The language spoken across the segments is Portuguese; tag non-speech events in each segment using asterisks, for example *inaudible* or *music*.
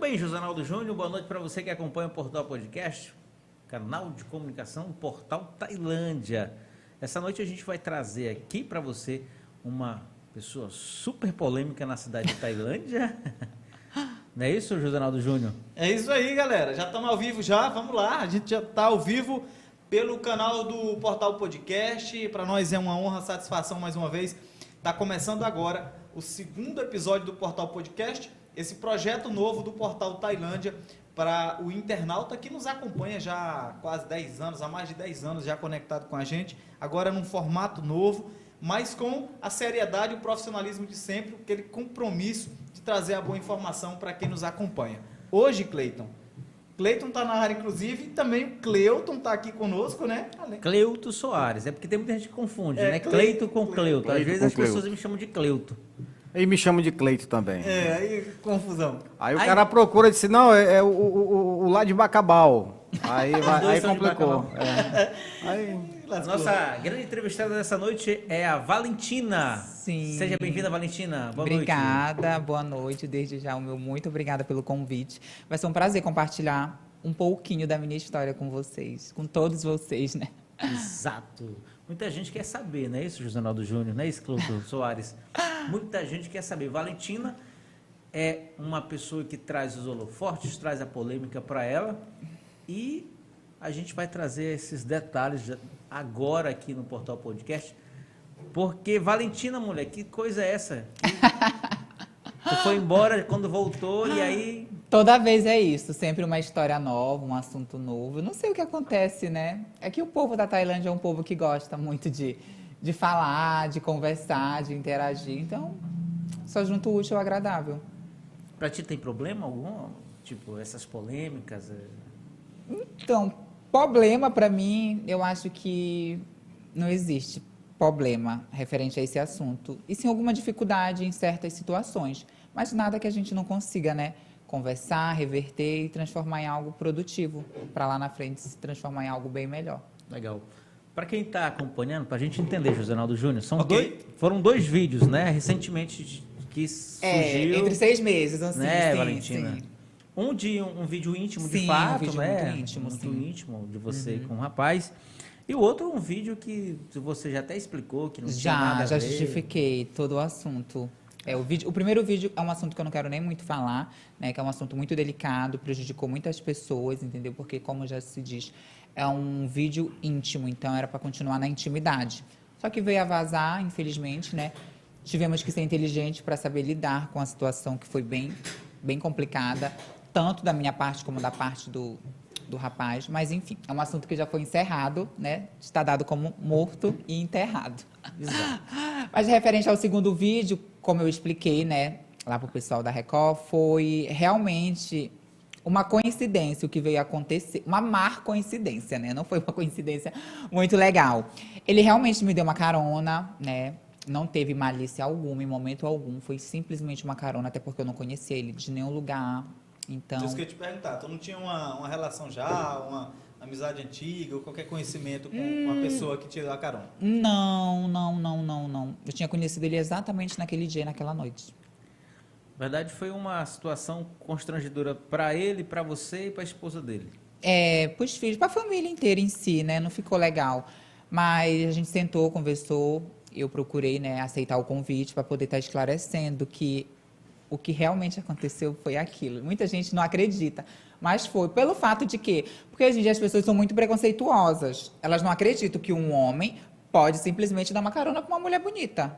bem, Josanaldo Júnior? Boa noite para você que acompanha o Portal Podcast, canal de comunicação Portal Tailândia. Essa noite a gente vai trazer aqui para você uma pessoa super polêmica na cidade de Tailândia. Não é isso, Josanaldo Júnior? É isso aí, galera. Já estamos ao vivo já, vamos lá. A gente já está ao vivo pelo canal do Portal Podcast. Para nós é uma honra, satisfação mais uma vez. Está começando agora o segundo episódio do Portal Podcast, esse projeto novo do Portal Tailândia para o internauta que nos acompanha já há quase 10 anos, há mais de 10 anos já conectado com a gente, agora num formato novo, mas com a seriedade e o profissionalismo de sempre, aquele compromisso de trazer a boa informação para quem nos acompanha. Hoje, Cleiton, Cleiton está na área, inclusive, e também o Cleuton está aqui conosco, né? Além- Cleuto Soares. É porque tem muita gente que confunde, É, né? Cle- Cleito com Cleuto. Às Cleito vezes com as pessoas Cleuto. me chamam de Cleuto. E me chamam de Cleito também. É, aí confusão. Aí o Aí- cara procura e disse, não, é, é o, o- o- o lá de Bacabal. Aí, vai- dois aí são de complicou. Bacabal. É. Aí, A Lascou. nossa grande entrevistada dessa noite é a Valentina. Sim. Seja bem-vinda, Valentina. Boa noite. obrigada, boa noite. Desde já, o meu muito obrigada pelo convite. Vai ser um prazer compartilhar um pouquinho da minha história com vocês, com todos vocês, né? Exato. Muita gente quer saber, não é isso, José Ronaldo Júnior? Não é isso, Cleuto Soares? Muita gente quer saber. Valentina é uma pessoa que traz os holofortes, traz a polêmica para ela. E a gente vai trazer esses detalhes já- agora aqui no Portal Podcast. Porque, Valentina, mulher, que coisa é essa? Tu foi embora quando voltou e aí Toda vez é isso, sempre uma história nova, um assunto novo. Não sei o que acontece, né? É que o povo da Tailândia é um povo que gosta muito de, de falar, de conversar, de interagir. Então, só junto o útil ao agradável. Pra ti tem problema algum? Tipo, essas polêmicas? é? Então, problema para mim, eu acho que não existe problema referente a esse assunto. E sim alguma dificuldade em certas situações, mas nada que a gente não consiga, né? Conversar, reverter e transformar em algo produtivo, para lá na frente se transformar em algo bem melhor. Legal. Pra quem tá acompanhando, pra gente entender, José Naldo Júnior, são Ok. dois, foram dois vídeos, né, recentemente de- que surgiu, É, entre seis meses, assim, né, sim, Valentina? sim. Um de um, um vídeo íntimo de Sim, um fato, vídeo né? muito íntimo, muito sim. Uhum. íntimo de você com o rapaz. E o outro um vídeo que você já até explicou que não tinha nada Já, a já ver. justifiquei todo o assunto. É, o, vídeo, o primeiro vídeo é um assunto que eu não quero nem muito falar, né? Que é um assunto muito delicado, prejudicou muitas pessoas, entendeu? Porque, como já se diz, é um vídeo íntimo, então era para continuar na intimidade. Só que veio a vazar, infelizmente, né? Tivemos que ser inteligente para saber lidar com a situação que foi bem, bem complicada, tanto da minha parte como da parte do, do rapaz. Mas, enfim, é um assunto que já foi encerrado, né? Está dado como morto e enterrado. Mas referente ao segundo vídeo, como eu expliquei, né, lá pro pessoal da Record, foi realmente uma coincidência o que veio acontecer, uma má coincidência, né? Não foi uma coincidência muito legal. Ele realmente me deu uma carona, né? Não teve malícia alguma, em momento algum. Foi simplesmente uma carona, até porque eu não conhecia ele de nenhum lugar. Então, Isso que eu ia te perguntar. Tu não tinha uma, uma relação já, uma amizade antiga, ou qualquer conhecimento com Hum. uma pessoa que te dá carona? não, não, não, não, não. Eu tinha conhecido ele exatamente naquele dia, e naquela noite. Na verdade, foi uma situação constrangedora pra ele, pra você e pra esposa dele. É, pros filhos, pra família inteira em si, né? Não ficou legal. Mas a gente sentou, conversou, eu procurei, né, aceitar o convite para poder estar esclarecendo que o que realmente aconteceu foi aquilo. Muita gente não acredita, mas foi pelo fato de que, porque hoje em dia as pessoas são muito preconceituosas. Elas não acreditam que um homem pode simplesmente dar uma carona pra uma mulher bonita.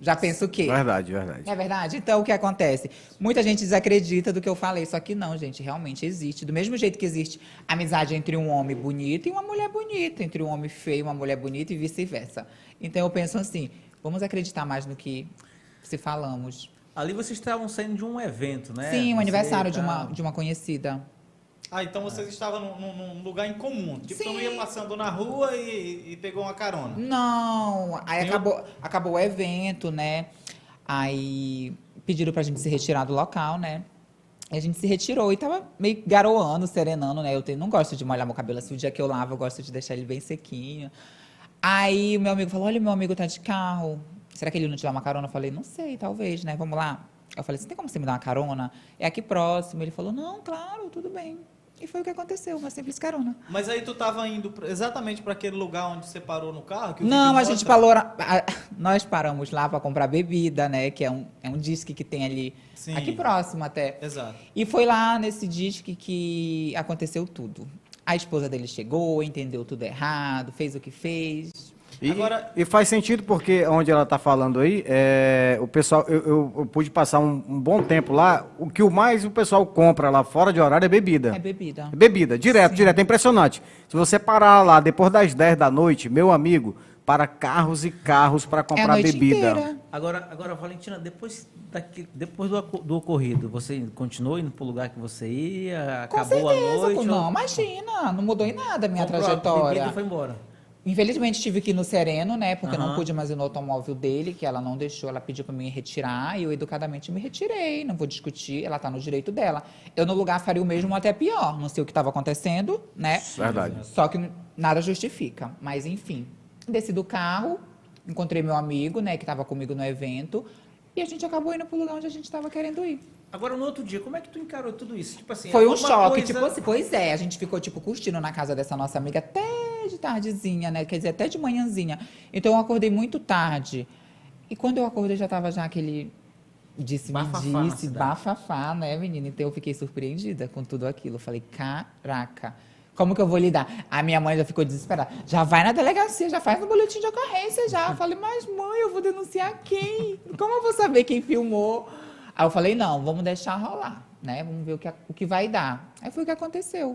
Já pensa o quê? verdade, verdade. É verdade? Então, o que acontece? Muita gente desacredita do que eu falei, só que não, gente, realmente existe. Do mesmo jeito que existe amizade entre um homem bonito e uma mulher bonita, entre um homem feio e uma mulher bonita e vice-versa. Então, eu penso assim, vamos acreditar mais no que se falamos. Ali vocês estavam saindo de um evento, né? Sim, o Você aniversário de tá- uma, de uma conhecida. Ah, então vocês estavam num, num- num lugar em comum. Tipo, tu não É. Sim. ia passando na rua e, e pegou uma carona. Não, aí Nenhum? acabou, acabou o evento, né? Aí pediram pra gente se retirar do local, né? E A gente se retirou e tava meio garoando, serenando, né? Eu te- não gosto de molhar meu cabelo assim, o dia que eu lavo, eu gosto de deixar ele bem sequinho. Aí o meu amigo falou: Olha, meu amigo tá de carro. Será que ele não te dá uma carona? Eu falei: Não sei, talvez, né? Vamos lá. Eu falei, você tem como você me dar uma carona? É aqui próximo. Ele falou, não, claro, tudo bem. E foi o que aconteceu, uma simples carona. Mas aí tu tava indo pra- exatamente para aquele lugar onde você parou no carro? que o Não, vídeo a gente mostra? falou. a- nós paramos lá para comprar bebida, né? Que é um, é um disque que tem ali. Sim. Aqui próximo até. Exato. E foi lá nesse disque que aconteceu tudo. A esposa dele chegou, entendeu tudo errado, fez o que fez. E, Agora- e faz sentido porque onde ela está falando aí, é, o pessoal, eu, eu- eu pude passar um, um bom tempo lá. O que o mais o pessoal compra lá fora de horário é bebida. É bebida. É Bebida, direto, direto. É impressionante. Se você parar lá depois das 10 da noite, meu amigo, para carros e carros para é a comprar noite bebida. inteira. Agora, agora Valentina, depois, daqui, depois do, acor- do ocorrido, você continuou indo pro lugar que você ia? Com Acabou certeza. a noite? pô, ou- não, imagina. Não mudou em nada a minha comprou a trajetória. bebida e foi embora. Infelizmente tive que ir no Sereno, né? Porque eu não Aham. pude mais ir no automóvel dele, que ela não deixou, ela pediu pra me retirar, e eu educadamente me retirei, não vou discutir, ela tá no direito dela. Eu no lugar faria o mesmo ou até pior, não sei o que estava acontecendo, né? Verdade. Só que nada justifica, mas enfim. Desci do carro, encontrei meu amigo, né, que tava comigo no evento, e a gente acabou indo pro lugar onde a gente tava querendo ir. Agora, no outro dia, como é que tu encarou tudo isso? Tipo assim, Foi um alguma choque, coisa- tipo assim, pois é, a gente ficou, tipo, curtindo na casa dessa nossa amiga até de tardezinha, né? Quer dizer, até de manhãzinha. Então eu acordei muito tarde. E quando eu acordei, já tava já aquele disse me Bafafá na disse, cidade. bafafá, né, menina? Então eu fiquei surpreendida com tudo aquilo. Eu falei, caraca, como que eu vou lidar? A minha mãe já ficou desesperada. Já vai na delegacia, já faz no boletim de ocorrência já. Eu falei, mas mãe, eu vou denunciar quem? Como eu vou saber quem filmou? Aí eu falei, não, vamos deixar rolar, né? Vamos ver o que, o que vai dar. Aí foi o que aconteceu.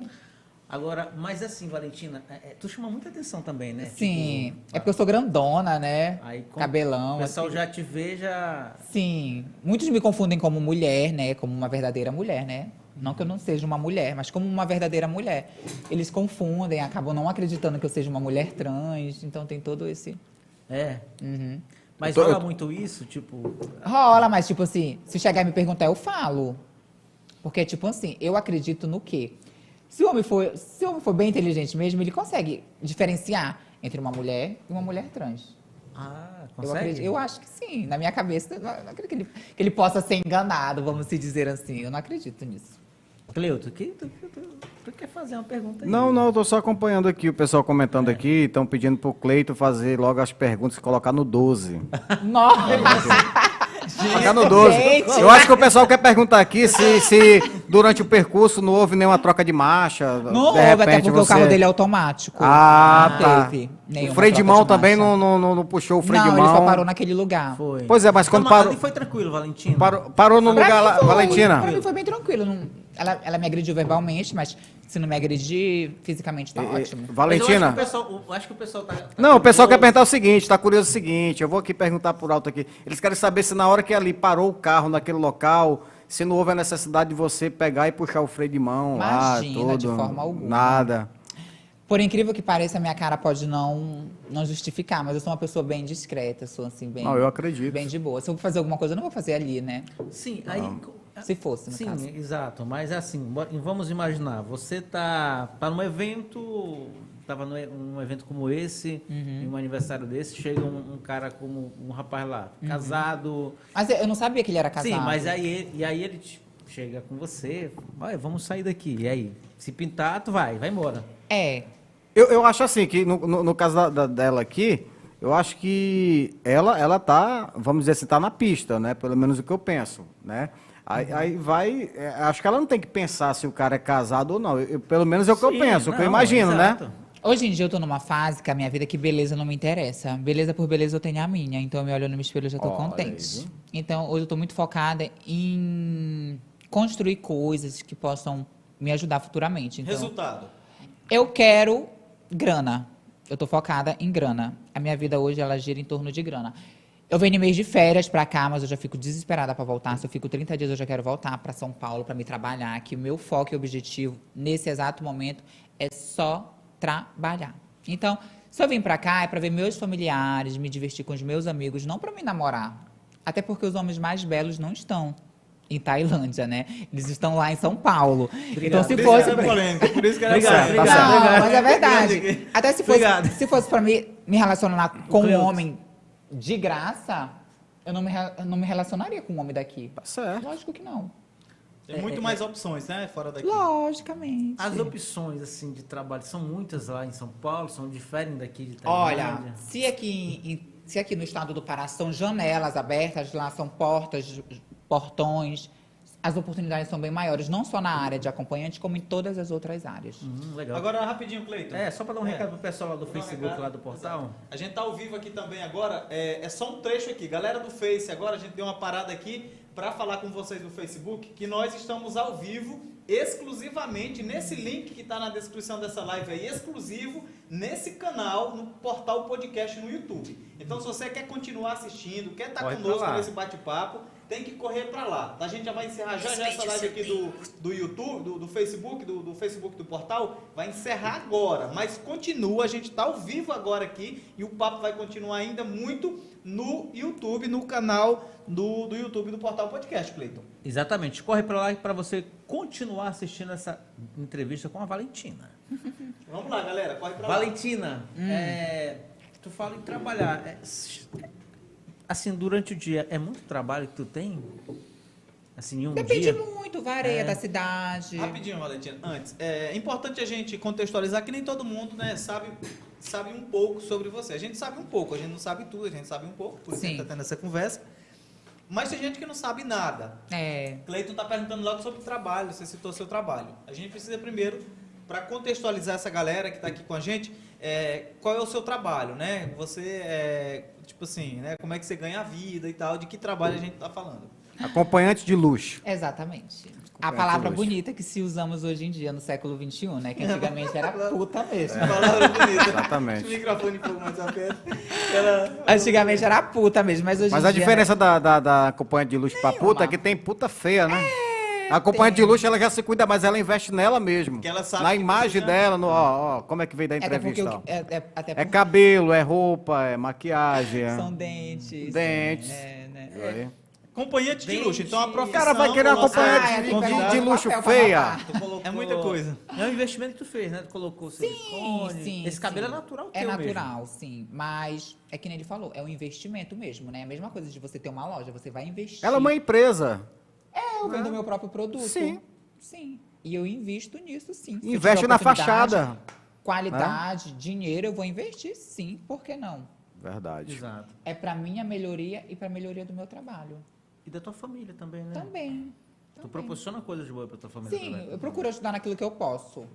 Agora, mas assim, Valentina, é, é, tu chama muita atenção também, né? Sim, Tipo, é porque eu sou grandona, né? Aí, com- Cabelão, O pessoal assim. já te vê, já... Sim, muitos me confundem como mulher, né? Como uma verdadeira mulher, né? Não que eu não seja uma mulher, mas como uma verdadeira mulher. Eles confundem, acabam não acreditando que eu seja uma mulher trans, então tem todo esse. É. Uhum. Mas Então, Eu tô- rola muito isso, tipo... Rola, mas tipo assim, se chegar e me perguntar, eu falo. Porque, tipo assim, eu acredito no quê? Se o homem for, se o homem for bem inteligente mesmo, ele consegue diferenciar entre uma mulher e uma mulher trans. Ah, Eu, consegue? acredito- eu acho que sim. Na minha cabeça, eu não eu não acredito que ele, que ele possa ser enganado, vamos se dizer assim. Eu não acredito nisso. Cleuto, que, tu, tu- tu- tu quer fazer uma pergunta aí? Não, não, eu tô só acompanhando aqui, o pessoal comentando É. aqui, estão pedindo pro Cleito fazer logo as perguntas e colocar no *laughs* 12. Nossa! Colocar no 12. Gente. Eu acho que o pessoal quer perguntar aqui se, se durante o percurso não houve nenhuma troca de marcha. Não de houve, repente, até porque você... o carro dele é automático. Ah, tá. teve o nenhuma freio de troca mão também marcha. não, não- não- não puxou o freio Não, de ele mão. só parou naquele lugar. Foi. Pois é, mas quando Não, parou- ali foi tranquilo, Valentina. Parou, parou no Pra lugar mim lá, foi- Valentina. Pra mim foi bem tranquilo. não- ela, ela me agrediu verbalmente, mas se não me agredir fisicamente, tá Eh, eh, ótimo. Mas eu Valentina. acho que o pessoal, eu acho que o pessoal tá... tá Não, o pessoal quer curioso. perguntar o seguinte, tá curioso o seguinte, eu vou aqui perguntar por alto aqui. Eles querem saber se na hora que ali parou o carro naquele local, se não houve a necessidade de você pegar e puxar o freio de mão Imagina, lá, tudo. de forma alguma. Nada. Por incrível que pareça, a minha cara pode não, não justificar, mas eu sou uma pessoa bem discreta, sou assim, bem. Não, eu acredito. Bem de boa. Se eu vou fazer alguma coisa, eu não vou fazer ali, né? Sim, aí... Se fosse, no Sim, caso. exato. Mas assim, bo- vamos imaginar, você tá para um evento, tava num e- num evento como esse, Uhum. em um aniversário desse, chega um, um cara como um rapaz lá, casado. Mas eu não sabia que ele era Uhum. casado. Sim, mas aí ele- e aí ele te- chega com você, olha, vamos sair daqui. E aí, se pintar, tu vai, vai embora. É. Eu, eu acho assim, que no, no- no caso da- da- dela aqui, eu acho que ela, ela tá, vamos dizer assim, tá na pista, né? Pelo menos o que eu penso, né? Aí, Uhum. aí vai, é, acho que ela não tem que pensar se o cara é casado ou não. Eu- eu- pelo menos é o que eu Sim, penso, o que eu não, imagino, né? exato. Hoje em dia eu tô numa fase com a minha vida é que beleza não me interessa. Beleza por beleza eu tenho a minha. Então eu me olho no espelho e já tô Olha aí, contente. viu? Então hoje eu tô muito focada em construir coisas que possam me ajudar futuramente. Então, Resultado. Eu quero grana. Eu tô focada em grana. A minha vida hoje ela gira em torno de grana. Eu venho em mês de férias pra cá, mas eu já fico desesperada pra voltar. Se eu fico 30 dias, eu já quero voltar pra São Paulo pra me trabalhar. Que o meu foco e objetivo nesse exato momento é só trabalhar. Então, se eu vim pra cá é pra ver meus familiares, me divertir com os meus amigos, não pra me namorar. Até porque os homens mais belos não estão em Tailândia, né? Eles estão lá em São Paulo. então, se Por isso fosse que era polêmica, por isso que era Obrigado, polêmica. obrigado. não, Obrigado. mas é verdade. Obrigado. Até se Obrigado. fosse, se fosse pra mim me relacionar com um Cleuto. homem de graça, Eu não me, re- eu não me relacionaria com um homem daqui. Tá certo. Lógico que não. Tem É, muito mais opções, né? Fora daqui. Logicamente. As opções assim de trabalho são muitas lá em São Paulo, são diferentes daqui de Olha, Tailândia. se aqui, em- se aqui no estado do Pará são janelas abertas, lá são portas, portões, as oportunidades são bem maiores, não só na área de acompanhante, como em todas as outras áreas. Hum, legal. Agora, rapidinho, Cleiton. é, só para dar um É. recado pro pessoal lá do Vou dar um Facebook, recado. lá do portal. Exato. A gente tá ao vivo aqui também agora. É, é só um trecho aqui. Galera do Face, agora a gente deu uma parada aqui para falar com vocês do Facebook que nós estamos ao vivo exclusivamente nesse link que está na descrição dessa live aí, exclusivo nesse canal, no portal podcast no YouTube. Então, se você quer continuar assistindo, quer estar Corre pra conosco lá. nesse bate-papo, tem que correr para lá. tá? A gente já vai encerrar já, já essa live aqui do, do YouTube, do, do Facebook, do, do Facebook do portal, vai encerrar agora, mas continua, a gente está ao vivo agora aqui e o papo vai continuar ainda muito no YouTube, no canal do, do YouTube do Portal Podcast, Cleiton. Exatamente. Corre para lá para você continuar assistindo essa entrevista com a Valentina. Vamos lá, galera, corre para lá. Valentina, é, tu fala em trabalhar. É, s- assim, durante o dia, é muito trabalho que tu tem? Assim, em um Depende dia? muito, varia É. da cidade. Rapidinho, Valentina, antes, é importante a gente contextualizar que nem todo mundo né, sabe, sabe um pouco sobre você. A gente sabe um pouco, a gente não sabe tudo, a gente sabe um pouco, por isso que a gente Sim. está tendo essa conversa. Mas tem gente que não sabe nada. É. Cleiton está perguntando logo sobre trabalho, você citou seu trabalho. A gente precisa primeiro, para contextualizar essa galera que está aqui com a gente, é, qual é o seu trabalho, né? Você, é, tipo assim, né, como é que você ganha a vida e tal, de que trabalho a gente está falando. Acompanhante de luxo. Exatamente. é A que palavra hoje? bonita que se usamos hoje em dia, no século XXI, né? Que antigamente *laughs* era puta mesmo. Palavra bonita. É. Exatamente. O microfone um pouco mais aberto. Era... Antigamente era puta mesmo, mas hoje Mas em a dia... né? diferença da, da, da acompanhante de luxo pra puta é Nenhuma. que tem puta feia, né? É, a acompanhante de luxo, ela já se cuida, mas ela investe nela mesmo. Que ela sabe Na que imagem você já- dela, no, ó, ó, como é que veio da Até porque, entrevista. o ó. que- é, é- até É porque cabelo, é roupa, é maquiagem. é- são dentes. Dentes. É, né? Isso aí. Acompanhante de luxo, então é uma O O profissão. cara vai querer do uma nosso acompanhante Ah, é, de- tem que de, pegar de um luxo papel pra feia. matar. Tu colocou- É muita coisa. É um investimento que tu fez, né? Tu colocou silicone. sim, Esse cabelo sim. é natural É teu natural, sim. Mas é que nem ele falou, é um investimento mesmo, né? É a mesma coisa de você ter uma loja, você vai investir. Ela é uma empresa. É, eu vendo meu próprio produto. Sim. Sim. E eu invisto nisso, sim. Se eu Investe tiver na oportunidade, fachada. Né? Qualidade, dinheiro, eu vou investir, sim. Por que não? mesmo. Verdade. Exato. É pra minha melhoria e pra melhoria do meu trabalho. E da tua família também, né? Também. Tu também. proporciona coisas boas pra tua família Sim, também. eu procuro ajudar naquilo que eu posso.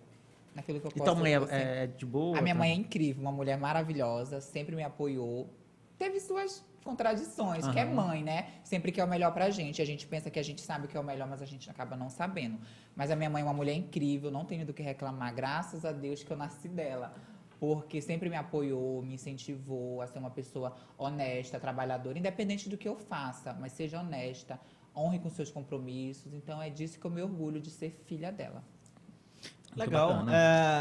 Naquilo que eu E tua posso. mãe é, assim. é- é de boa? A minha tá? mãe é incrível, uma mulher maravilhosa, sempre me apoiou. Teve suas contradições, que é Aham. mãe, né? Sempre quer o melhor pra gente. A gente pensa que a gente sabe o que é o melhor, mas a gente acaba não sabendo. Mas a minha mãe é uma mulher incrível, não tenho do que reclamar, graças a Deus que eu nasci dela. Porque sempre me apoiou, me incentivou a ser uma pessoa honesta, trabalhadora, independente do que eu faça, mas seja honesta, honre com seus compromissos. Então é disso que eu me orgulho de ser filha dela. Muito Legal. bacana.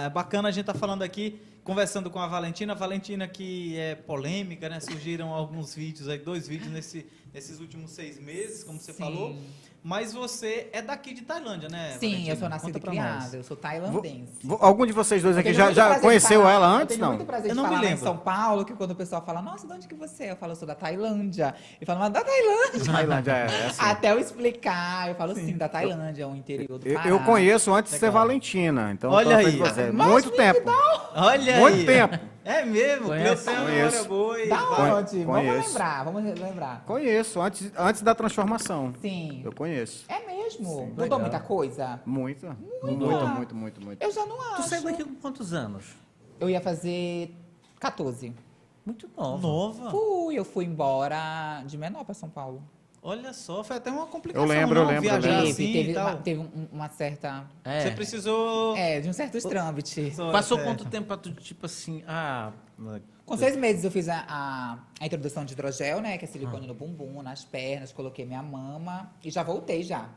É bacana a gente tá falando aqui, conversando com a Valentina. A Valentina que é polêmica, né? Surgiram alguns vídeos aí, dois vídeos nesse, nesses últimos seis meses, como você Sim. falou. Mas você é daqui de Tailândia, né? Sim, Valentina? eu sou nascida Conta e pra nós. criada, eu sou tailandense. Vo- Algum de vocês dois Eu aqui tenho já, muito já prazer de conheceu falar- ela eu antes, tenho não? muito prazer Eu de não me falar lá em lembro. São Paulo, que quando o pessoal fala, nossa, de onde que você é? Eu falo, eu sou da Tailândia. E falo, mas da Tailândia. Tailândia é essa. *laughs* Até eu explicar, eu falo sim, da Tailândia, o interior do Eu, Pará. eu conheço antes de ser Legal. Valentina, então Olha tô na frente aí. de você. Mas muito me tempo. Olha Muito um aí. tempo. É mesmo, Conheço, Cleutel, conheço. olha boa. e- Da Conhe- conheço. onde? Vamos lembrar, vamos lembrar. Conheço, antes, antes da transformação. Sim. Eu conheço. É mesmo? Mudou legal. muita coisa? Muito. Muito, muito, Muita. muito, muito. Eu já não Tu acho. saiu daqui com quantos anos? Eu ia fazer 14. Muito nova. Ah. Nova. Fui, eu fui embora de menor pra São Paulo. Olha só, foi até uma complicação. Eu lembro, eu não, lembro, eu Viajar lembro. Teve, assim teve, e tal. uma, teve um- uma certa... É. Você precisou. É, de um certo trâmite. Passou É. quanto tempo pra tu, tipo assim, ah... Com seis meses eu fiz a, a, a introdução de hidrogel, né? Que é silicone Ah. no bumbum, nas pernas, coloquei minha mama e já voltei já.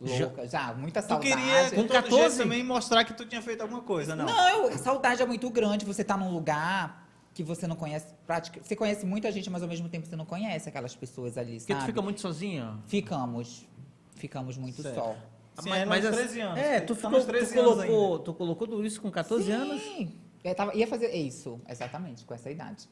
Louca, já, muita Tu saudade. queria, com Com 14 14? também, mostrar que tu tinha feito alguma coisa, não? Não, eu- a saudade é muito grande. Você tá num lugar que você não conhece, prática, você conhece muita gente, mas ao mesmo tempo você não conhece aquelas pessoas ali, Porque sabe? tu fica muito sozinha? Ficamos, ficamos muito Certo. só. Sim, é, nos Ah, as- 13 anos. É, tu, Tá ficou, nos tu 13 anos colocou, tu colocou tudo isso com 14 anos? Sim, eu tava, ia fazer isso, exatamente, com essa idade.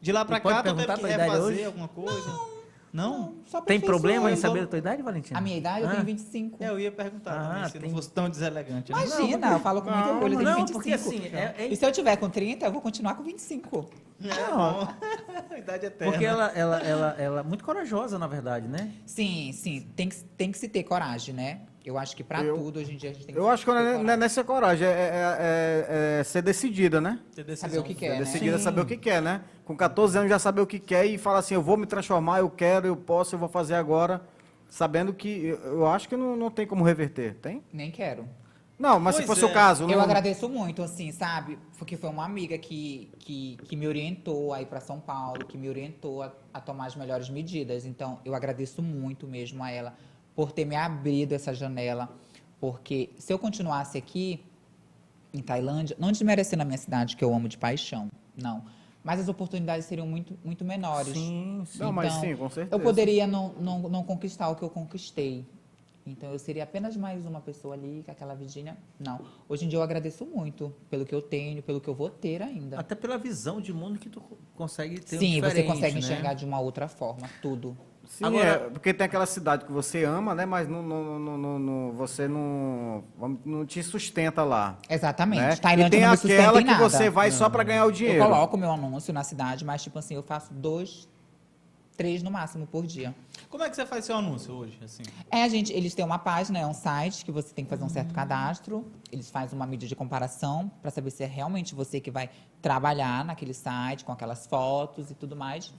De lá pra Tu pode cá, tu teve perguntar que tua idade refazer hoje? alguma coisa? Não. Não? Só Tem professor, problema em eu saber a dou- tua idade, Valentina? A minha idade, eu Ah, tenho 25. É, Eu ia perguntar Ah, também, se tem- não fosse tão deselegante. né? Imagina, eu falo com muito Não, orgulho, eu tenho não, 25. porque assim, é- é- E se eu tiver com 30, eu vou continuar com 25. É, *laughs* bom. Idade é eterna. Porque *laughs* ela, ela, ela, ela é muito corajosa, na verdade, né? Sim, sim, tem que, tem que se ter coragem, né? Eu acho que pra Eu- tudo hoje em dia a gente tem que Eu se acho que ter não é, não é coragem. nessa coragem, é, é- é- é ser decidida, né? Ter decisão. Saber o que quer, Ser né? decidida é Sim. saber o que quer, né? Com 14 anos já saber o que quer e falar assim, eu vou me transformar, eu quero, eu posso, eu vou fazer agora. Sabendo que eu- eu acho que não, não tem como reverter, tem? Nem quero. Não, mas se Pois fosse é. o caso. Eu não- agradeço muito, assim, sabe? Porque foi uma amiga que, que, que me orientou a ir pra São Paulo, que me orientou a, a tomar as melhores medidas. Então, eu agradeço muito mesmo a ela por ter me abrido essa janela. Porque se eu continuasse aqui, em Tailândia, não desmerecendo a minha cidade, que eu amo de paixão, não. Mas as oportunidades seriam muito, muito menores. Sim, sim. Não, mas Então, sim, com certeza. Eu poderia não, não, não conquistar o que eu conquistei. Então eu seria apenas mais uma pessoa ali, com aquela vidinha. Não. Hoje em dia eu agradeço muito pelo que eu tenho, pelo que eu vou ter ainda. Até pela visão de mundo que tu co- consegue ter Sim, você diferente, consegue né? enxergar de uma outra forma tudo. Sim, Agora- é, porque tem aquela cidade que você ama, né? Mas não, não, não, não- não- você não, vamos- não te sustenta lá. Exatamente. Né? Tailândia e tem não me sustenta aquela em que nada. você vai só para ganhar o dinheiro. Eu coloco meu anúncio na cidade, mas tipo assim, eu faço dois, três no máximo por dia. Como é que você faz seu anúncio hoje? Assim? É, gente, eles têm uma página, é um site que você tem que fazer um Uhum. certo cadastro. Eles fazem uma mídia de comparação para saber se é realmente você que vai trabalhar naquele site, com aquelas fotos e tudo mais.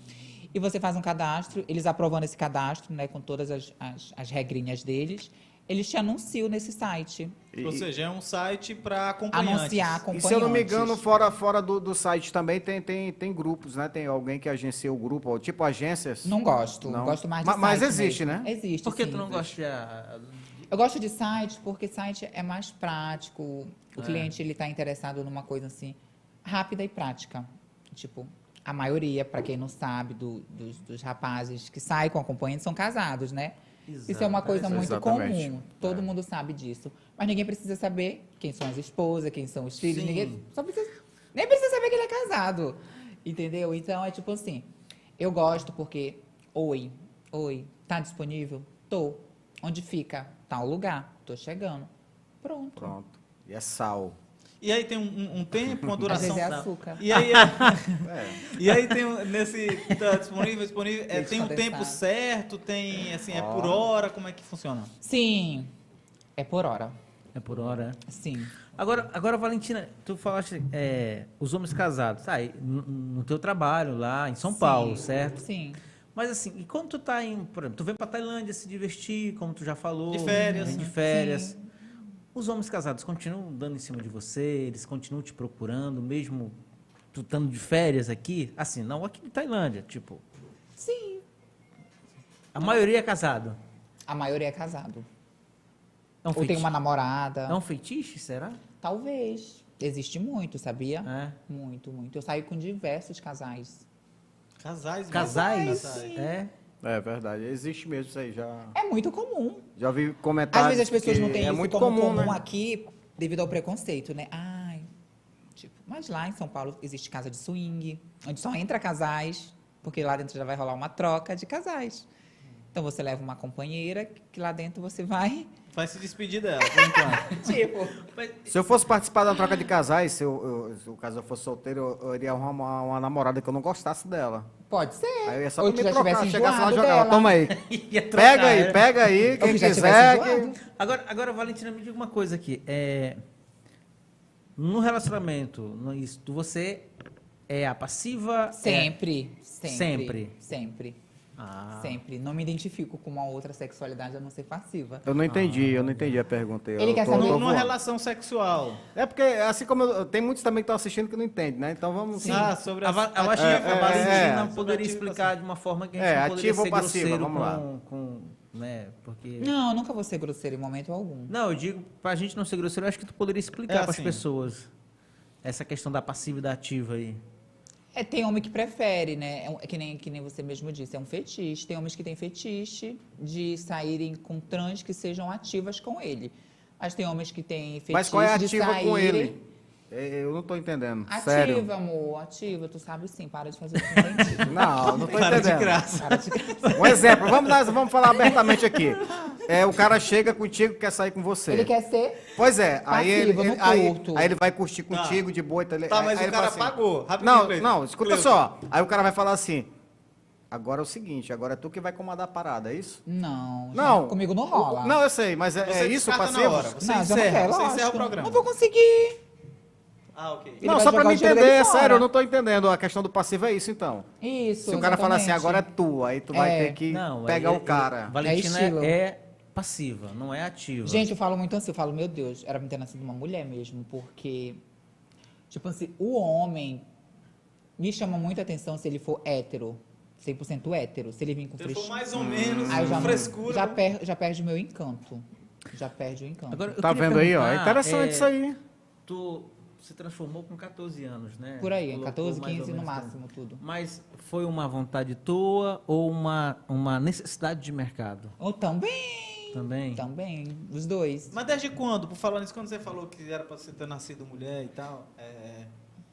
E você faz um cadastro, eles aprovando esse cadastro, né, com todas as, as, as regrinhas deles, eles te anunciam nesse site. E- Ou seja, é um site para acompanhantes. Anunciar E acompanhantes. se eu não me engano, fora, fora do, do site também tem, tem, tem grupos, né? Tem alguém que agencia o grupo, ou tipo agências. Não gosto, Não. gosto mais de Ma- mas site existe, mesmo. né? Existe, Por que sim, tu não existe. gosta de... ah, Eu gosto de site porque site é mais prático. O cliente ele está interessado numa coisa assim rápida e prática. Tipo, a maioria, para quem não sabe, do- dos, dos rapazes que saem com acompanhante são casados, né? Isso é uma coisa muito Exatamente. comum. Todo É. mundo sabe disso. Mas ninguém precisa saber quem são as esposas, quem são os filhos. Sim. Ninguém só precisa, nem precisa saber que ele é casado. Entendeu? Então é tipo assim: eu gosto porque, oi, oi, tá disponível? Tô. Onde fica? Tal lugar. Tô chegando. Pronto. Pronto. E é *laughs* sal. E aí tem um, um- um tempo, uma Às duração. vezes é da- açúcar. E *laughs* aí, É. e aí tem um- nesse tá disponível, disponível, é, Leite tem um condensado. tempo certo, tem assim, é por Ó. hora, como é que funciona? Sim. É por hora. É por hora, é? Sim. Agora, agora, Valentina, tu falaste é, os homens casados, tá? e No, no teu trabalho lá em São Sim. Paulo, certo? Sim. Mas assim, e quando tu tá em, por exemplo, tu vem pra Tailândia se divertir, como tu já falou, De férias, vem de né? férias. Sim. Os homens casados continuam dando em cima de você, eles continuam te procurando, mesmo tu estando de férias aqui, assim, não aqui em Tailândia, tipo, Sim. a maioria é casado. A maioria é casado. É um Ou tem feiti- uma namorada. É um feitiço, será? Talvez. Existe muito, sabia? É. Muito, muito. Eu saio com diversos casais. é Casais, mesmo. Casais? Casais. É. É verdade. Existe mesmo isso aí. Já, É muito comum. já vi Às comentários. vezes as pessoas que não têm É isso muito como comum, né? aqui devido ao preconceito, né? Ai, tipo, mas lá em São Paulo existe casa de swing, onde só entra casais, porque lá dentro já vai rolar uma troca de casais. Então você leva uma companheira que lá dentro você vai, *laughs* Vai se despedir dela, por enquanto. tipo, Se eu fosse participar da troca de casais, se, eu, eu- se o casal fosse solteiro, eu, eu iria arrumar uma, uma namorada que eu não gostasse dela. pode ser. Aí eu ia só Ou pra me que já trocar, tivesse chegasse lá e enjoado jogava. dela. Toma aí. Ia trocar, Pega aí, é. pega aí, Ou quem que já quiser. tivesse que- enjoado. Agora, agora, Valentina, me diga uma coisa aqui. É, no relacionamento, no, isso, tu- você é a passiva? é- Sempre, sempre, Sempre. sempre, Ah. sempre. Não me identifico com uma outra sexualidade a não ser passiva. Eu não entendi, eu não entendi a pergunta. Ele eu quer tô- saber- tô Numa voando. relação sexual. É porque, assim como eu- tem muitos também que estão assistindo que não entendem, né? Então vamos. Ah, sobre A, a, Va- eu acho que a é, Valentina é. poderia Ativo e explicar de uma forma que a gente É, não poderia ativo ou ser passiva, grosseiro vamos lá. com, com, né, porque... Não. Não, eu nunca vou ser grosseiro em momento algum. eu digo, pra gente não ser grosseiro, eu acho que tu poderia explicar É para as assim. pessoas essa questão da passiva e da ativa aí. É, tem homem que prefere, né? É um- é que, nem, que nem você mesmo disse, é um fetiche. Tem homens que têm fetiche de saírem com trans que sejam ativas com ele. Mas tem homens que têm fetiche Mas qual é a de ativa saírem... com ele? É, Eu não tô entendendo. Ativa, Sério. amor, ativa. Tu sabe sim, para de fazer isso com *laughs* dentista. Não, não tô Para de entendendo. graça. Para de graça. Um exemplo, vamos, dar- vamos falar abertamente aqui. É, o cara chega contigo quer sair com você. Ele quer ser... Pois é, Tá aí ele, Passivo, ele- no aí, curto. aí ele vai curtir contigo de boa. Então ele, Tá, aí- mas o aí ele cara fala assim, pagou. Rapidinho, Não, Cleiton. não, escuta Cleiton. só. Aí o cara vai falar assim: agora é o seguinte, agora é tu que vai comandar a parada, é isso? Não, Não. gente, comigo não rola. Não, eu sei, mas é, Você é isso, descarta na parceiro? hora. Você não, encerra, quero, você lógico. encerra o programa. Não vou conseguir. Ah, ok. Ele não, vai só pra jogar me o dinheiro entender, dele é fora. sério, eu não tô entendendo. A questão do passivo é isso, então. Isso, Se o cara falar assim, exatamente. agora é tu, aí tu vai É. ter que Não, pegar é- o cara. é- Valentina É estilo. é passiva, não é ativa. Gente, eu falo muito assim, eu falo, meu Deus, era pra me ter nascido uma mulher mesmo, porque, tipo assim, o homem me chama muita atenção se ele for hétero, 100% hétero, se ele vir com Então foi frescura. mais ou menos Aí eu já, frescura. né? já, per, já perde o meu encanto. Já perde o encanto. Agora, eu tá queria vendo aí, ó? É perguntar, interessante é, isso aí. Tu se transformou com 14 anos, né? Por aí, em Colocou 14, mais ou 15 no menos máximo, tudo. tanto. Mas foi uma vontade tua ou uma, uma necessidade de mercado Ou também, também? Então. também, os dois. Mas desde quando? Por falar nisso, quando você falou que era pra você ter nascido mulher e tal, é,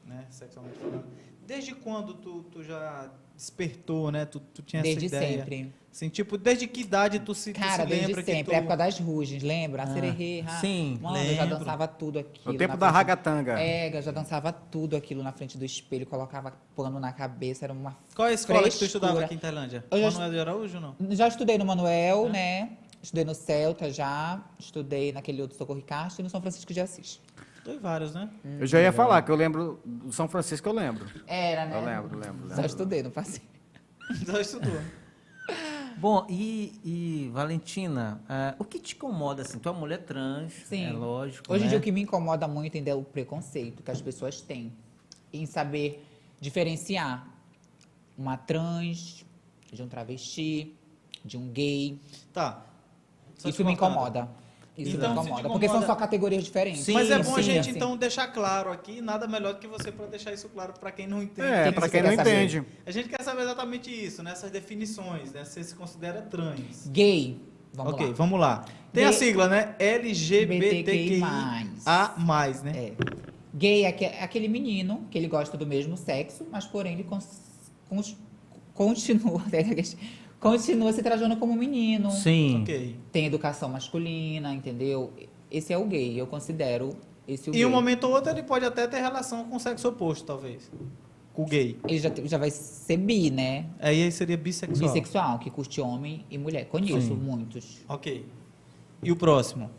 né, sexualmente falando, desde quando tu, tu já despertou, né? Tu, tu tinha Desde essa ideia? sempre. Assim, tipo, desde que idade tu se, tu Cara, se desde lembra sempre. que tu... A época das rugens, lembra? A sererê, ha. Ah, sim, Mano, eu já lembro. dançava tudo aquilo. É O tempo na da frente- ragatanga. É, eu já dançava tudo aquilo na frente do espelho, colocava pano na cabeça, era uma... Qual é a escola que tu Frescura. estudava aqui em Tailândia? Eu já- Manuel de Araújo, não? Já estudei no Manuel, né? Estudei no Celta já, estudei naquele outro Socorro Castro e no São Francisco de Assis. Tem vários, né? Hum. Eu já ia falar, que eu lembro. Do São Francisco eu lembro. Era, né? Eu lembro, lembro, Só lembro. estudei, não passei. Já estudou. Bom, e, e, Valentina, ah, o que te incomoda assim? Tu é uma mulher trans, Sim. é lógico. Hoje em né? dia o que me incomoda muito ainda é o preconceito que as pessoas têm em saber diferenciar uma trans de um travesti, de um gay. Tá. Só Isso te me cortando. incomoda. Isso Então, se me te incomoda, porque são incomoda- só categorias diferentes. Sim, Mas é bom a sim, gente, assim. então, deixar claro aqui. Nada melhor do que você para deixar isso claro para quem não entende. É, pra você quem quer não se- saber? entende. A gente quer saber exatamente isso, né? Essas definições, né? Se se considera trans. Gay. Vamos ok, lá. vamos lá. Tem a B- sigla, né? LGBTQI+. LGBTQIA+, né? É. Gay é aque- é aquele menino que ele gosta do mesmo sexo, mas porém ele cons- cons- continua, *laughs* é continua se trajando como menino. Sim. Ok. Tem educação masculina, entendeu? Esse é o gay, eu considero esse E o gay. um momento ou outro ele pode até ter relação com o sexo oposto, talvez. Com o gay. Ele já, te- já vai ser bi, né? Aí ele seria bissexual. Bissexual, que curte homem e mulher. Conheço Sim. muitos. Ok. E o próximo?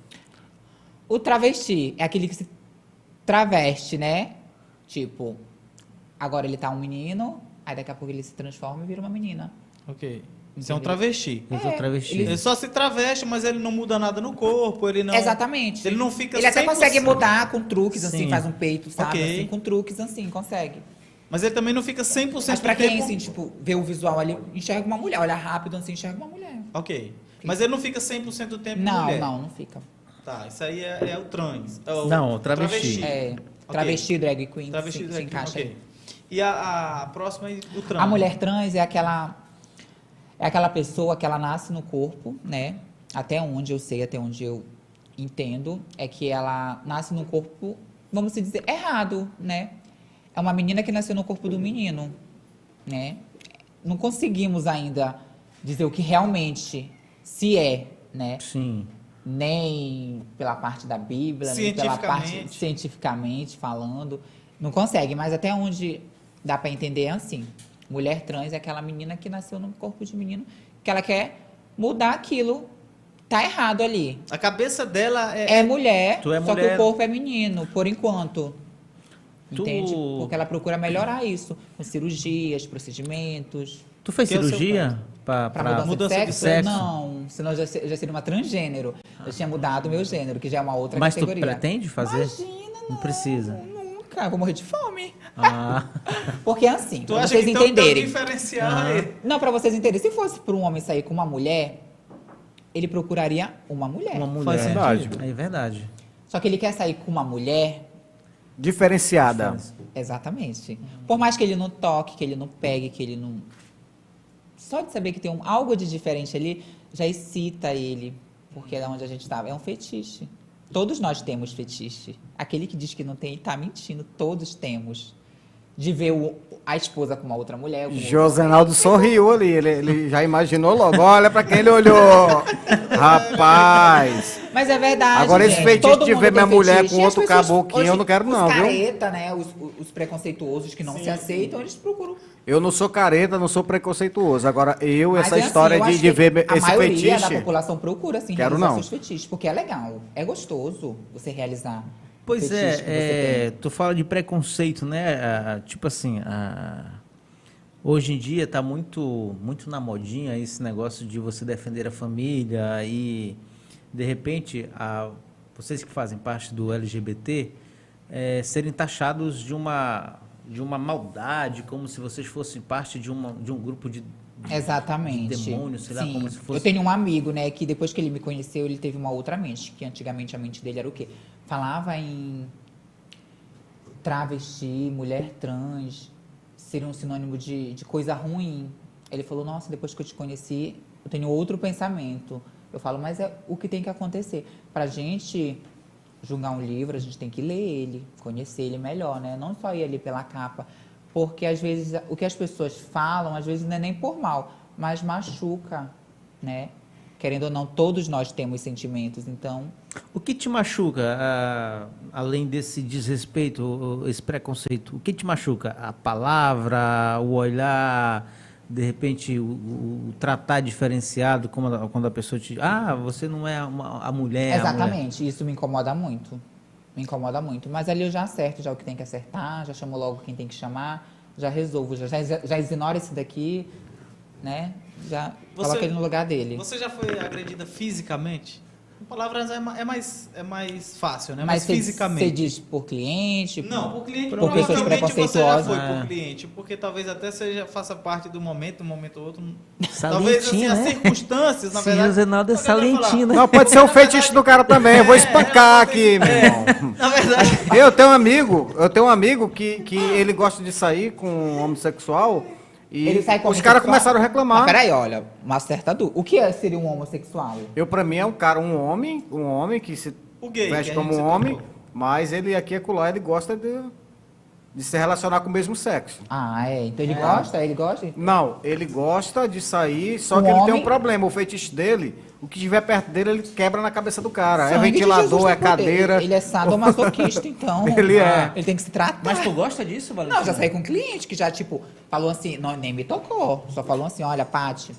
O travesti é aquele que se traveste, né? Tipo, agora ele tá um menino, aí daqui a pouco ele se transforma e vira uma menina. Ok. Isso é um Entendeu? travesti. Eu sou É, travesti. Ele só se traveste, mas ele não muda nada no corpo, ele não... Exatamente. Ele não fica Ele até 100%. consegue mudar com truques, Sim. assim, faz um peito, sabe? Ok. Assim, com truques, assim, consegue. Mas ele também não fica 100% Mas pra do quem, tempo- assim, tipo, vê o visual ali, enxerga uma mulher. Olha rápido, assim, enxerga uma mulher. Ok. Mas ele não fica 100% do tempo Não, É mulher. não, não fica. Tá, isso aí é, é o trans. É o Não, o travesti. É, travesti, drag queen, Travesti se, se é- encaixa ok. aí. E a, a próxima é o trans. A mulher trans é aquela é aquela pessoa que ela nasce no corpo, né? Até onde eu sei, até onde eu entendo, é que ela nasce no corpo, vamos se dizer, errado, né? É uma menina que nasceu no corpo do menino, né? Não conseguimos ainda dizer o que realmente se é, né? Sim. nem pela parte da Bíblia, nem pela parte Cientificamente. cientificamente falando. Não consegue, mas até onde dá para entender é assim. Mulher trans é aquela menina que nasceu no corpo de menino, que ela quer mudar aquilo. Tá errado ali. A cabeça dela é... É mulher, Tu é só que mulher. o corpo é menino, por enquanto. Tu- Entende? Porque ela procura melhorar isso, com cirurgias, procedimentos. Tu fez Que é o seu cirurgia pra, Pra pra- mudança, mudança de, de sexo? sexo? Não, senão eu já, se- já seria uma transgênero. Eu tinha mudado o meu gênero, que já é uma outra Mas categoria. tu pretende fazer? Imagina, não. Não precisa. Nunca, eu vou morrer de fome. Ah, Porque é assim, Tu pra acha vocês que então tem entenderem. um diferencial aí? Não, pra vocês entenderem. Se fosse pra um homem sair com uma mulher, ele procuraria uma mulher. uma mulher. Faz sentido. É verdade. Só que ele quer sair com uma mulher Diferenciada. Exatamente. Por mais que ele não toque, que ele não pegue, que ele não. Só de saber que tem um, algo de diferente ali já excita ele. Porque é onde a gente estava. É um fetiche. Todos nós temos fetiche. Aquele que diz que não tem, tá mentindo. Todos temos. De ver o- a esposa com uma outra mulher. com outro- Josenaldo sorriu ali, ele, ele já imaginou logo. Olha pra quem ele *laughs* olhou. Rapaz. Mas é verdade. Agora esse gente. fetiche Todo de mundo ver tem minha mulher fetiche. com E as outro pessoas, caboclinho, eu hoje, não quero os não, viu? careta, né? Os, os preconceituosos que não se aceitam, eles procuram. Eu não sou careta, não sou preconceituoso. Agora, eu, Mas essa é assim, história eu de, acho de que ver a esse maioria fetiche. da população procura, assim, Quero realizar não. seus fetiches, porque é legal, é gostoso você realizar. o Pois fetiche que você é, é, tem. tu fala de preconceito, né? Ah, tipo assim, ah, hoje em dia tá muito, muito na modinha esse negócio de você defender a família e de repente a- vocês que fazem parte do LGBT eh, serem taxados de uma de uma maldade, como se vocês fossem parte de, uma, de um grupo de, de Exatamente. de demônio, sei lá, Sim. como se fosse- Eu tenho um amigo, né, que depois que ele me conheceu, ele teve uma outra mente, que antigamente a mente dele era o quê? Falava em travesti, mulher trans, seria um sinônimo de, de coisa ruim. Ele falou, nossa, depois que eu te conheci, eu tenho outro pensamento. Eu falo, mas é o que tem que acontecer. Pra gente julgar um livro, a gente tem que ler ele, conhecer ele melhor, né? Não só ir ali pela capa. Porque às vezes o que as pessoas falam, às vezes não é nem por mal, mas machuca, né? Querendo ou não, todos nós temos sentimentos, então O que te machuca, ah, além desse desrespeito, o- esse preconceito? O que te machuca? A palavra, o olhar, de repente o, o- o tratar diferenciado, como a- quando a pessoa te. Ah, você não é uma- a mulher. a mulher." Exatamente, isso me incomoda muito. Me incomoda muito. Mas ali eu já acerto já o que tem que acertar, já chamo logo quem tem que chamar, já resolvo, já, já, já ignoro esse daqui, né? Já Você- coloco ele no lugar dele. Você já foi agredida fisicamente? Com palavras é, ma- é mais, é mais fácil, né? Mas Mas, você você fisicamente. diz por cliente? não, por cliente, tipo, por pessoas né? provavelmente você já foi preconceituosas. por cliente, porque talvez até seja faça parte do momento, um momento ou outro. talvez assim, Salentinho, as né? circunstâncias, *laughs* na Sim, verdade. Rosenaldo é Porque eu quero falar, salentinho, né? Não, pode ser um fetiche do cara também. Eu vou espancar aqui, meu É. irmão. Na verdade, Eu tenho um amigo, eu tenho um amigo que, que ele gosta de sair com um homossexual e Ele sai com os caras homossexual? comearam a reclamar. Mas peraí, olha, uma certa dúvida. O que é- seria um homossexual? Eu, pra mim, é um cara, um homem, um homem que se O gay, que veste a gente como um se homem, tocou. mas ele aqui e acolá, ele gosta de, de se relacionar com o mesmo sexo. Ah, é. Então ele gosta? Ele gosta? Não, ele gosta de sair, só Um que ele tem homem? um problema. O feitiço dele, o que tiver perto dele, ele quebra na cabeça do cara. é Sangue de Jesus ventilador, no é poder. cadeira. Ele é sadomasoquista, então. Ele é. Ele tem que se tratar. Mas tu gosta disso, Valentina? Não, já saí com um cliente que já, tipo, falou assim, não, nem me tocou. Só falou assim, olha, Paty,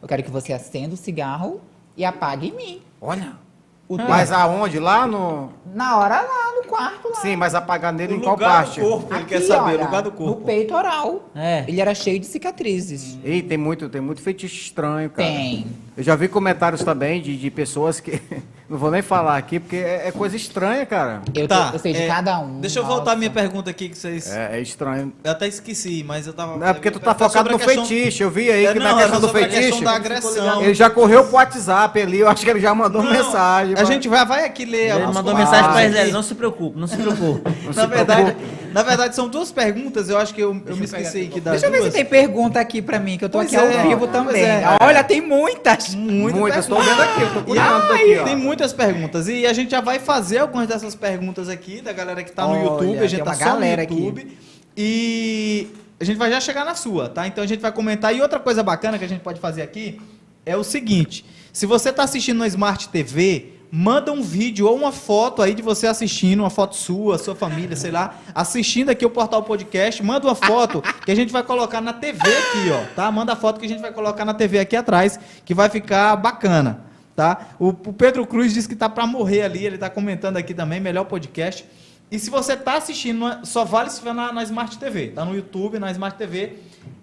eu quero que você acenda o cigarro e apague em mim. *laughs* Olha. O Mas aonde? Lá no. Na hora lá, no quarto lá. Sim, mas apagar nele o em qual lugar parte? do corpo, ele Aqui, quer saber, olha, o lugar do corpo. No peitoral. É. Ele era cheio de cicatrizes. Ei, tem muito, tem muito feitiço estranho, cara. Tem. Eu já vi comentários também de, de pessoas que. *laughs* Não vou nem falar aqui, porque é, é coisa estranha, cara. Eu, Tá, tô- eu sei de é, cada um. Deixa eu nossa. voltar a minha pergunta aqui que vocês. É, é estranho. Eu até esqueci, mas eu tava. Não, é porque tu tá Foi sobre focado a no questão- feitiço. Eu vi aí É, que não, na questão era do sobre a questão feitiço. da agressão. Ele já correu pro WhatsApp ali, eu acho que ele já mandou Não, mensagem. A gente vai, vai aqui é ler. Ele alguns mandou comentários mensagem pra aqui. Isabelle, não se preocupe, não se preocupe. *laughs* Na se verdade, na verdade, são duas perguntas. Eu acho que eu, eu me esqueci aqui das Deixa eu ver se duas. tem pergunta aqui pra mim, que eu tô Pois aqui é, ao vivo pois também. Ah, é. Hum, Olha, tem muitas. Muitas, estou vendo aqui, eu tô cuidando Ai, daqui, ó. Tem muitas perguntas. E a gente já vai fazer algumas dessas perguntas aqui da galera que tá no Olha, YouTube. A gente tem tá uma só no galera aqui. YouTube. E a gente vai já chegar na sua, tá? Então a gente vai comentar. E outra coisa bacana que a gente pode fazer aqui é o seguinte: se você tá assistindo na Smart TV, manda um vídeo ou uma foto aí de você assistindo, uma foto sua, sua família, sei lá, assistindo aqui o Portal Podcast. Manda uma foto que a gente vai colocar na TV aqui, ó, tá? Manda a foto que a gente vai colocar na TV aqui atrás, que vai ficar bacana. Tá? O, o Pedro Cruz disse que tá pra morrer ali, ele tá comentando aqui também, melhor podcast. E se você tá assistindo, não é- só vale se tiver na, na Smart TV. Tá no YouTube, na Smart TV.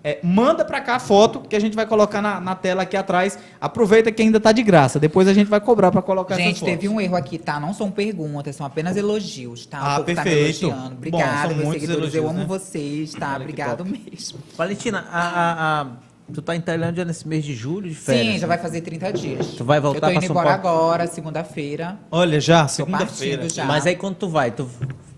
É, manda pra cá a foto que a gente vai colocar na, na tela aqui atrás. Aproveita que ainda tá de graça. Depois a gente vai cobrar pra colocar essas Gente, fotos. teve um erro aqui, tá? Não são perguntas, são apenas elogios, tá? O Ah, povo tá me perfeito. elogiando. Bom, são Obrigado, meus muitos seguidores. eu elogios, amo né? vocês, tá? Olha que Obrigado mesmo. Valentina, a- a- a- tu tá em Tailândia nesse mês de julho de férias. né? Sim, já vai fazer 30 dias. Tu vai voltar Eu tô pra indo São embora Paulo? agora, segunda-feira. Olha, já, Tô segunda-feira. partindo já. Mas aí quando tu vai, tu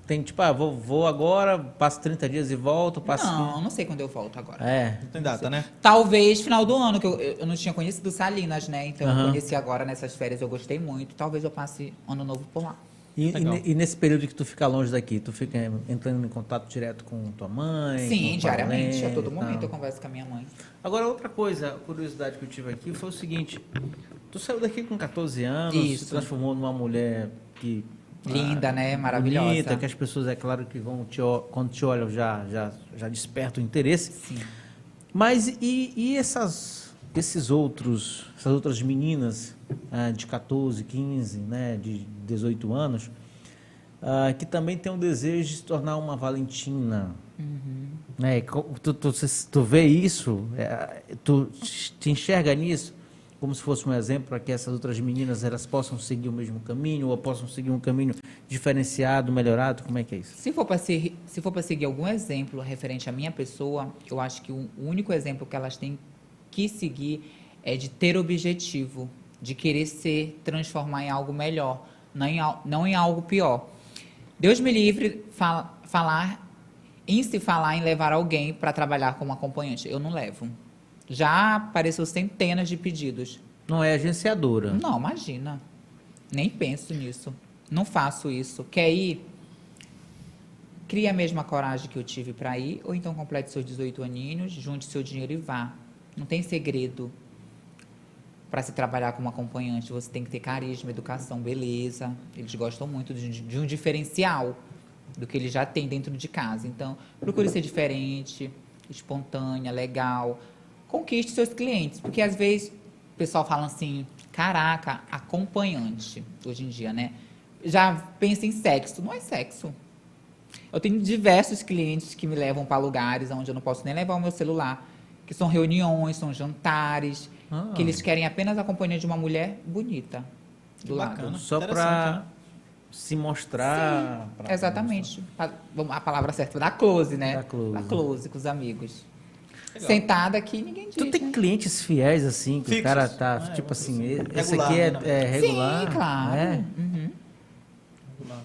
Tem tipo, ah, vou, vou agora, passo 30 dias e volto, passo. Não, não sei quando eu volto agora. assim. É. Não tem data, né? Talvez final do ano, que eu, eu não tinha conhecido Salinas, né? Então eu Aham. conheci agora nessas férias, eu gostei muito. Talvez eu passe ano novo por lá. E, e Legal. ne- e nesse período que tu fica longe daqui, tu fica eh, entrando em contato direto com tua mãe? Sim, com diariamente, a Paulene todo e tal? momento eu converso com a minha mãe. Agora, outra coisa, curiosidade que eu tive aqui foi o seguinte: tu saiu daqui com 14 anos, Isso. se transformou numa mulher que. Linda, ah, né? Maravilhosa. Bonita, que as pessoas, é claro, que vão te, o- quando te olham já, já, já despertam interesse. Sim. Mas e, e essas, esses outros, essas outras meninas ah, de 14, 15, né, de 18 anos, ah, que também têm o desejo de se tornar uma Valentina? Né, e co- tu, tu, se- tu vê isso, é, tu te enxerga nisso como se fosse um exemplo para que essas outras meninas elas possam seguir o mesmo caminho ou possam seguir um caminho diferenciado, melhorado? Como é que é isso? Se for para ser, se for para seguir algum exemplo referente à minha pessoa, eu acho que o único exemplo que elas têm que seguir é de ter objetivo, de querer ser, transformar em algo melhor, não em, al- não em algo pior. Deus me livre fa- falar em se falar em levar alguém para trabalhar como acompanhante. Eu não levo. Já apareceu centenas de pedidos. Não é agenciadora. Não, imagina. Nem penso nisso. Não faço isso. Quer ir? Cria a mesma coragem que eu tive para ir, ou então complete seus 18 aninhos, junte seu dinheiro e vá. Não tem segredo. Para se trabalhar como acompanhante, você tem que ter carisma, educação, beleza. Eles gostam muito de, de um diferencial do que eles já têm dentro de casa. Então, procure ser diferente, espontânea, legal. Conquiste seus clientes, porque às vezes o pessoal fala assim: caraca, acompanhante, hoje em dia, né? Já pensa em sexo. Não é sexo. Eu tenho diversos clientes que me levam para lugares onde eu não posso nem levar o meu celular, que são reuniões, são jantares, Ah. que eles querem apenas a companhia de uma mulher bonita do bacana. lado. Só Né? Interessante, para se mostrar. pra- Exatamente. Pa- vamos- A palavra certa da close, né? Dar close. Dar close com os amigos. Legal. Sentada aqui, ninguém diz. Tu né? tem clientes fiéis, assim, que Fixos. o cara tá, Ah, é, tipo vamos assim, dizer. e- esse Regular, aqui né, é, na é regular? Sim, claro. É? Uhum. Tem.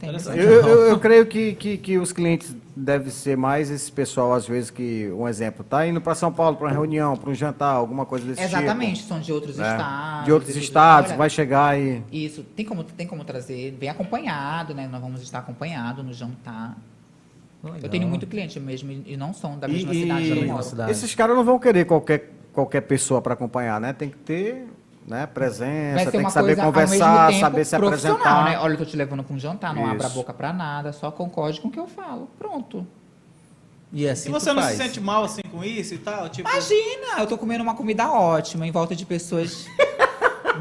Interessante. Eu, eu- eu creio que, que, que os clientes devem ser mais esse pessoal, às vezes, que, um exemplo, tá indo para São Paulo para uma reunião, para um jantar, alguma coisa desse Exatamente, são de outros tipo. né? estados. De outros e tudo. estados, Olha, vai chegar e. Isso, tem como, tem como trazer, bem acompanhado, né? Nós vamos estar acompanhados no jantar. Eu tenho muito cliente mesmo, e e não são da mesma E- cidade. onde da eu mesma moro. cidade. Esses caras não vão querer qualquer, qualquer pessoa para acompanhar, né? Tem que ter né, presença, tem que saber ao conversar, mesmo tempo, saber se profissional, apresentar. Né? Olha, eu tô te levando para um jantar, não abra a Isso. boca para nada, só concorde com o que eu falo. Pronto. E assim Se você tu não faz. se sente mal assim com isso e tal, tipo. Imagina, eu tô comendo uma comida ótima em volta de pessoas. *laughs*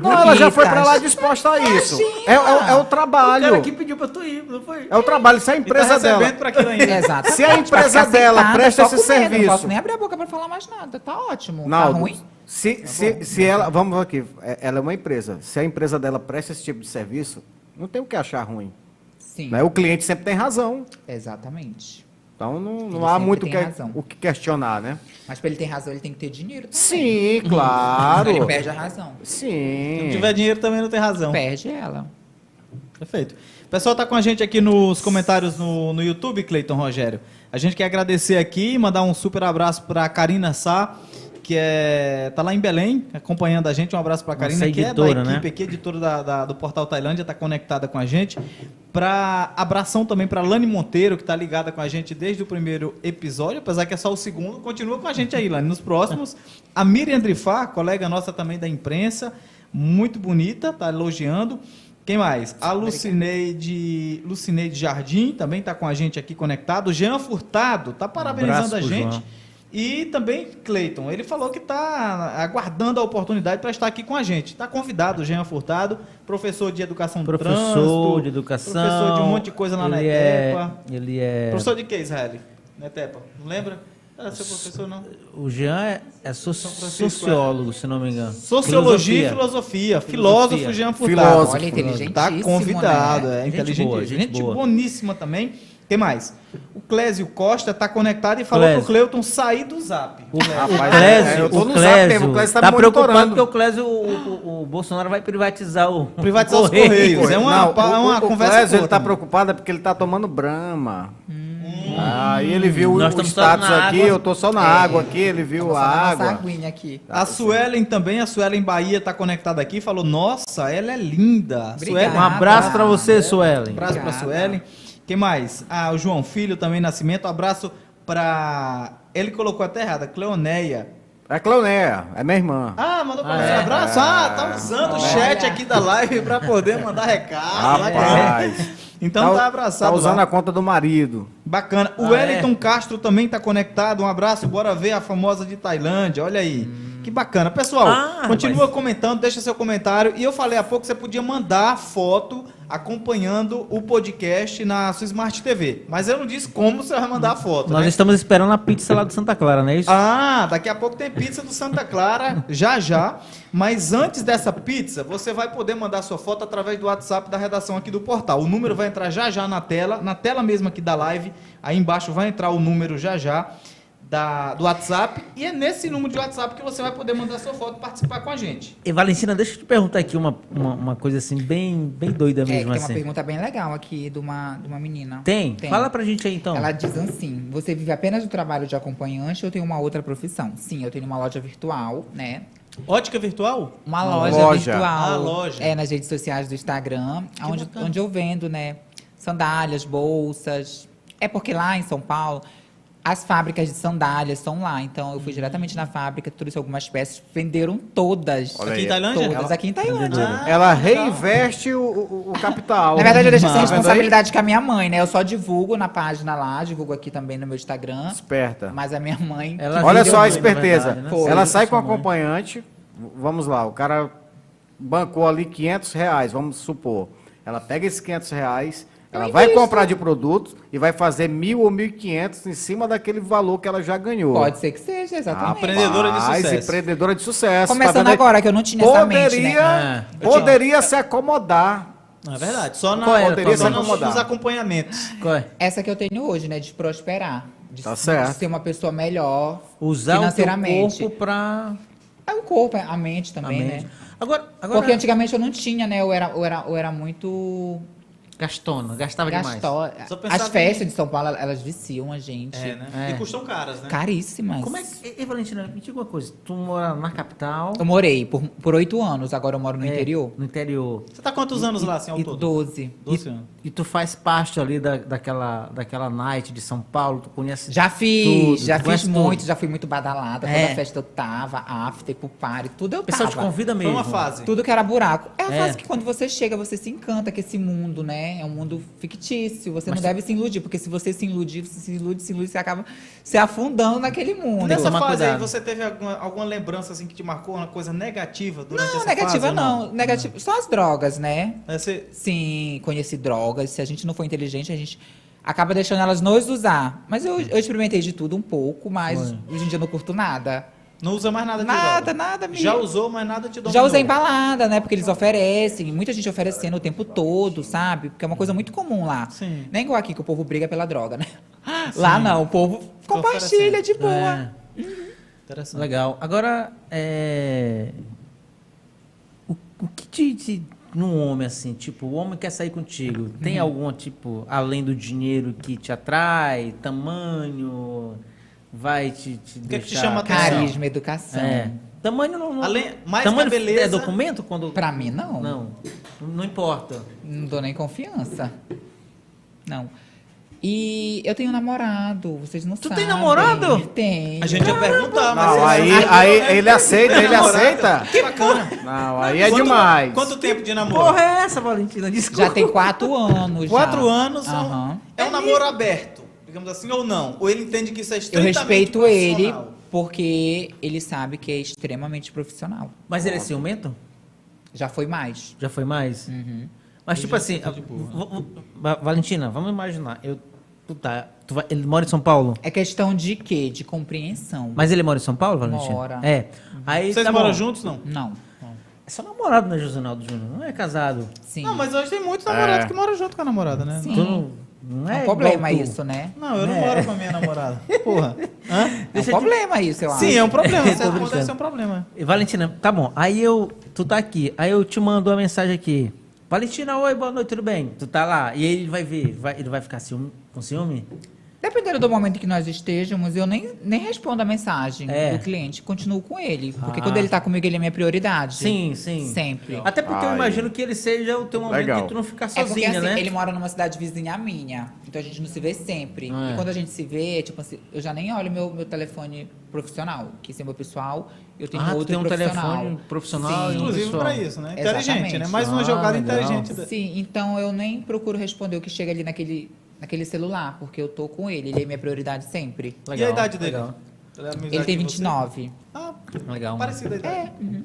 Não, ela já foi para bonitas. lá disposta a isso. É, é- é o trabalho. que pediu pra tu ir, não foi? É o trabalho, se é a E tá empresa dela. recebendo pra aquilo ainda. Exatamente. Se a empresa pra ficar dela sentada, presta só esse comendo, serviço. Não posso nem abrir a boca para falar mais nada. Tá ótimo. tá Naldo, ruim? se, se, se ela. Vamos aqui, é- ela é uma empresa. Se a empresa dela presta esse tipo de serviço, não tem o que achar ruim. Sim. Né? O cliente sempre tem razão. Exatamente. Então não, Ele não há sempre muito tem que- razão. o que questionar, né? Mas pra ele ter razão, ele tem que ter dinheiro. também. Sim, claro. Então. Ele perde a razão. Se não Sim. tiver dinheiro também não tem razão. Perde ela. Perfeito. O pessoal tá com a gente aqui nos comentários no, no YouTube, Cleiton Rogério. A gente quer agradecer aqui e mandar um super abraço pra Karina Sá, que é, tá lá em Belém, acompanhando a gente. Um abraço pra Karina, Nossa que é da editora, né? equipe aqui, editora da- da- do Portal Tailândia, tá conectada com a gente. Pra abração também pra Lani Monteiro, que tá ligada com a gente desde o primeiro episódio, apesar que é só o segundo. Continua com a gente aí, Lani, nos próximos. A Miriam Drifá, colega nossa também da imprensa, muito bonita, tá elogiando. Quem mais? A Lucineide, Lucineide Jardim também está com a gente aqui conectado. Jean Furtado está parabenizando Um abraço a pro gente. João. E também Cleiton, ele falou que está aguardando a oportunidade para estar aqui com a gente. Está convidado o Jean Furtado, professor de educação do Professor trânsito, de educação. professor de um monte de coisa lá na ele ETEPA. É, ele é. Professor de que, Israel? Na ETEPA, não lembra? Era seu professor, não? O Jean é, é so- Francisco, sociólogo, se não me engano. Sociologia e filosofia. Filósofo Filosofia. Jean Furtado. Filósofo. Olha, inteligente. Tá convidado, né? é Gente inteligente. boa, gente gente boa. boníssima também. Tem mais. O Clésio Costa tá conectado e falou Clésio. pro Cleuton sair do zap. O, Rapaz, o é, Clésio, eu tô o no zap Clésio, mesmo, o Clésio tá tá, me monitorando. preocupado porque o Clésio, o, o- o Bolsonaro vai privatizar o Privatizar o *laughs* os Correios. Correio. é uma- pa- é uma conversa O Clésio, boa ele tá também. preocupado é porque ele tá tomando brama. Hum. Aí ele viu Nós o estamos só status na aqui, água. eu tô só na água aqui, ele viu a água. aguinha aqui. A Suelen também, a Suelen Bahia tá conectada aqui, falou: "Nossa, ela é linda". Obrigada. Um abraço Ah, pra é. você, Um Suelen. abraço para Obrigada. Suelen. Quem mais? Ah, o João Filho também, Nascimento. Um abraço para. Ele colocou até errada, Cleoneia. É Cleoneia, é minha irmã. Ah, mandou para Ah, você é? um abraço. Ah, tá usando o Olha. chat aqui da live para poder mandar recado. né, Rapaz. cara? *laughs* Então tá, abraçado. Tá usando lá. a conta do marido. Bacana. O Ah, Wellington é? Castro também tá conectado. Um abraço. Bora ver a famosa de Tailândia. Olha aí. Que bacana. Pessoal, Hum. Ah, continua rapaz. comentando, deixa seu comentário. E eu falei há pouco que você podia mandar a foto acompanhando o podcast na sua Smart TV. Mas eu não disse como você vai mandar a foto. Nós né? estamos esperando a pizza lá do Santa Clara, não é isso? Ah, daqui a pouco tem pizza do Santa Clara, já já. Mas antes dessa pizza, você vai poder mandar sua foto através do WhatsApp da redação aqui do portal. O número vai entrar já já na tela, na tela mesmo aqui da live. Aí embaixo vai entrar o número já já da, do WhatsApp. E é nesse número de WhatsApp que você vai poder mandar sua foto e participar com a gente. E Valentina, deixa eu te perguntar aqui uma, uma, uma coisa assim, bem, bem doida É, que tem mesmo uma assim. pergunta bem legal aqui de uma, de uma menina. Tem? Fala pra gente aí então. Ela diz assim: você vive apenas do trabalho de acompanhante ou tem uma outra profissão? Sim, eu tenho uma loja virtual, né? Ótica virtual? Uma loja, loja. virtual. Ah, loja. É, nas redes sociais do Instagram, onde, bacana. onde eu vendo, né? Sandálias, bolsas. É porque lá em São Paulo, as fábricas de sandálias estão lá. Então, Hum. eu fui diretamente na fábrica, trouxe algumas peças, venderam todas. Olha aqui aí. em Tailândia? Todas aqui em Tailândia. Ah, Ela reinveste o, o- o capital. Na verdade, eu deixo essa Tá vendo aí? responsabilidade com a minha mãe, né? Eu só divulgo na página lá, divulgo aqui também no meu Instagram. Esperta. Mas a minha mãe. Ela Olha vendeu só a bem, na esperteza. verdade, né? Foi. Ela Isso, sai com mãe. acompanhante. v- Vamos lá, o cara bancou ali 500 reais, vamos supor. Ela pega esses 500 reais, ela vai comprar de produtos e vai fazer mil ou 1.500 em cima daquele valor que ela já ganhou. Pode ser que seja, exatamente. Empreendedora de Rapaz, sucesso. empreendedora de sucesso. tá Começando vendo aí? agora, que eu não tinha essa mente, né? Poderia, É. poderia se acomodar. É verdade. Só na, Qual era? poderia só Qual era? nos, nos acompanhamentos. Qual é? essa que eu tenho hoje, né? De prosperar. De, Tá s- certo. de ser uma pessoa melhor. Usar o teu Financeiramente. corpo pra... É o corpo, é a mente a também, mente. né? Agora, agora... Porque antigamente eu não tinha, né? Eu era, eu era, eu era muito Gastona, gastava demais. gastosa. Só pensava As festas de São Paulo, elas viciam a gente. É, né? É. E custam caras, né? Caríssimas. Como é que... Ei, Valentina, me diga uma coisa. Tu mora na capital... Eu morei por por oito anos, agora eu moro no É, interior. No interior. Você tá quantos anos lá, assim, ao E todo? doze. Doze anos. E tu faz parte ali da, daquela, daquela night de São Paulo, tu conhece... Já Tudo, fiz, já tu fiz conhece tudo. muito, já fui muito badalada. É. Toda festa eu tava, after, pro party, tudo eu O tava. pessoal te convida Foi mesmo. uma fase. Tudo que era buraco. É a É. fase que quando você chega, você se encanta com esse mundo, né? É um mundo fictício. Você Mas não deve se iludir, porque se você se iludir, você se ilude, se ilude, você acaba se afundando naquele mundo. Nessa Tomar fase aí, cuidado. você teve alguma, alguma lembrança assim que te marcou, uma coisa negativa durante não, essa fase, negativa ou não. Negativa, só as drogas, né? É, você- Sim, conheci drogas. Se a gente não for inteligente, a gente acaba deixando elas nos usar. Mas eu, eu experimentei de tudo um pouco, mas hoje em dia eu não curto nada. não usa mais nada de Nada, droga. nada me- Já usou, mas nada te um dominou. Já usei embalada, né? Porque eles oferecem, muita gente oferecendo o tempo todo, sabe? Porque é uma coisa muito comum lá. Sim. Nem igual aqui que o povo briga pela droga, né? Lá não, o povo compartilha de boa. É, Interessante. legal. Agora, é... O, o que te, te... Num homem, assim, tipo, o homem quer sair contigo. Tem algum, tipo, além do dinheiro que te atrai? Tamanho? Vai te, te que te deixar- chama atenção? Carisma, educação. É. Tamanho não... não... Além- mais tamanho que a beleza- é documento quando... Pra mim, não. não. Não. Não importa. dou nem confiança. Não. E eu tenho namorado, vocês não Tu sabem. tem namorado? Tem. A gente ia perguntar, mas... Não, aí, aí ele aceita, ele aceita. né? Que bacana. Não, aí é Quanto- demais. Quanto tempo de namoro? Porra é essa, Valentina? Desculpa. Já tem quatro anos. Quatro já. anos. é um- Aham. É um namoro aberto, digamos assim, ou não? Ou ele entende que isso é Eu estritamente respeito ele profissional? porque ele sabe que é extremamente profissional. Mas ele é ciumento? Já foi mais. Já foi mais? Mas, tipo assim, a- v- v- Va- Valentina, vamos imaginar. Eu, tu tá, tu vai- ele mora em São Paulo? É questão de quê? De compreensão. Mas ele mora em São Paulo, Valentina? Mora. É. Aí, Vocês tá moram bom. juntos, não? Não. É só namorado, né, Josinaldo Júnior? Não é casado. Sim. Não, mas hoje tem muitos namorados É. que moram junto com a namorada, né? Sim. Tu não- Não É é, um problema igual tu. isso, né? Não, eu não Né? moro com a minha namorada. *laughs* Porra. Hã? É um Deixa eu te- problema isso, eu acho. Sim, é um problema. Tô Você pode brincando. ser um problema. E, Valentina, tá bom. Aí eu. Tu tá aqui. Aí eu te mando uma mensagem aqui. Valentina, oi, boa noite, tudo bem? Tu tá lá. E ele vai ver. vai- ele vai ficar ciúme- com ciúme? Dependendo do momento que nós estejamos, eu nem, nem respondo a mensagem É. do cliente, continuo com ele. Porque Ah. quando ele tá comigo, ele é minha prioridade. Sim, sim. É Sempre. Até porque eu Ai. imagino que ele seja o teu momento Legal. que tu não ficar É porque sozinha, assim, né? ele mora numa cidade vizinha à minha. Então a gente não se vê sempre. Ah, é. E quando a gente se vê, tipo assim, eu já nem olho meu, meu telefone profissional, que esse é meu pessoal, eu tenho Ah, tu outro tem um profissional. telefone profissional Sim. e um Inclusive pessoal. pra isso, né? Inteligente, né? Exatamente. Mais uma Ah, jogada legal. inteligente. da- Sim, então eu nem procuro responder o que chega ali naquele, naquele celular, porque eu tô com ele, ele é minha prioridade sempre. E a idade dele? Legal. Ele, é a mesma Ele idade tem que você? 29, Ah, legal. parecida a idade. É.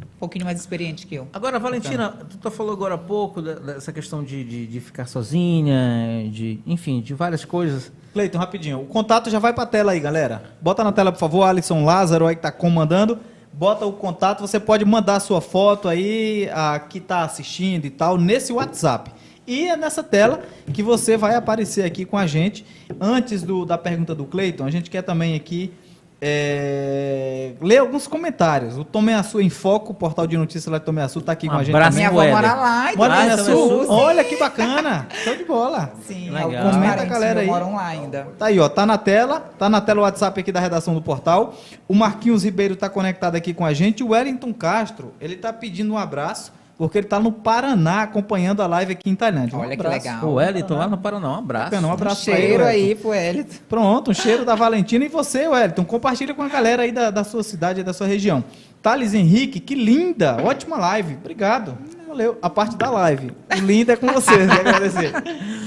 um pouquinho mais experiente que eu. Agora, Valentina, tu tá falou agora há pouco da- dessa questão de, de, de ficar sozinha, de, enfim, de várias coisas. Cleiton, rapidinho. O contato já vai pra tela aí, galera. Bota na tela, por favor, Alisson Lázaro aí que tá comandando. Bota o contato, você pode mandar a sua foto aí, a que tá assistindo e tal, nesse WhatsApp. E é nessa tela que você vai aparecer aqui com a gente. Antes do- da pergunta do Cleiton, a gente quer também aqui é, ler alguns comentários. O Tomé Açu em Foco, o portal de notícias lá de Tomé Açu, tá aqui Um com a gente. abraço, também. Minha avó Weber. mora lá, então Olha, Ah, Tomé Tomé Açu, Açu. olha que bacana. Show de bola. Sim, Legal. assim, alguns Comenta, parentes galera, meus aí. moram lá ainda. Tá aí, ó, tá na tela, tá na tela o WhatsApp aqui da redação do portal. O Marquinhos Ribeiro tá conectado aqui com a gente. O Wellington Castro, ele tá pedindo um abraço, porque ele tá no Paraná acompanhando a live aqui em Tailândia. Um Olha que abraço. legal. O Wellington lá no Paraná, um abraço. né? Bacana, um abraço pra ele, Cheiro Wellington. aí pro Elito. Pronto, um cheiro da Valentina e você, Wellington. Compartilha com a galera aí da, da sua cidade e da sua região. Thales Henrique, que linda! Ótima live. Obrigado. Valeu. A parte da live. Linda é com vocês, né? agradecer. *laughs*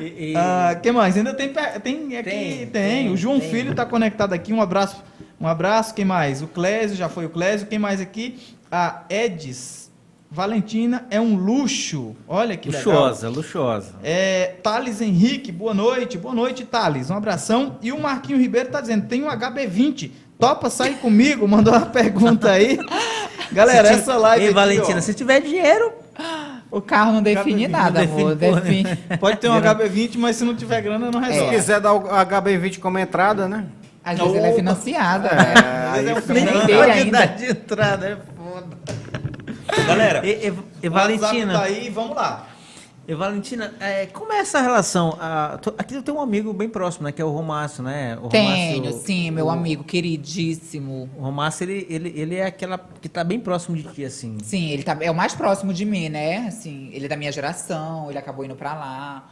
E- e- Ah, que mais? Ainda tem pe- tem aqui tem, Tem, tem, O João tem. Filho tá conectado aqui. Um abraço. Um abraço. Quem mais? O Clésio, já foi o Clésio. Quem mais aqui? A Edis Valentina é um luxo. Olha que legal. luxuosa, luxuosa. É, Thales Henrique, boa noite. Boa noite, Thales. Um abração. E o Marquinho Ribeiro tá dizendo: tem um HB20. Topa sair comigo? Mandou uma pergunta aí. Galera, Se ti- essa live. Ei, aqui, Valentina, ó, se tiver dinheiro, O carro não define Gabriel, nada, não amor. define porra Define. Pode ter um HB20, mas se não tiver grana, não É, Se resolve. quiser dar o HB20 como entrada, né? Às vezes ela é Opa. financiada, né? É, aí Mas é um fica- Nem nem dei pode ainda. dar de entrada, é foda. Galera, E, e- e o WhatsApp Valentina, Tá aí, vamos lá. e Valentina é, como é essa relação? Ah, tu- aqui eu tenho um amigo bem próximo, né? Que é o Romácio, né? O Tenho, Romácio- sim, meu o- amigo queridíssimo. O Romácio, ele, ele, ele é aquela que tá bem próximo de ti, assim. Sim, ele tá, é o mais próximo de mim, né? Assim, ele é da minha geração, ele acabou indo pra lá.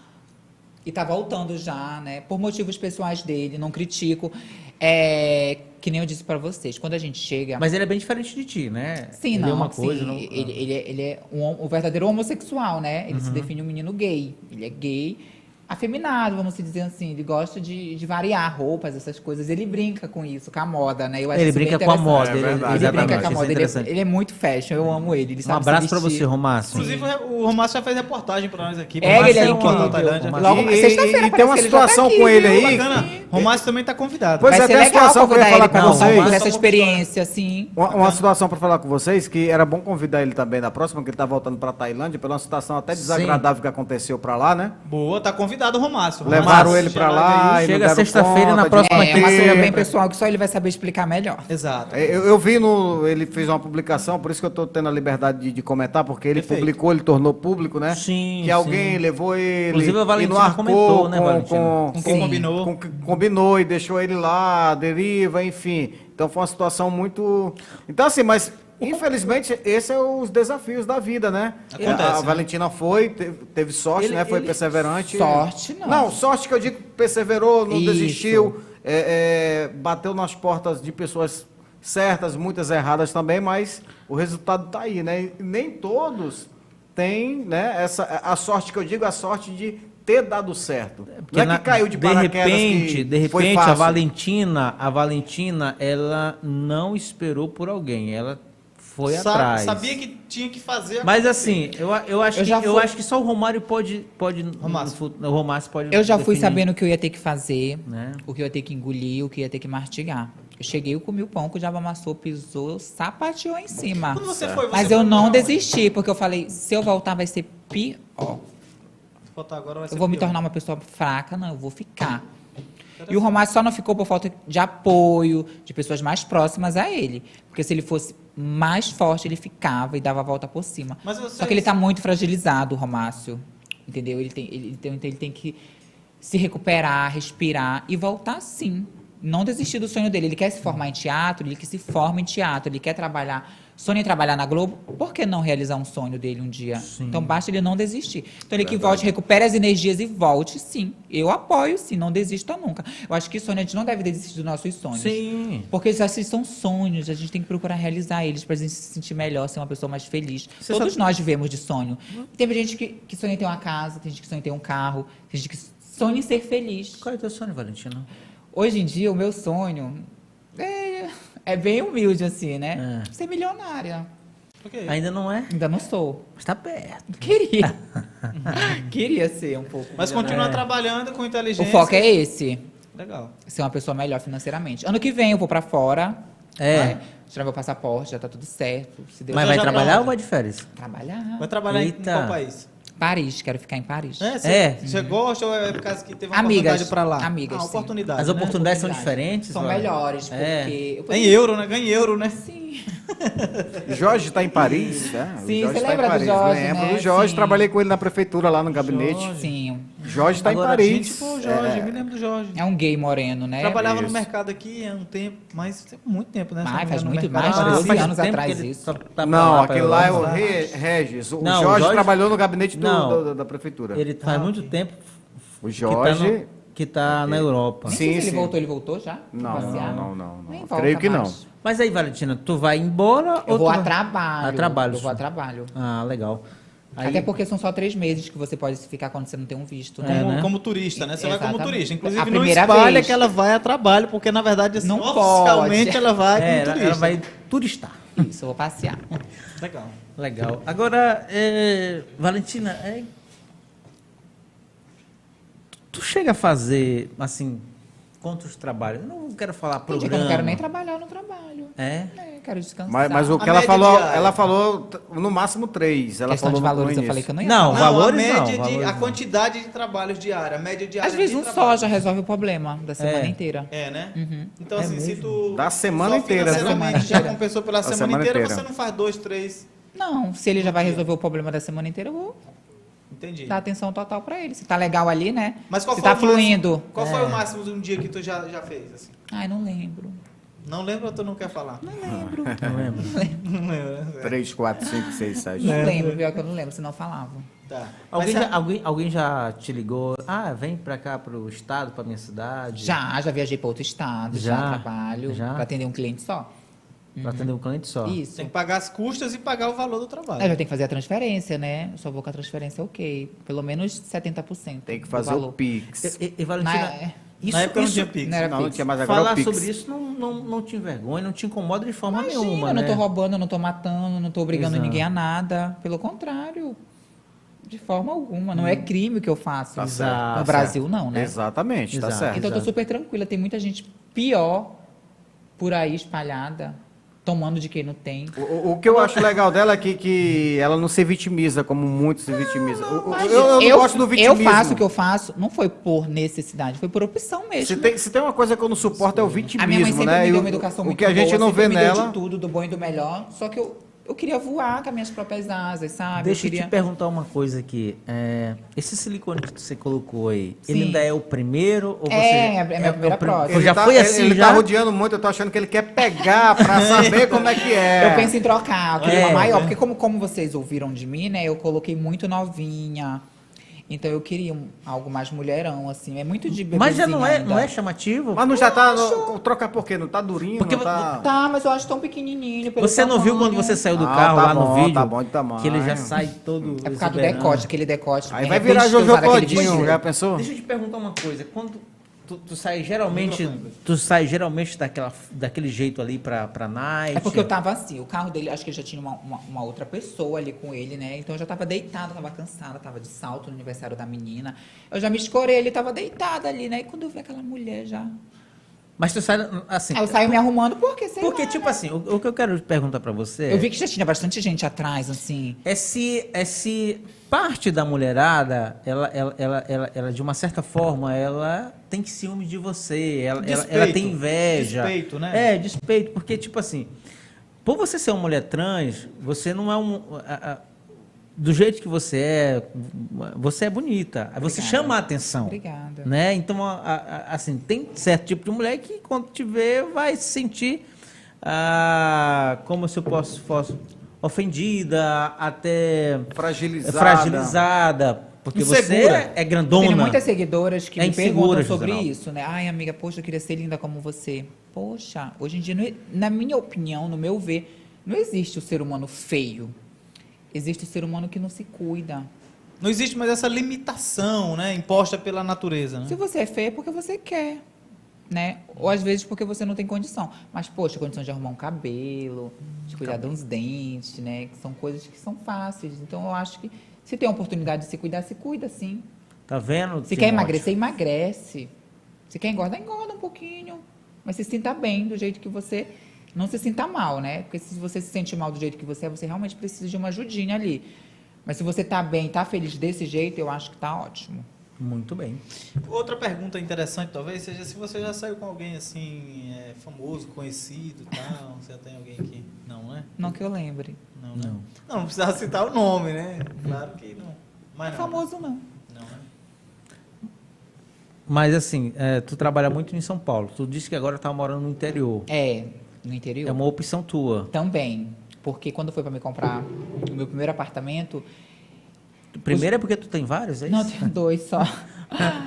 E tá voltando já, né? Por motivos pessoais dele, não critico. É, que nem eu disse pra vocês, quando a gente chega. Mas ele é bem diferente de ti, né? sim, ele não, é uma sim, coisa, não- ele, ele é, ele é um, hom- um verdadeiro homossexual, né? Ele Uhum. se define um menino gay. Ele é gay, afeminado, vamos se dizer assim. Ele gosta de, de variar roupas, essas coisas. Ele brinca com isso, com a moda, né? Eu acho Ele super brinca com a interessante. moda, É ele, verdade, Ele exatamente, brinca isso com é a moda, ele é, interessante. ele é muito fashion, eu amo ele. ele Um sabe se abraço pra vestir. você, Romácio. Inclusive, o Romácio já fez reportagem pra nós aqui. É, Romácio ele é do incrível, Portal Tailândia. Romácio. Logo, E- e- sexta-feira e parece tem uma que ele já tá situação aqui, com ele viu? aí. Bacana. Romácio também tá convidado. Pois Vai é, ser tem uma legal situação que eu ia convidar ele falar pra com vocês. contar Só essa uma experiência, assim. Uma, uma situação para falar com vocês que era bom convidar ele também na próxima, que ele tá voltando para Tailândia, pela uma situação até desagradável que aconteceu para lá, né? Boa, tá convidado o Romácio. Levaram Romácio, ele já para vai lá. aí. e não Chega deram sexta-feira conta na de próxima É, é uma Aqui- coisa bem pessoal que só ele vai saber explicar melhor. Exato. É, Eu, eu vi no. Ele fez uma publicação, por isso que eu estou tendo a liberdade de, de comentar, porque ele Perfeito. publicou, ele tornou público, né? Sim, Que alguém sim. levou ele. Inclusive, a Valentina e não arcou comentou, né, com- Valentina? com- Com quem Sim. combinou. com que combinou e deixou ele lá, à deriva, enfim. Então foi uma situação muito. Então, assim, mas infelizmente esses são os desafios da vida, né? Acontece, a, a né? Valentina foi, te- teve, sorte, Ele- né? Foi ele- perseverante. Sorte, não. Não, sorte que eu digo que perseverou, não Isso. desistiu, é, é, bateu nas portas de pessoas certas, muitas erradas também, mas o resultado tá aí, né? E nem todos têm, né, essa a sorte que eu digo, a sorte de ter dado certo. Porque Não é na- que caiu de, paraquedas repente, que de foi repente a fácil. Valentina, a Valentina, ela não esperou por alguém, ela foi Sa- atrás. Sabia que tinha que fazer. Mas assim, eu, eu, acho, Eu já que, eu fui- acho que só o Romário pode pode no Romácio. fut- o Romácio pode Eu já fui definir, sabendo o que eu ia ter que fazer, né? o que eu ia ter que engolir, o que eu ia ter que mastigar. Eu cheguei, eu comi o pão que o Java amassou, pisou, sapateou em cima. Quando você foi, você Mas eu foi pra não onde? desisti, porque eu falei, se eu voltar vai ser pior. botar agora vai ser Eu vou me pior. tornar uma pessoa fraca, não, eu vou ficar. E o Romário só não ficou por falta de apoio, de pessoas mais próximas a ele. Porque se ele fosse mais forte, ele ficava e dava a volta por cima. Mas Só vocês- que ele tá muito fragilizado, o Romácio. Entendeu? Ele tem, ele, então ele tem que se recuperar, respirar e voltar sim. Não desistir do sonho dele. Ele quer se formar em teatro, ele que se forma em teatro, ele quer trabalhar. Sonha em trabalhar na Globo, por que não realizar um sonho dele um dia? Então basta ele não desistir. Então ele que volte, recupere as energias e volte, sim. Eu apoio, sim, não desista nunca. Eu acho que sonho a gente não deve desistir dos nossos sonhos. Sim. Porque esses são sonhos, a gente tem que procurar realizar eles para a gente se sentir melhor, ser uma pessoa mais feliz. Você Todos sabe- Uhum. nós vivemos de sonho. Tem gente que, que sonha em ter uma casa, tem gente que sonha em ter um carro, tem gente que sonha em ser feliz. Qual é o teu sonho, Valentina? Hoje em dia, o meu sonho é, é bem humilde, assim, né? É. Ser milionária. tá Por quê? Ainda não é, Ainda não sou. mas está perto. *laughs* Queria. Queria ser um pouco. Mas milionária. continua é. trabalhando com O inteligência. foco é esse. Legal. ser uma pessoa melhor financeiramente. Ano que vem eu vou pra fora. É. né? Tirar meu passaporte, já tá tudo certo. Se Deus Mas já vai quiser. pra trabalhar onde? ou vai de férias? trabalhar. Vai trabalhar em- em Eita. qual país? Paris, quero ficar em Paris. É? Você, É. você gosta ou é por causa que teve uma Amigas. oportunidade pra lá? Amigas, Ah, sim. oportunidade. As né? oportunidades são Oportunidade. diferentes? São Valentina? melhores, É. porque. eu Em poderia- euro, né? Ganha em euro, né? Sim. Jorge está em Paris, né? O Sim, Jorge tá você em lembra do Paris, Jorge, Lembro. né? O Jorge, Sim. trabalhei com ele na prefeitura, lá no gabinete. Sim. Jorge está em Agora, Paris. Gente, pô, Jorge, me lembro do Jorge. É um gay moreno, né? Trabalhava no isso. mercado aqui há um tempo, mas tem muito tempo, né? Se Mas não me Ah, faz engano, no mercado muito mais, aparecia. doze faz anos tempo atrás que ele isso. só tá pra Não, lá, pra aquele lá é o Europa. Re- Regis. O Não, o Jorge, Jorge- trabalhou no gabinete do- Não. do- do- da prefeitura. Ele faz Ah, muito ok. tempo O que tá, Jorge. no- que tá na Europa. Nem Sim, sei se sim. ele voltou, ele voltou já? Não, Passear? não, não, não, Nem não. volta Creio que mais. não. Mas aí, Valentina, tu vai embora ou Eu vou tu a vai- trabalho. A trabalho, Eu vou a sim. trabalho. Ah, legal. Aí, Até porque são só três meses que você pode ficar quando você não tem um visto, né? É, Como, né? como turista, né? Você vai como Exatamente. turista. A Inclusive, não primeira espalha vez. que ela vai a trabalho, porque na verdade, assim, Não oficialmente pode. ela vai como é, ela, turista. ela vai turistar. Isso, eu vou passear. Legal. Legal. Agora, é, Valentina, é, tu chega a fazer, assim, quantos trabalhos? Eu não quero falar Tem programa. dia que eu não quero nem trabalhar no trabalho. É? É, quero descansar. Mas, mas o A que ela média falou, diária. ela falou t- no máximo três. Ela questão falou de valores, no eu falei que eu não ia. Não, trabalhar. a valores média não, de. valores a não. quantidade de trabalhos diária, a média diária. Às vezes de um só trabalho. já resolve o problema da semana É. inteira. É, né? Então, assim, se mesmo. tu. Da semana só inteira, né? financeiramente já Semana. compensou pela Da semana, semana inteira, inteira. você não faz dois, três. Não, se ele já vai resolver o problema da semana inteira, eu vou Entendi. dar atenção total pra ele. Se tá legal ali, né? Mas qual se foi tá o máximo- fluindo. É. Qual foi o máximo de um dia que tu já, já fez? assim? Ai, não lembro. Não lembra ou tu não quer falar? Não lembro. Não lembro. *laughs* Não lembra. né? Três, quatro, cinco, seis, É, sete. Não lembro, pior que eu não lembro, senão eu falava. Tá. Alguém, Mas, é- já, alguém, alguém já te ligou? Ah, vem pra cá, pro estado, pra minha cidade? Já, já viajei pra outro estado, já, Já? trabalho, Já? pra atender um cliente só. Pra atender um cliente só? Isso. Tem que pagar as custas e pagar o valor do trabalho. Eu já tenho que fazer a transferência, né? Eu só vou com a transferência, ok. Pelo menos 70%. Tem que do fazer o valor. é. Pix. E, e- e, Valentina, Na- na isso, Na época não isso- tinha Pix. Não era Não, não Pix. tinha mais agora é falar o Pix. sobre isso não, não, não te envergonha, não te incomoda de forma Imagina, nenhuma, eu não né? tô roubando, eu não tô matando, eu não tô obrigando Exato. ninguém a nada. Pelo contrário. De forma alguma. Não é crime o que eu faço. Hum. Tá no certo, tá Brasil, não, né? Exatamente, tá Exato. certo. Então eu tô super tranquila. Tem muita gente pior por aí espalhada, tomando de quem não tem. O- O, o que eu acho legal dela é que, que ela não se vitimiza como muito se vitimiza. O- o- eu, eu não gosto do eu vitimismo. faço o que eu faço, não foi por necessidade, foi por opção mesmo. Se tem, se tem uma coisa que eu não suporto é o A minha mãe vitimismo, sempre né? me E deu o- uma educação o muito que a gente boa, não sempre vê me deu nela. de tudo, do bom e do melhor. Só que eu, eu queria voar com as minhas próprias asas, sabe? Deixa eu eu queria... te perguntar uma coisa aqui. É, esse silicone que você colocou aí, ele Sim. ainda é o primeiro? Ou você já- É, é a minha primeira o prim- prótese. Já tá, foi assim, ele já? tá rodeando muito, eu tô achando que ele quer pegar *laughs* pra saber como é que é. Eu penso em trocar, eu queria uma É, maior, né? porque como, como vocês ouviram de mim, né? Eu coloquei muito novinha. Então eu queria um- algo mais mulherão, assim. É muito de Mas já bebezinha não é, ainda. não é chamativo? Mas não já tá. No, trocar por quê? Não tá durinho? Porque não tá... Tá, mas eu acho tão pequenininho. pelo Você não viu tamanho. quando você saiu do Ah, carro tá lá bom, no vídeo? tá bom de tamanho. Que ele já sai todo. É por causa do exuberante. decote, aquele decote. Aí me vai arrependo virar de ter Jojo usado é aquele Todinho, vestido. já pensou? Deixa eu te perguntar uma coisa. Quando tu, tu sai geralmente, tu sai geralmente daquela, daquele jeito ali pra, pra night. É porque eu tava assim, o carro dele, acho que ele já tinha uma, uma, uma outra pessoa ali com ele, né? Então eu já tava deitada, tava cansada, tava de salto no aniversário da menina. Eu já me escorei, ele tava deitada ali, né? E quando eu vi aquela mulher já Mas tu sai assim. Aí eu saio me arrumando porque, sei Porque, lá, tipo assim, o, o que é? eu quero perguntar pra você. Eu vi que já tinha bastante gente atrás, assim. É se, é se parte da mulherada, ela, ela, ela, ela, ela, de uma certa forma, ela tem ciúme de você, ela, ela- ela Despeito. tem inveja. Despeito, né? É, despeito, porque, tipo assim, por você ser uma mulher trans, você não é um. a- a- do jeito que você é, você é bonita. Aí Você Obrigada. chama a atenção. Obrigada. Né? Então, a- a- a- assim, tem certo tipo de mulher que quando te vê vai se sentir, ah, como se eu posso, fosse ofendida, até Fragilizada. fragilizada, porque Insegura. você é Tenho grandona. muitas seguidoras que É me perguntam insegura, sobre Gisela. isso, né? Ai, amiga, poxa, eu queria ser linda como você. Poxa, hoje em dia, não e- na minha opinião, no meu ver, não existe o ser humano feio. Existe o ser humano que não se cuida. Não existe mais essa limitação, né? Imposta pela natureza, Se né? você é feio, é porque você quer, né? Ou às vezes porque você não tem condição. Mas, poxa, condição de arrumar um cabelo, de cuidar dos dentes, né? Que são coisas que são fáceis. Então, eu acho que se tem a oportunidade de se cuidar, se cuida, sim. Tá vendo? Se quer emagrecer, emagrece. Se quer engordar, engorda um pouquinho. Mas se sinta bem do jeito que você. Não se sinta mal, né? Porque se você se sente mal do jeito que você é, você realmente precisa de uma ajudinha ali. Mas se você tá bem, tá feliz desse jeito, eu acho que tá ótimo. Muito bem. Outra pergunta interessante, talvez, seja se você já saiu com alguém assim, é, famoso, conhecido e tal. Você tem alguém aqui? Não, né? Não que eu lembre. Não, né? Não. Não, não precisava citar o nome, né? Claro que não. Mas Não é não. famoso, não. Não, né? Mas assim, é, tu trabalha muito em São Paulo. Tu disse que agora tá morando no interior. É, no interior. É uma opção tua. Também. Porque quando foi pra me comprar o meu primeiro apartamento. Primeiro é porque tu tem vários, é isso? Não, tenho dois *laughs* só.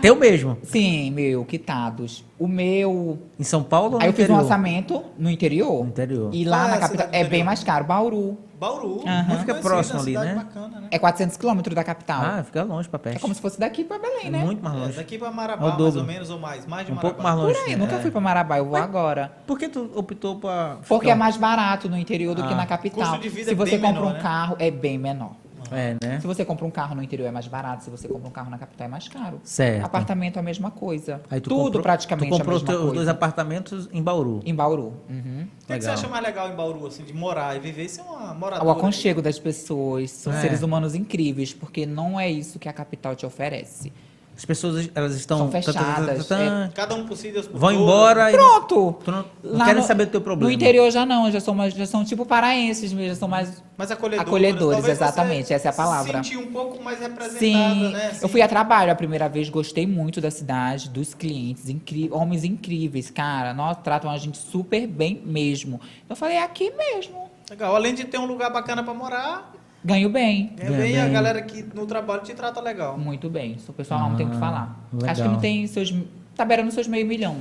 Teu mesmo. Sim, meu, quitados. O meu. Em São Paulo ou no Aí eu fiz um interior? orçamento no interior. No interior. E Qual lá é a na capital cidade do é interior? bem mais caro. Bauru Bauru. Aham. muito Fica conhecida, próximo uma ali, cidade né? Bacana, né? é 400 quilômetros da capital. Ah, fica longe pra é peste. como se fosse daqui pra Belém, É né? muito mais É, longe. daqui para Marabá, É o mais ou dobro. menos, ou mais. Mais de um Marabá. pouco mais longe. Por aí, né? nunca É. fui pra Marabá, eu vou agora. Por que tu optou pra. ficar- um Porque é mais barato no interior do que Então. Ah. na capital. Custo de vida Se é você bem compra menor, um né? carro, é bem menor. É, né? Se você compra um carro no interior é mais barato, se você compra um carro na capital é mais caro. Certo. Apartamento é a mesma coisa. Aí tu Tudo comprou- praticamente Tu comprou é a mesma teus coisa. dois apartamentos em Bauru. Em Bauru. Uhum. O que, que você Legal. acha mais legal em Bauru, assim, de morar e viver? Isso é uma moradora. O aconchego das pessoas, são É. seres humanos incríveis, porque não é isso que a capital te oferece. As pessoas elas estão. São fechadas, é Cada um por si, Deus por Vão todos. embora e. não- Pronto! Tu não, não Lá querem no- saber do teu problema. No interior já não, já são, mais, já são tipo paraenses mesmo, já são mais. Mas acolhedores. Acolhedores, talvez você exatamente, essa é a palavra. Se sentir um pouco mais representada, Sim, né? eu fui a trabalho a primeira vez, gostei muito da cidade, dos clientes, incri- homens incríveis, cara. Nós tratam a gente super bem mesmo. Eu falei, é aqui mesmo. Legal. Além de ter um lugar bacana pra morar, Ganho bem. é É, bem a bem. galera que no trabalho te trata legal. Muito bem. Sou pessoal, não tem o que Ah, falar. legal. Acho que não tem seus. Tá beirando seus meio milhão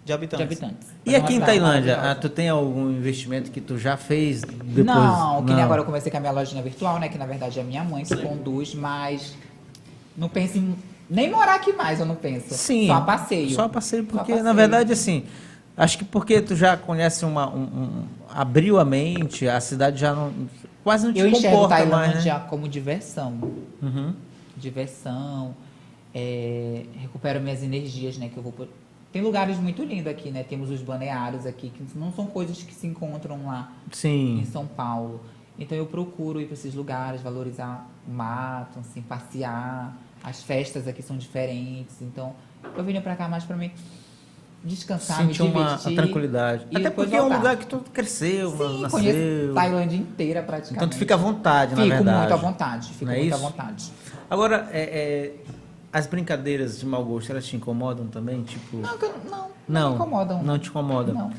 De de habitantes. habitantes. E Mas é uma aqui em cidade Tailândia, ah, maravilhosa. tu tem algum investimento que tu já fez depois? Ah. Não, que nem agora eu comecei com a minha lojinha virtual, né? Que na verdade é a minha mãe que conduz, mas não penso em nem morar aqui mais, eu não penso. Sim. Só a passeio. Só passeio, porque na passeio. verdade, assim, acho que porque tu já conhece uma. um- um- abriu a mente, a cidade já não. Quase não te Eu enxergo comporta mais. Tailândia né? como diversão. Uhum. Diversão, é, recupero minhas energias, né? Que eu vou. pro- Tem lugares muito lindos aqui, né? Temos os balneários aqui, que não são coisas que se encontram lá em Sim. São Paulo. Então eu procuro ir para esses lugares, valorizar o mato, assim, passear. As festas aqui são diferentes. Então eu vim para cá mais para mim descansar, Sentir me uma divertir. tranquilidade. e Até depois porque é um voltar. lugar que tu cresceu, Sim, nasceu. conheço Tailândia inteira praticamente. Então tu fica à vontade, na Fico verdade. muito à vontade, fico Não é muito à isso? vontade. Agora, é, é, as brincadeiras de mau gosto, elas te incomodam também? Tipo, Não, que eu- não, não, me incomodam. Não te incomodam. Não.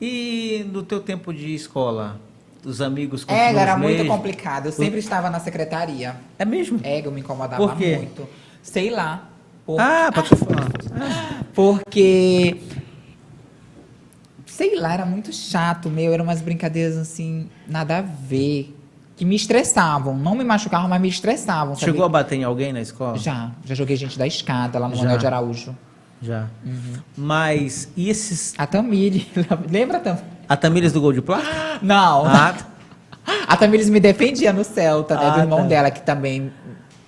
E no teu tempo de escola, os amigos continuam É, era os muito mesmos? complicado. Eu sempre estava na secretaria. É mesmo? É, eu me incomodava Por quê? muito. Sei lá. Por- Ah, pra tu falar. Porque. Sei lá, era muito chato, meu. Eram umas brincadeiras assim, nada a ver. Que me estressavam. Não me machucavam, mas me estressavam. sabia? Chegou a bater em alguém na escola? Já. Já joguei gente da escada lá no Já. Manuel de Araújo. Já. Uhum. Mas, e esses... A Tamiri. *laughs* Lembra, Tamiri? A Tamires do Gol de Plata? Não. Ah, *laughs* A Tamires me defendia no Celta, né? Ah, do irmão tá. dela, que também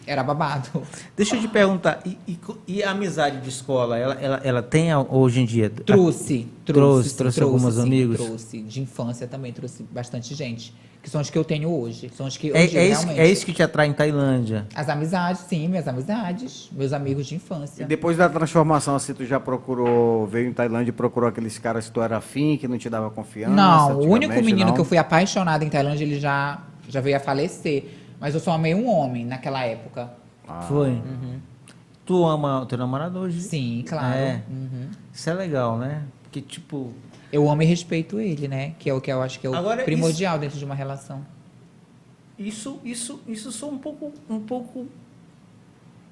Era babado. Deixa eu te perguntar, e, e co- e a amizade de escola, ela, ela, ela tem a- hoje em dia? Trouxe, trouxe, Trouxe, sim, trouxe algumas amigos? Trouxe, de infância também, trouxe bastante gente. Que são os que eu tenho hoje. São os que É, hoje é isso, realmente. é isso que te atrai em Tailândia. As amizades, sim, minhas amizades, meus amigos de infância. E depois da transformação, assim, tu já procurou, veio em Tailândia e procurou aqueles caras que tu era afim, que não te dava confiança? Não, o único antigamente, menino não? que eu fui apaixonada em Tailândia, ele já, já veio a falecer. Mas eu só amei um homem naquela época. Foi? Tu ama o teu namorado hoje? Ah. Uhum. Sim, claro. É. Uhum. Isso é legal, né? Porque, tipo, Eu amo e respeito ele, né? Que é o que eu acho que é o Agora, isso- primordial dentro de uma relação. isso, isso, isso sou um pouco, um pouco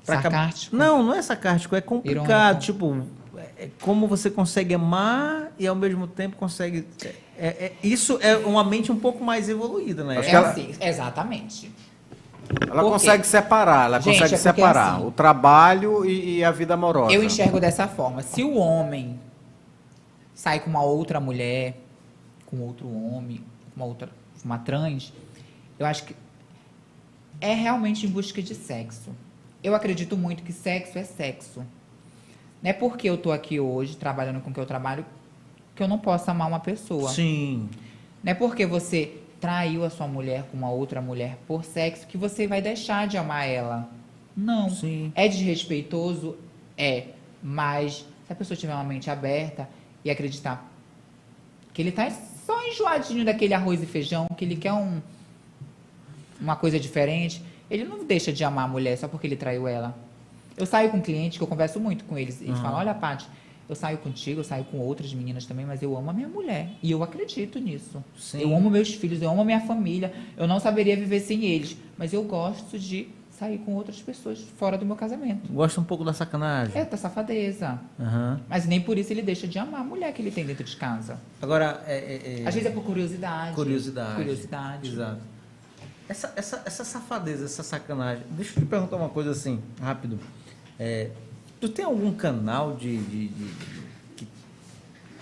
Pra acab- Sarcástico. Não, não é sarcástico, é complicado. Irônico. Tipo, é- é como você consegue amar e ao mesmo tempo consegue. é- é- isso é uma mente um pouco mais evoluída, né? Acho É que ela- assim, exatamente. Ela Por quê? consegue separar, ela Gente, consegue é porque separar assim- o trabalho e, e a vida amorosa. Eu enxergo dessa forma. Se o homem sai com uma outra mulher, com outro homem, com uma outra, com uma trans, eu acho que é realmente em busca de sexo. Eu acredito muito que sexo é sexo. Não é porque eu tô aqui hoje trabalhando com o que eu trabalho que eu não posso amar uma pessoa. Sim. Não é porque você traiu a sua mulher com uma outra mulher por sexo que você vai deixar de amar ela. Não. um, Sim. É desrespeitoso? É. Mas se a pessoa tiver uma mente aberta e acreditar que ele tá só enjoadinho daquele arroz e feijão, que ele quer um, uma coisa diferente, ele não deixa de amar a mulher só porque ele traiu ela. Eu saio com clientes que eu converso muito com eles. Eles falam, olha, Paty, eu saio contigo, eu saio com outras meninas também, mas eu amo a minha mulher. E eu acredito nisso. Sim. Eu amo meus filhos, eu amo a minha família. Eu não saberia viver sem eles. Mas eu gosto de sair com outras pessoas fora do meu casamento. Gosta um pouco da sacanagem. É, tá safadeza. Aham. Mas nem por isso ele deixa de amar a mulher que ele tem dentro de casa. Agora, é, é- é- Às vezes é por curiosidade. curiosidade. Curiosidade. Exato. Essa, essa, essa safadeza, essa sacanagem. Deixa eu te perguntar uma coisa assim, rápido. É, tu tem algum canal de. de- de- que-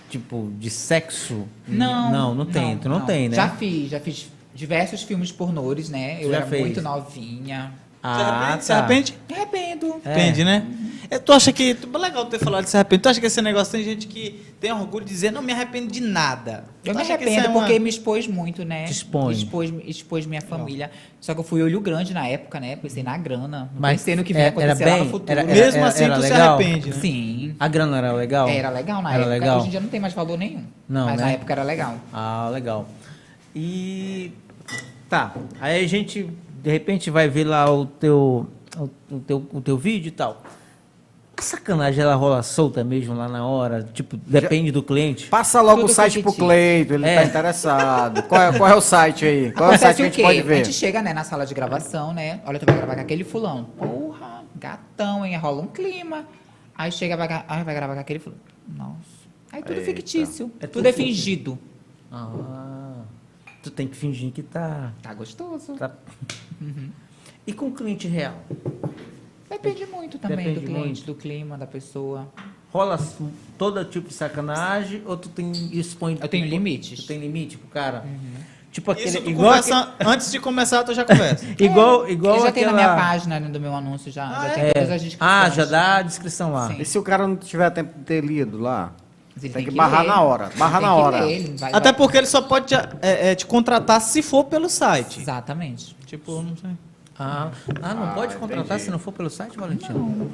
tipo, de sexo? Não. Não, não tem. tu não, tem, né? Já fiz, já fiz diversos filmes pornores, né? Eu Já era fez? muito novinha. Ah, se tá. arrepende? Me arrependo. É. Depende, né? É, tu acha que. tu- Legal ter falado de se arrepende. Tu acha que esse negócio tem gente que tem orgulho de dizer, não me arrependo de nada. Eu Tu Então, me acha que arrependo isso é uma- porque me expôs muito, né? Te expõe. Expôs, expôs minha família. Só que eu fui olho grande na época, né? Pensei na grana. Não Mas pensei no que vinha era- era acontecer lá bem? no futuro. Era- Mesmo assim, era tu legal? se arrepende, né? Sim. A grana era legal? Era legal na Era época. legal? Hoje em dia não tem mais valor nenhum. Não, Mas né? na época era legal. Ah, legal. E tá, aí a gente de repente vai ver lá o teu o, o teu, o teu vídeo e tal. A sacanagem ela rola solta mesmo lá na hora, tipo, depende do cliente. Passa logo Tudo o site pro competitivo. Cleito, ele É. tá interessado. Qual é, qual é o site aí? Qual é o site que Acontece a o gente quê? pode ver? A gente chega, né, na sala de gravação, né? Olha, tu vai gravar com aquele fulano. Porra, gatão, hein? Rola um clima. Aí chega, vai, gra- ai, vai gravar com aquele fulano. Nossa. Aí tudo Eita. fictício. É tudo, tudo é fingido. Ah, tu tem que fingir que tá, Tá gostoso. tá- Uhum. E com o cliente real? Depende muito também Depende do cliente, muito. do clima, da pessoa. Rola su- todo tipo de sacanagem ou tu tem expõe Eu tenho Uhum. Tu limites. tem limite pro cara? Tipo aquele Isso, tu igual aque- conversa- Antes de começar, tu já conversa. igual igual Eu já tenho na minha aquela- página né, do meu anúncio, já, Ah, já é? tem todas as descrições. Ah, já dá a descrição lá. Sim. E se o cara não tiver tempo de ter lido lá? Mas ele Tem que barrar ler. na hora, Ele barrar tem na que hora. ler, ele vai- Até vai- porque ele só pode te, é, é, te contratar se for pelo site. Exatamente. Tipo, não sei. Ah, ah, não Ah, pode contratar entendi. se não for pelo site, Valentino?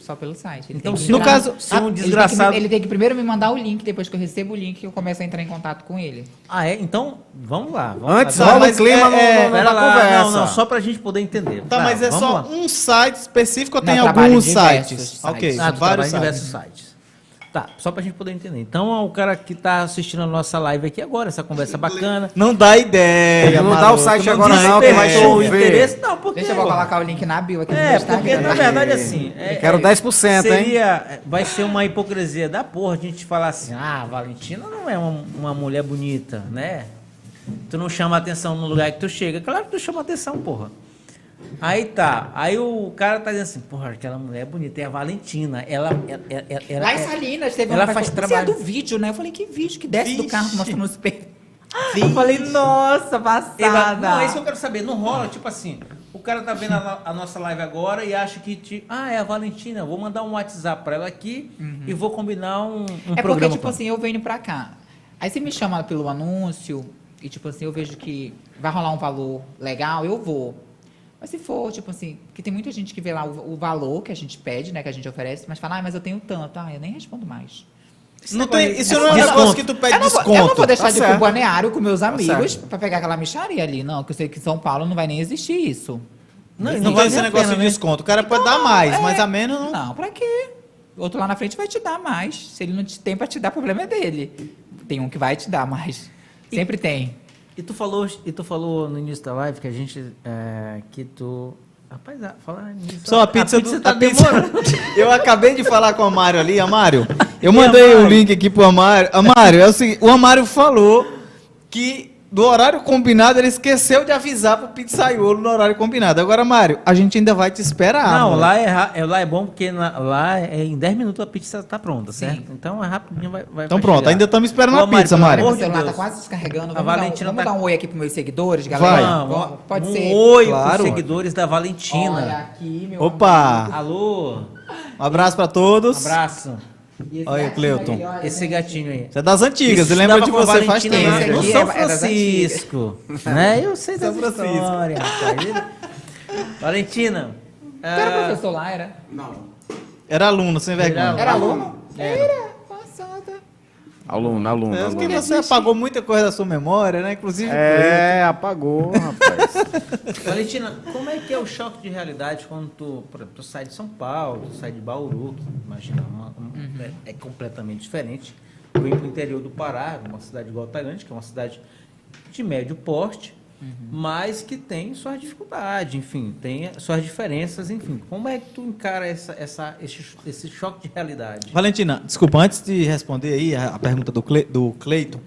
Só pelo site. Ele Então, tem que se no entrar- caso, se um Ah, ele tem que- desgraçado- Ele tem que primeiro me mandar o link, depois que eu recebo o link, eu começo a entrar em contato com ele. Ah, é? Então, vamos lá. Vamos Antes lá. Tá, rola o mas é- clima, não, é, não, não Pera dá lá, conversa. Não, não, só pra gente poder entender. Tá, mas é vamos só lá. Ah, um site específico ou Não, tem eu trabalho em alguns diversos sites? sites. Ok, isso, Ah, são tu vários vários sites. diversos sites. Tá, só pra gente poder entender. Então, ó, o cara que tá assistindo a nossa live aqui agora, essa conversa bacana. Não dá ideia. Não dá o maroto, site não agora diz não, que vai ideia. Despertou o chover. interesse, não, porque... Deixa eu colocar o link na bio aqui no meu É, porque Instagram. na verdade assim... É, Quero 10%, hein? seria, hein? Vai ser uma hipocrisia da porra a gente falar assim, ah, a Valentina não é uma, uma mulher bonita, né? Tu não chama atenção no lugar que tu chega. Claro que tu chama atenção, porra. Aí tá, aí o cara tá dizendo assim, porra, aquela mulher é bonita, é a Valentina, ela... ela, ela, ela Lá em Salinas teve é- Ela uma faz Você trabalho. é do vídeo, né? Eu falei, que vídeo? Que desce do Vixe. carro mostrando os peitos. Eu falei, nossa, Ela- Não, é isso que passada. eu quero saber. Não rola, tipo assim, o cara tá vendo a, no- a nossa live agora e acha que. Te, ah, é a Valentina, vou mandar um WhatsApp pra ela aqui e vou combinar um, um é porque, programa tipo com ela. assim, eu venho pra cá. Aí você me chama pelo anúncio e, tipo assim, eu vejo que vai rolar um valor legal, eu vou. Mas se for, tipo assim, porque tem muita gente que vê lá o, o valor que a gente pede, né, que a gente oferece, mas fala, ah, mas eu tenho tanto. Ah, eu nem respondo mais. Não tem, isso não é um Desconto. Tá negócio que tu pede eu, não vou, desconto. eu não vou deixar Tá de ir certo. pro balneário com meus amigos certo. pra pegar aquela micharia ali. Não, que eu sei que em São Paulo não vai nem existir isso. Não, Não, não tem vale esse nem a negócio pena, de né? desconto. O cara pode dar mais, é. mas a menos não. Não, pra quê? O outro lá na frente vai te dar mais. Se ele não te tem pra te dar, problema é dele. Tem um que vai te dar mais. Sempre tem. E tu falou, e tu falou no início da live que a gente. é, que tu. Rapaz, ah, a- falar nisso. Só a pizza, a pizza do, tá a pizza- *laughs* demorando. Eu acabei de falar com o Amário *laughs* ali, Amário. Eu E mandei o Amário? link aqui pro Amário. Amário, é o seguinte, o Amário falou que do horário combinado ele esqueceu de avisar pro pizzaiolo no horário combinado. Agora, Amário, a gente ainda vai te esperar. Não, amor. lá é, ra- é- lá é bom porque na- lá é, em 10 minutos a pizza tá pronta, Sim. certo? Então é rapidinho, vai. vai Então vai pronto, chegar. ainda estamos esperando Ô, a Amário, pizza, pelo Amário. Peraí, amor meu de celular Deus. tá quase descarregando. A Vamos, dar um, Valentina vamos tá- dar um oi aqui pros meus seguidores, Vai. galera? Não, Vamos- pode um ser. Oi, Claro. claro. seguidores da Olha Valentina. aqui, meu Opa! Alô, Um abraço pra um todos. abraço. amigo. E esse Olha aí, gatinho Cleuton. aqui, olha, né? Esse gente. gatinho aí. Você é das antigas, Isso eu lembro dava de com a você faz Valentina tempo. lá Esse No aqui São é- é das Francisco. né? Eu sei São dessa Francisco. história, rapaz. *laughs* Valentina. Tu era ah, professor lá, era? Não. Era aluno, sem vergonha. aluno. Era aluno? Era. Passada. Aluno, aluno, É, porque aluno. você apagou muita coisa da sua memória, né? Inclusive. É, apagou, rapaz. Valentina, como é que é o choque de realidade quando tu, por exemplo, tu sai de São Paulo, tu sai de Bauru, que imagina, uma- um- é, é completamente diferente, tu vem pro interior do Pará, uma cidade igual a Tailândia, que é uma cidade de médio porte, Uhum. mas que tem suas dificuldades, enfim, tem suas diferenças, enfim. Como é que tu encara essa, essa, esse, esse choque de realidade? Valentina, desculpa, antes de responder aí a a pergunta do, Cle, do Cleiton,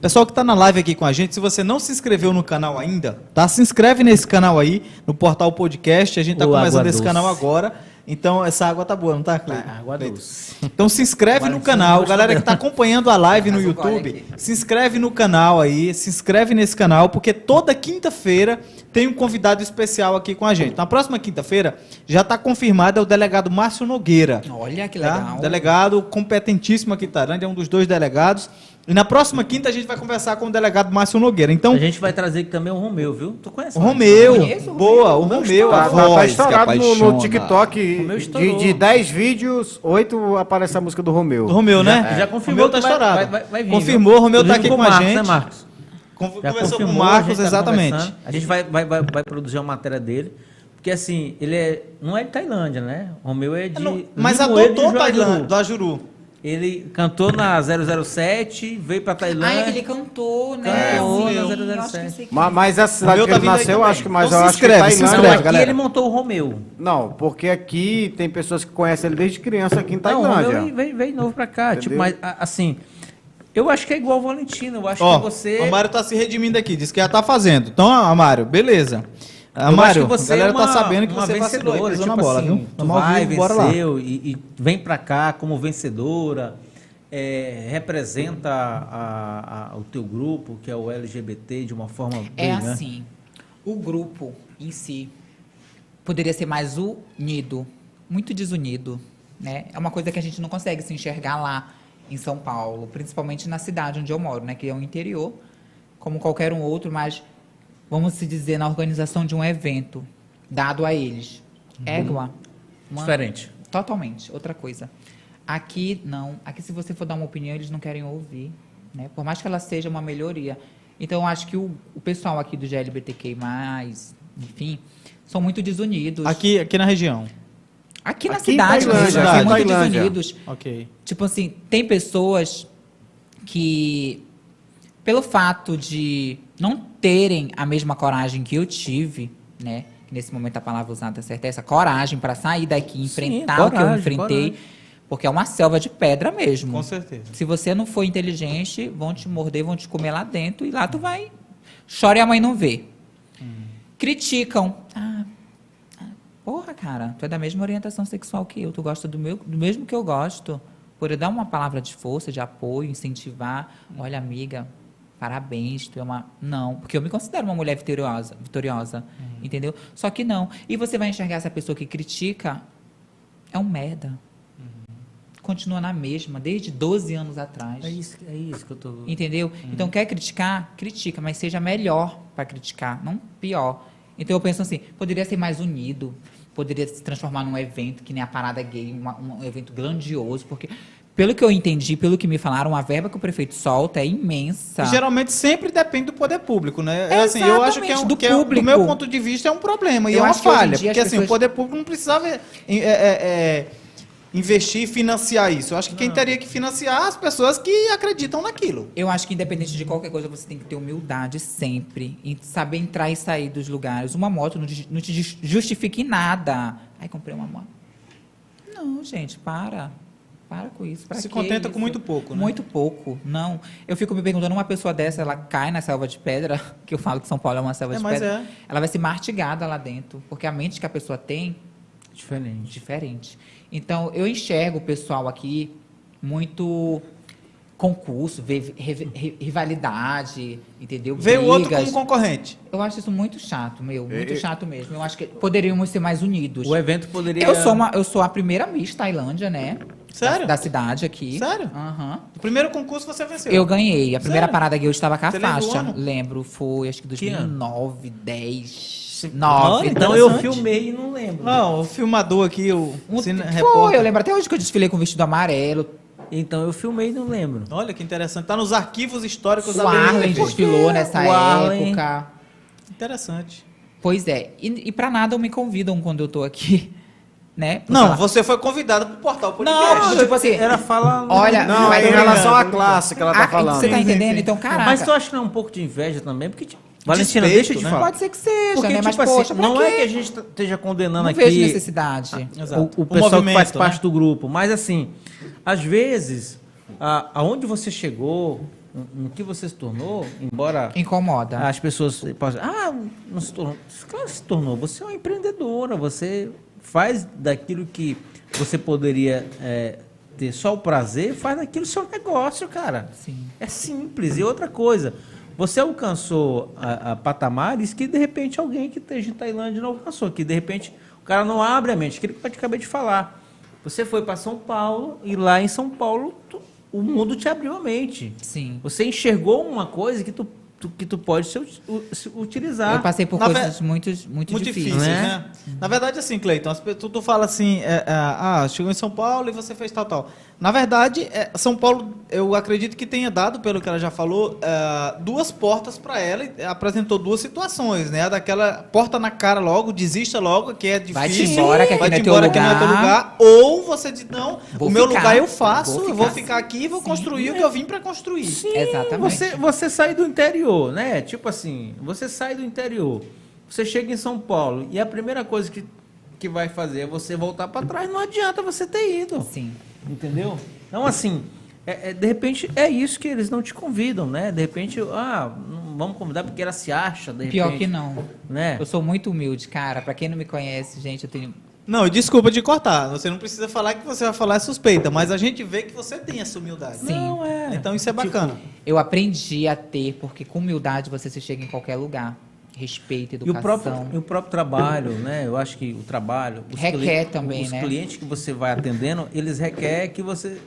pessoal que está na live aqui com a gente, se você não se inscreveu no canal ainda, tá? Se inscreve nesse canal aí, no Portal Podcast, a gente tá Ô, água começando esse doce. canal agora, então essa água tá boa, não tá, Cleiton? Ah, água Cleiton. doce. Então se inscreve no Valentina não canal, gostou galera que dela. está acompanhando a live no Mas o gole YouTube, aqui. se inscreve no canal aí, se inscreve nesse canal, porque toda quinta-feira tem um convidado especial aqui com a gente. Na próxima quinta-feira já está confirmado é o delegado Márcio Nogueira. Olha que Tá? legal. Delegado competentíssimo aqui em Tarândia, é um dos dois delegados. E na próxima quinta a gente vai conversar com o delegado Márcio Nogueira. Então, A gente vai trazer aqui também o Romeu, viu? Tu conhece? o Romeu, Conheço o Romeu. boa, o Romeu, a Tá, tá, tá voz que estourado no, no apaixona. TikTok. meu De, estourou. de 10 vídeos, 8 aparece a música do Romeu. O Romeu, né? Já, já confirmou Romeu tá que vai- estourado. Vai, vai- vai vir, Confirmou, viu? o Romeu tá Inclusive aqui com com o Marcos, a gente. Né, Marcos? Con- Já Conversou com o confirmou, a Marcos, gente tá exatamente. conversando. A gente vai, vai, vai, vai produzir uma matéria dele. Porque assim, ele é, não é de Tailândia, né? O meu é de. É, não, Mas Limoeiro de adotou o Juazeiro. Tailândia, do Ajuru. Ele cantou na 007, veio pra Ah, Tailândia. é que ele cantou, né? Cantou, Sim, né, eu acho 007. que sei que- Ma- Mas a cidade Romeu que tá ele vindo aí nasceu, também. acho que mais Então eu se acho que tá inscreve, Tailândia- se Não, inscreve, aqui galera. ele montou o Romeu. Não, porque aqui tem pessoas que conhecem ele desde criança aqui em Tá Não, o Romeu Tailândia. veio, veio, veio novo pra cá. Tipo, Entendeu? mas a- assim. Eu acho que é igual o Valentino. Eu acho Ó, que você. o Mário tá se redimindo aqui, disse que já tá fazendo. Então, ó, Mário, beleza. Ah, Eu Mário, acho que você a galera é uma, tá sabendo que uma você vencedora, vacilou aí, pisou na tipo bola, assim, viu? Tu Tamo ao vai, vivo, bora lá. venceu E, e vem pra cá como vencedora, é, representa a- a- o teu grupo, que é o LGBT, de uma forma né? É brilhante. assim, o grupo em si poderia ser mais unido, muito desunido, né? É uma coisa que a gente não consegue se enxergar lá em São Paulo, principalmente na cidade onde eu moro, né? Que é o interior, como qualquer um outro, mas vamos se dizer na organização de um evento dado a eles. Égua. mano, Diferente. Totalmente, outra coisa. Aqui não, aqui se você for dar uma opinião, eles não querem ouvir, né? Por mais que ela seja uma melhoria. Então eu acho que o, o pessoal aqui do GLBTQ+, enfim, são muito desunidos. Aqui, aqui na região. Aqui na Aqui em cidade, na Tailândia, região, aqui são em muito Tailândia. desunidos. Ok. Tipo assim, tem pessoas que, pelo fato de não terem a mesma coragem que eu tive, né? Que nesse momento a palavra usada é certa, é essa coragem para sair daqui, enfrentar o que eu coragem, enfrentei, coragem. porque é uma selva de pedra mesmo. Com certeza. Se você não for inteligente, vão te morder, vão te comer lá dentro e lá tu vai. Chora e a mãe não vê. Criticam. Ah, ah, porra, cara, tu é da mesma orientação sexual que eu, tu gosta do, meu, do mesmo que eu gosto. Por eu dar uma palavra de força, de apoio, incentivar. Olha, amiga, parabéns, tu é uma. Não, porque eu me considero uma mulher vitoriosa, vitoriosa Uhum. entendeu? Só que não. E você vai enxergar essa pessoa que critica é um merda. Continua na mesma, desde 12 anos atrás. Uhum. É isso, é isso que eu tô. Entendeu? Então quer criticar? Critica, mas seja melhor para criticar, não pior. Então eu penso assim, poderia ser mais unido, poderia se transformar num evento que nem a parada gay, uma- um evento grandioso, porque pelo que eu entendi, pelo que me falaram, a verba que o prefeito solta é imensa. E Geralmente sempre depende do poder público, né? É É assim, eu acho que é um, exatamente, do que é um- público. meu ponto de vista é um problema e Eu é uma acho que hoje em falha, dia as porque assim, o pessoas- poder público não precisava é, é, é, investir e financiar isso. Eu acho que quem teria que financiar é as pessoas que acreditam naquilo. Eu acho que independente de qualquer coisa, você tem que ter humildade sempre. E saber entrar e sair dos lugares. Uma moto não te, não te jus- justifica em nada. Ai, comprei uma moto. Não, gente, para. Para com isso. Pra Se que contenta com isso? muito pouco, né? Muito pouco, não. Eu fico me perguntando, uma pessoa dessa, ela cai na selva de pedra, *laughs* que eu falo que São Paulo é uma selva É, de mas pedra. é. Ela vai ser martigada lá dentro. Porque a mente que a pessoa tem Diferente. diferente. Então, eu enxergo o pessoal aqui muito concurso, vê- re- re- rivalidade, entendeu? Vê o outro como Brigas. concorrente. Eu acho isso muito chato, meu. Muito E- chato mesmo. Eu acho que poderíamos ser mais unidos. O evento poderia. Eu sou, uma, eu sou a primeira Miss Tailândia, né? Sério? Da, da cidade aqui. Sério? Aham. O primeiro concurso você venceu. Então, Eu ganhei. A primeira Sério? parada que eu estava com a Você lembra o faixa. ano? Lembro. Foi, acho que Que 2009, 10, Nove, 9. então eu interessante. filmei e não lembro. Não, o filmador aqui, o Um- cine- Foi, eu repórter. lembro até hoje que eu desfilei com vestido amarelo, Então eu filmei e não lembro. Olha que interessante. Tá nos arquivos históricos O da Arlen BNB. desfilou nessa O Arlen- época. Interessante. Pois é. E, e pra nada me convidam quando eu tô aqui, *laughs* né? Pra Não, falar- você foi convidado pro portal podcast. Não, tipo assim... Era falar. Olha... Não, mas- é em brincando, relação à tô classe que ela Ah, tá falando. Você tá Sim, sim, entendendo? sim. Então, caraca... Mas tu acha que não é um pouco de inveja também? Porque, tipo, Valentina, Despeito, deixa eu te né? falar. Pode ser que seja, Porque, né? Mas, tipo assim, poxa, pra não quê? é que a gente t- esteja condenando Não aqui vejo necessidade. o- Exato. o, O pessoal que movimento, faz né? parte do grupo, mas assim, às vezes, a- aonde você chegou, no, no que você se tornou, embora Incomoda. as pessoas possam, ah, não se tornou, claro que se tornou, você é uma empreendedora, você faz daquilo que você poderia é, ter só o prazer, faz daquilo seu negócio, cara. Sim. É simples. E outra coisa, você alcançou a, a patamares que de repente alguém que esteja em Tailândia não alcançou, que de repente o cara não abre a mente, aquilo que eu te acabei de falar. Você foi para São Paulo e lá em São Paulo tu- o mundo te abriu a mente. Sim. Você enxergou uma coisa que tu, tu- que tu pode se, u- se utilizar. Eu passei por Na coisas muito, muito, muito difíceis. difíceis, né? né? Na verdade, assim, Cleiton, as pe- tu, tu fala assim, é, é, ah, chegou em São Paulo e você fez tal, tal. Na verdade, é, São Paulo, eu acredito que tenha dado, pelo que ela já falou, é, duas portas para ela e apresentou duas situações, né? A daquela porta na cara logo, desista logo, que é difícil. Vai-te embora, que aqui vai-te não é teu embora, que não é teu lugar. lugar. Ou você diz, não, Vou o meu ficar, lugar eu faço, vou eu vou ficar. ficar aqui e vou Sim, construir o que eu vim para construir. Sim, Exatamente. Você, você sai do interior, né? Tipo assim, você sai do interior, você chega em São Paulo e a primeira coisa que, que vai fazer é você voltar para trás. Não adianta você ter ido, Sim. entendeu? Então, assim, é- é, de repente é isso que eles não te convidam, né? De repente, ah, não vamos convidar porque ela se acha, de Pior repente, que não. Né? Eu sou muito humilde, cara. Pra quem não me conhece, gente, eu tenho Não, e desculpa de cortar. Você não precisa falar que você vai falar é suspeita, mas a gente vê que você tem essa humildade. Sim. Não é. Então isso é bacana. Eu aprendi a ter, porque com humildade você se chega em qualquer lugar. Respeito, E o, educação. próprio, e o próprio trabalho, né? Eu acho que o trabalho. os Requer clien- também, Os né? clientes que você vai atendendo, eles requerem que você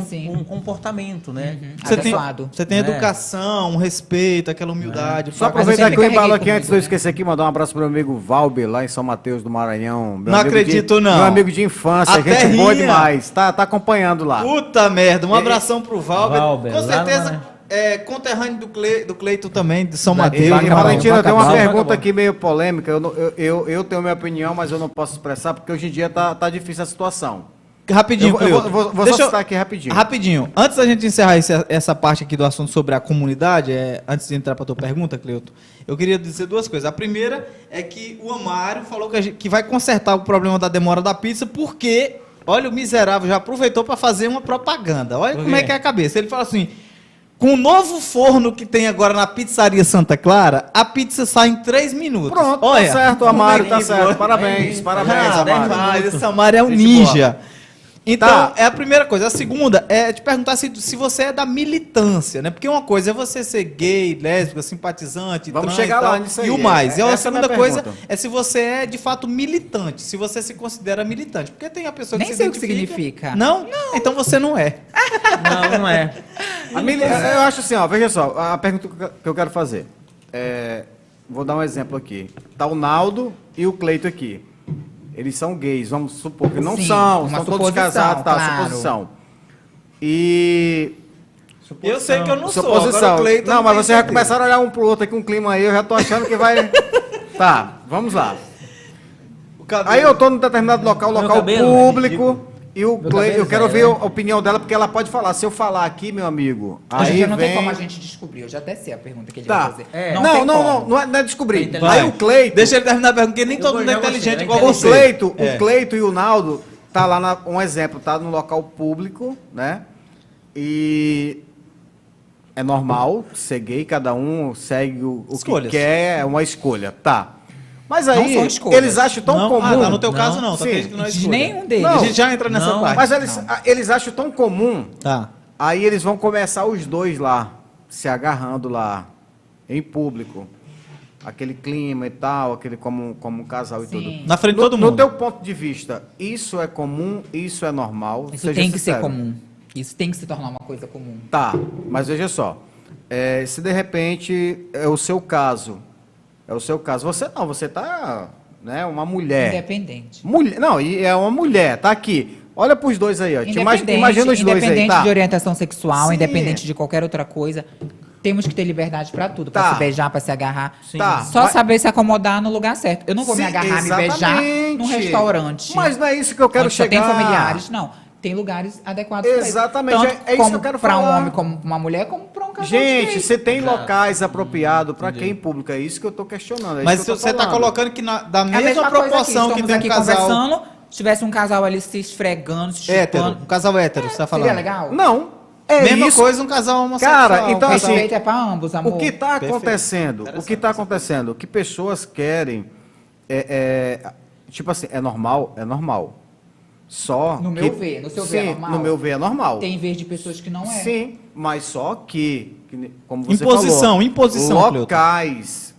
tenha um- assim. Uhum. um, comportamento, né? Você tem, Adequado. você tem É. educação, um respeito, aquela humildade. Só pra- Mas aproveitar eu sempre que eu carreguei embalo aqui antes de eu comigo, né? esquecer aqui, mandar um abraço pro meu amigo Valber, lá em São Mateus do Maranhão. Meu Não amigo de- acredito, não. Meu amigo de infância, A gente boa terrinha. demais. Tá, tá acompanhando lá. Puta merda, um abração pro Valber. Valber, Com lá certeza, no- é, conterrâneo do, Cle, do Cleito também, de São Da- E, e, Mateus. Vai acabar, Tá Valentina, vai tem uma acabar, vai pergunta acabar. aqui meio polêmica. Eu, não- eu, eu, eu tenho minha opinião, mas eu não posso expressar, porque hoje em dia tá, tá difícil a situação. Rapidinho, Eu vou- eu Cleuto. vou- vou só Deixa eu- citar aqui rapidinho. Rapidinho. Antes da gente encerrar esse- essa parte aqui do assunto sobre a comunidade, é, antes de entrar para tua pergunta, Cleuto, eu queria dizer duas coisas. A primeira é que o Amário falou que, a gente- que vai consertar o problema da demora da pizza, porque, olha, o miserável já aproveitou para fazer uma propaganda. Olha Por como é quê? que é a cabeça. Ele fala assim. Com o novo forno que tem agora na pizzaria Santa Clara, a pizza sai em três minutos. Pronto, Olha, tá *laughs* certo, Amário, como é tá que- certo. Parabéns, Parabéns, parabéns, ah, Amário. demais, esse Samara é um Gente ninja. Então, Tá. é a primeira coisa. A segunda é te perguntar se, se você é da militância, né? Porque uma coisa é você ser gay, lésbica, simpatizante, Vamos trans e chegar tal, lá nisso aí, E o é. mais. E a Essa é a segunda minha coisa pergunta. é se você é, de fato, militante. Se você se considera militante. Porque tem a pessoa que Nem se sei o que identifica- significa. Não? Não. Então você não é. Não, não é. A mili- Eu acho assim, ó, veja só, a pergunta que eu- que eu quero fazer. É, vou dar um exemplo aqui. Tá o Naldo e o Cleito aqui. Eles são gays, vamos supor que não Sim, são, uma são todos suposição, casados, tá? claro. Suposição. E. Eu sei que eu não sou. Agora Suposição. o Cleiton não, mas tem vocês já certeza. começaram a olhar um pro outro aqui, um clima aí, eu já tô achando *laughs* que vai. tá, vamos lá. O cabelo- Aí eu tô num determinado local, Meu local cabelo, público. E o né? Cleiton, Meu cabelo eu quero vai, ouvir né? a opinião dela, porque ela pode falar. Se eu falar aqui, meu amigo. A Aí gente não vem... tem como a gente descobrir. Eu já até sei a pergunta que ele vai Tá. fazer. É. Não, não, tem não, como. não, é, não é descobrir. Vai, Vai. Aí o Cleito. Deixa ele terminar a pergunta, porque nem Eu todo mundo é já gostei, inteligente era igual né? o você. interessante. Cleito, É. o Cleito e o Naldo tá lá na- um exemplo, tá no local público, né? E é normal ser gay, cada um segue o, o que Escolhas. quer, é uma escolha, tá. Mas aí são escolhas. eles acham tão não, comum. Ah, tá, no teu caso não. Tá Sim. desde que não é De escolha. nenhum deles. A gente já entra nessa Não, parte. Mas é- eles, a- eles acham tão comum, Tá. aí eles vão começar os dois lá, se agarrando lá, em público. Aquele clima e tal, aquele como, como um casal e Sim. tudo. Na frente de No- todo No mundo. teu ponto de vista, isso é comum, isso é normal? Isso Seja tem que sincero. ser comum. Isso tem que se tornar uma coisa comum. Tá, mas veja só. É, se de repente é o seu caso, é o seu caso, você não, você tá, né, uma mulher. Independente. Mulher, não, e é uma mulher, tá aqui. Olha pros dois aí, ó. É, Te imag- Independente, Imagina os dois aí, independente tá? de orientação sexual, Sim. independente de qualquer outra coisa, temos que ter liberdade pra tudo, pra Tá. se beijar, pra se agarrar. Sim. Tá. Só mas- saber se acomodar no lugar certo. Eu não vou me Sim, agarrar, me beijar num exatamente. restaurante. Mas não é isso que eu quero onde só chegar. tem familiares, não. Tem lugares adequados pra isso. Exatamente, Tanto é- é isso como que eu quero pra falar. um homem, como pra uma mulher, como pra um casal de Gente, gays. você tem Já. locais apropriados pra quem público? É isso que eu tô questionando. é isso Mas que eu tô você tá falando. colocando que na, da É a mesma, mesma coisa proporção aqui, que estamos tem um aqui casal conversando, se tivesse um casal ali se esfregando, se É, hétero, chupando, um casal hétero, você tá falando. seria legal? Não. É Mesma isso. coisa um casal homossexual. Cara, então, um casal- assim, Respeito é pra ambos, amor. O que está Perfeito. acontecendo? O que está acontecendo? O que pessoas querem é, é, tipo assim, é normal, é normal. Só No que- meu ver, no seu ver é Sim, normal? No meu ver é normal. Tem vez de pessoas que não é. Sim, mas só que, que ne- como você Imposição, falou, imposição, locais.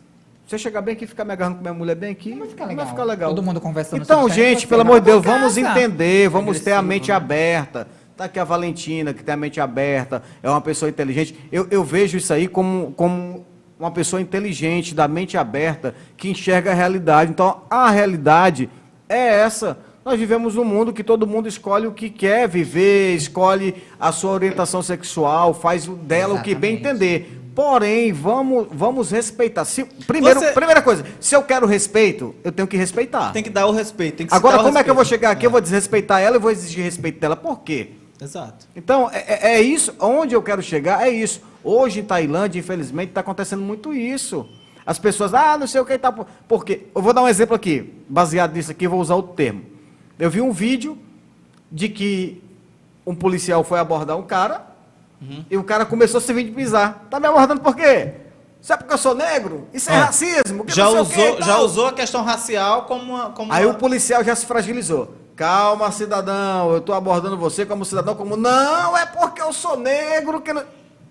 Se eu chegar bem aqui, ficar me agarrando com minha mulher bem aqui, Não vai ficar não legal. vai ficar legal. Todo mundo conversando Então, sobre gente, sexo, pelo você amor de vai pra Deus, vamos casa. entender, vamos ter a Agressivo, mente né? aberta. Tá aqui a Valentina, que tem a mente aberta, é uma pessoa inteligente. Eu, eu vejo isso aí como, como uma pessoa inteligente, da mente aberta, que enxerga a realidade. Então, a realidade é essa. Nós vivemos num mundo que todo mundo escolhe o que quer viver, escolhe a sua orientação sexual, faz o dela o que bem Exatamente. entender. Porém, vamos, vamos respeitar. Se, primeiro, Você- Primeira coisa, se eu quero respeito, eu tenho que respeitar. Tem que dar o respeito. Tem que Agora, citar o como é que eu vou respeito. chegar aqui, eu vou desrespeitar ela e vou exigir respeito dela? Por quê? Exato. Então, é, é- é isso, onde eu quero chegar é isso. Hoje em Tailândia, infelizmente, está acontecendo muito isso. As pessoas, ah, não sei o que e tal. por- Por quê? Eu vou dar um exemplo aqui, baseado nisso aqui, eu vou usar outro termo. Eu vi um vídeo de que um policial foi abordar um cara Uhum. e o cara começou a se vistimizar. Tá me abordando por quê? Isso é porque eu sou negro? Isso é Ah, racismo? que Já não sei o quê e usou, já tal." usou a questão racial como uma, como Aí uma- o policial já se fragilizou. Calma, cidadão, eu tô abordando você como cidadão, como não, é porque eu sou negro que não...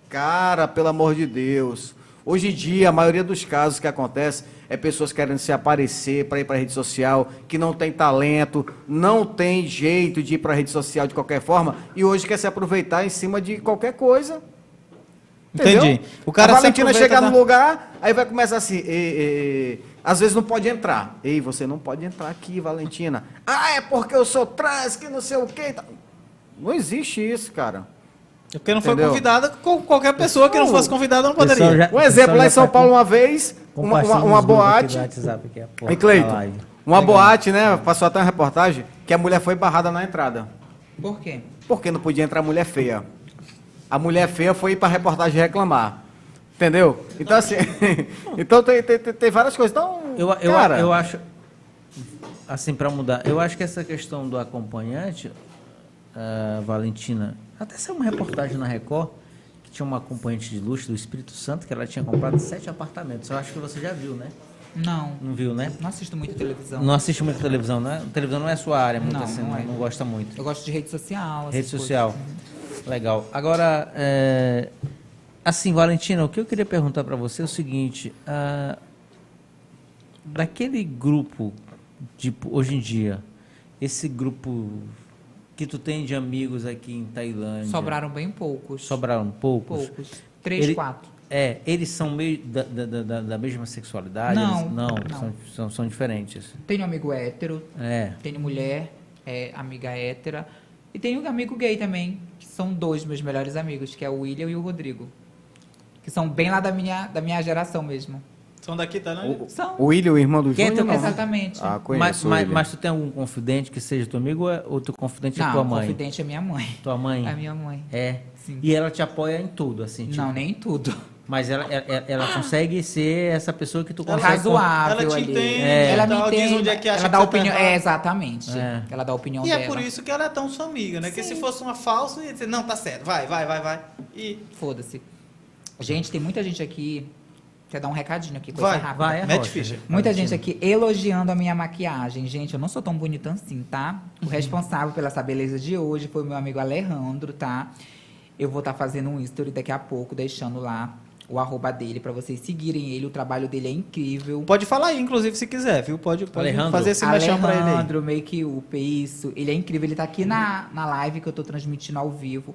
Cara, pelo amor de Deus. Hoje em dia, a maioria dos casos que acontece é pessoas querendo se aparecer para ir para rede social, que não tem talento, não tem jeito de ir para rede social de qualquer forma, e hoje quer se aproveitar em cima de qualquer coisa. Entendi. Entendeu? O cara a se Valentina aproveita chegar da- no lugar, aí vai começar assim, "Ei, ei, ei, às vezes não pode entrar. Ei, você não pode entrar aqui, Valentina. Ah, é porque eu sou trans, que não sei o quê. e tal." Não existe isso, cara. É Porque não foi Entendeu? convidada, co- qualquer pessoa que não fosse convidada não poderia. Pessoal já- Um exemplo, lá em Pessoal, São já tá Paulo, uma vez, *laughs* uma, Compartilha uma, uma nos grupos aqui do boate... WhatsApp, que é a porta Ei, da Cleiton, live. uma boate, né? Passou até uma reportagem que a mulher foi barrada na entrada. Por quê? Porque não podia entrar mulher feia. A mulher feia foi para reportagem reclamar. Entendeu? Então, assim. *laughs* então tem, tem, tem- tem várias coisas. Então. Eu, eu, cara, eu acho. Assim, para mudar, eu acho que essa questão do acompanhante, ah, Valentina, até saiu uma reportagem na Record que tinha uma acompanhante de luxo do Espírito Santo que ela tinha comprado sete apartamentos. Eu acho que você já viu, né? Não. Não viu, né? Não assisto muito televisão. Não assiste muito televisão, né? Televisão não é a sua área muito Não, assim, não assim, não, é. não gosta muito. Eu gosto de rede social. essas Rede coisas. social. Legal. Agora, é, assim, Valentina, o que eu queria perguntar para você é o seguinte: ah, daquele grupo, tipo, hoje em dia, esse grupo que tu tem de amigos aqui em Tailândia. Sobraram bem poucos. Sobraram poucos. Poucos. Três, Ele- quatro. É, eles são meio da, da- da- da- da mesma sexualidade? Não, Eles- não, não. São, são, são diferentes. Tenho amigo hétero, É. tenho mulher, é, amiga hétera. E tenho um amigo gay também, que são dois meus melhores amigos, que é o William e o Rodrigo. Que são bem lá da minha, da minha geração mesmo. São daqui, tá? Né? São. O William, o irmão do Quem é Júnior, teu não, né? Exatamente. Ah, Mas, conheço o mas, William. mas tu tem algum confidente que seja teu amigo ou é- ou teu confidente é não, tua o mãe? confidente é minha mãe. Tua mãe? É minha mãe. É. Sim. E ela te apoia em tudo, assim. Tipo, Não, nem tudo. Mas ela, ela, ela consegue ser essa pessoa que tu consegue. razoável ela te ali. entende, Ela me tal, diz entende. onde é que acha ela que dá você tá opinião. errado. é, exatamente. É. Ela dá a opinião E dela. é por isso que ela é tão sua amiga, né? Porque se fosse uma falsa, ia dizer, não, tá certo, vai, vai, vai, vai. E Foda-se. Gente, tem muita gente aqui. Quer dar um recadinho aqui, coisa vai, rápida. vai, é mete rocha. ficha. Muita gente aqui elogiando a minha maquiagem. Gente, eu não sou tão bonita assim, tá? Uhum. O responsável pela essa beleza de hoje foi o meu amigo Alejandro, tá? Eu vou estar fazendo um history daqui a pouco, deixando lá o arroba dele pra vocês seguirem ele. O trabalho dele é incrível. Pode falar aí, inclusive, se quiser, viu? Pode, pode Alejandro. fazer esse mexão pra ele aí. Alejandro, Make Up, isso. Ele é incrível. Ele tá aqui na, na live que eu tô transmitindo ao vivo.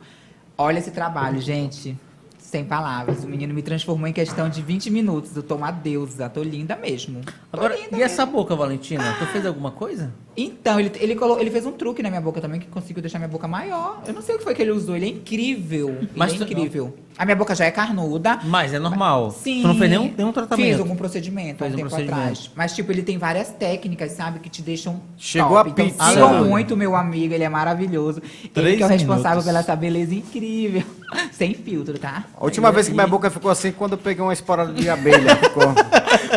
Olha esse trabalho, gente. Sem palavras. O menino me transformou em questão de 20 minutos. Eu tô uma deusa. Tô linda mesmo. Tô Agora, linda e essa boca, Valentina? Tu fez alguma coisa? Então, ele, ele, colo- ele fez um truque na minha boca também que conseguiu deixar minha boca maior. Eu não sei o que foi que ele usou. Ele é incrível. Ele Mas é tu- incrível. A minha boca já é carnuda. Mas é normal. Sim. Tu não fez nenhum, nenhum Fiz tratamento. algum procedimento há um Fez um tempo procedimento. atrás. Mas, tipo, ele tem várias técnicas, sabe? Que te deixam Chegou top. a Então, pizza. sigam Ah. muito meu amigo. Ele é maravilhoso. ele Três que é o responsável minutos. pela essa beleza incrível. *laughs* Sem filtro, *laughs* tá? A última vez que minha boca ficou assim, quando eu peguei uma esporada *laughs* de abelha, ficou...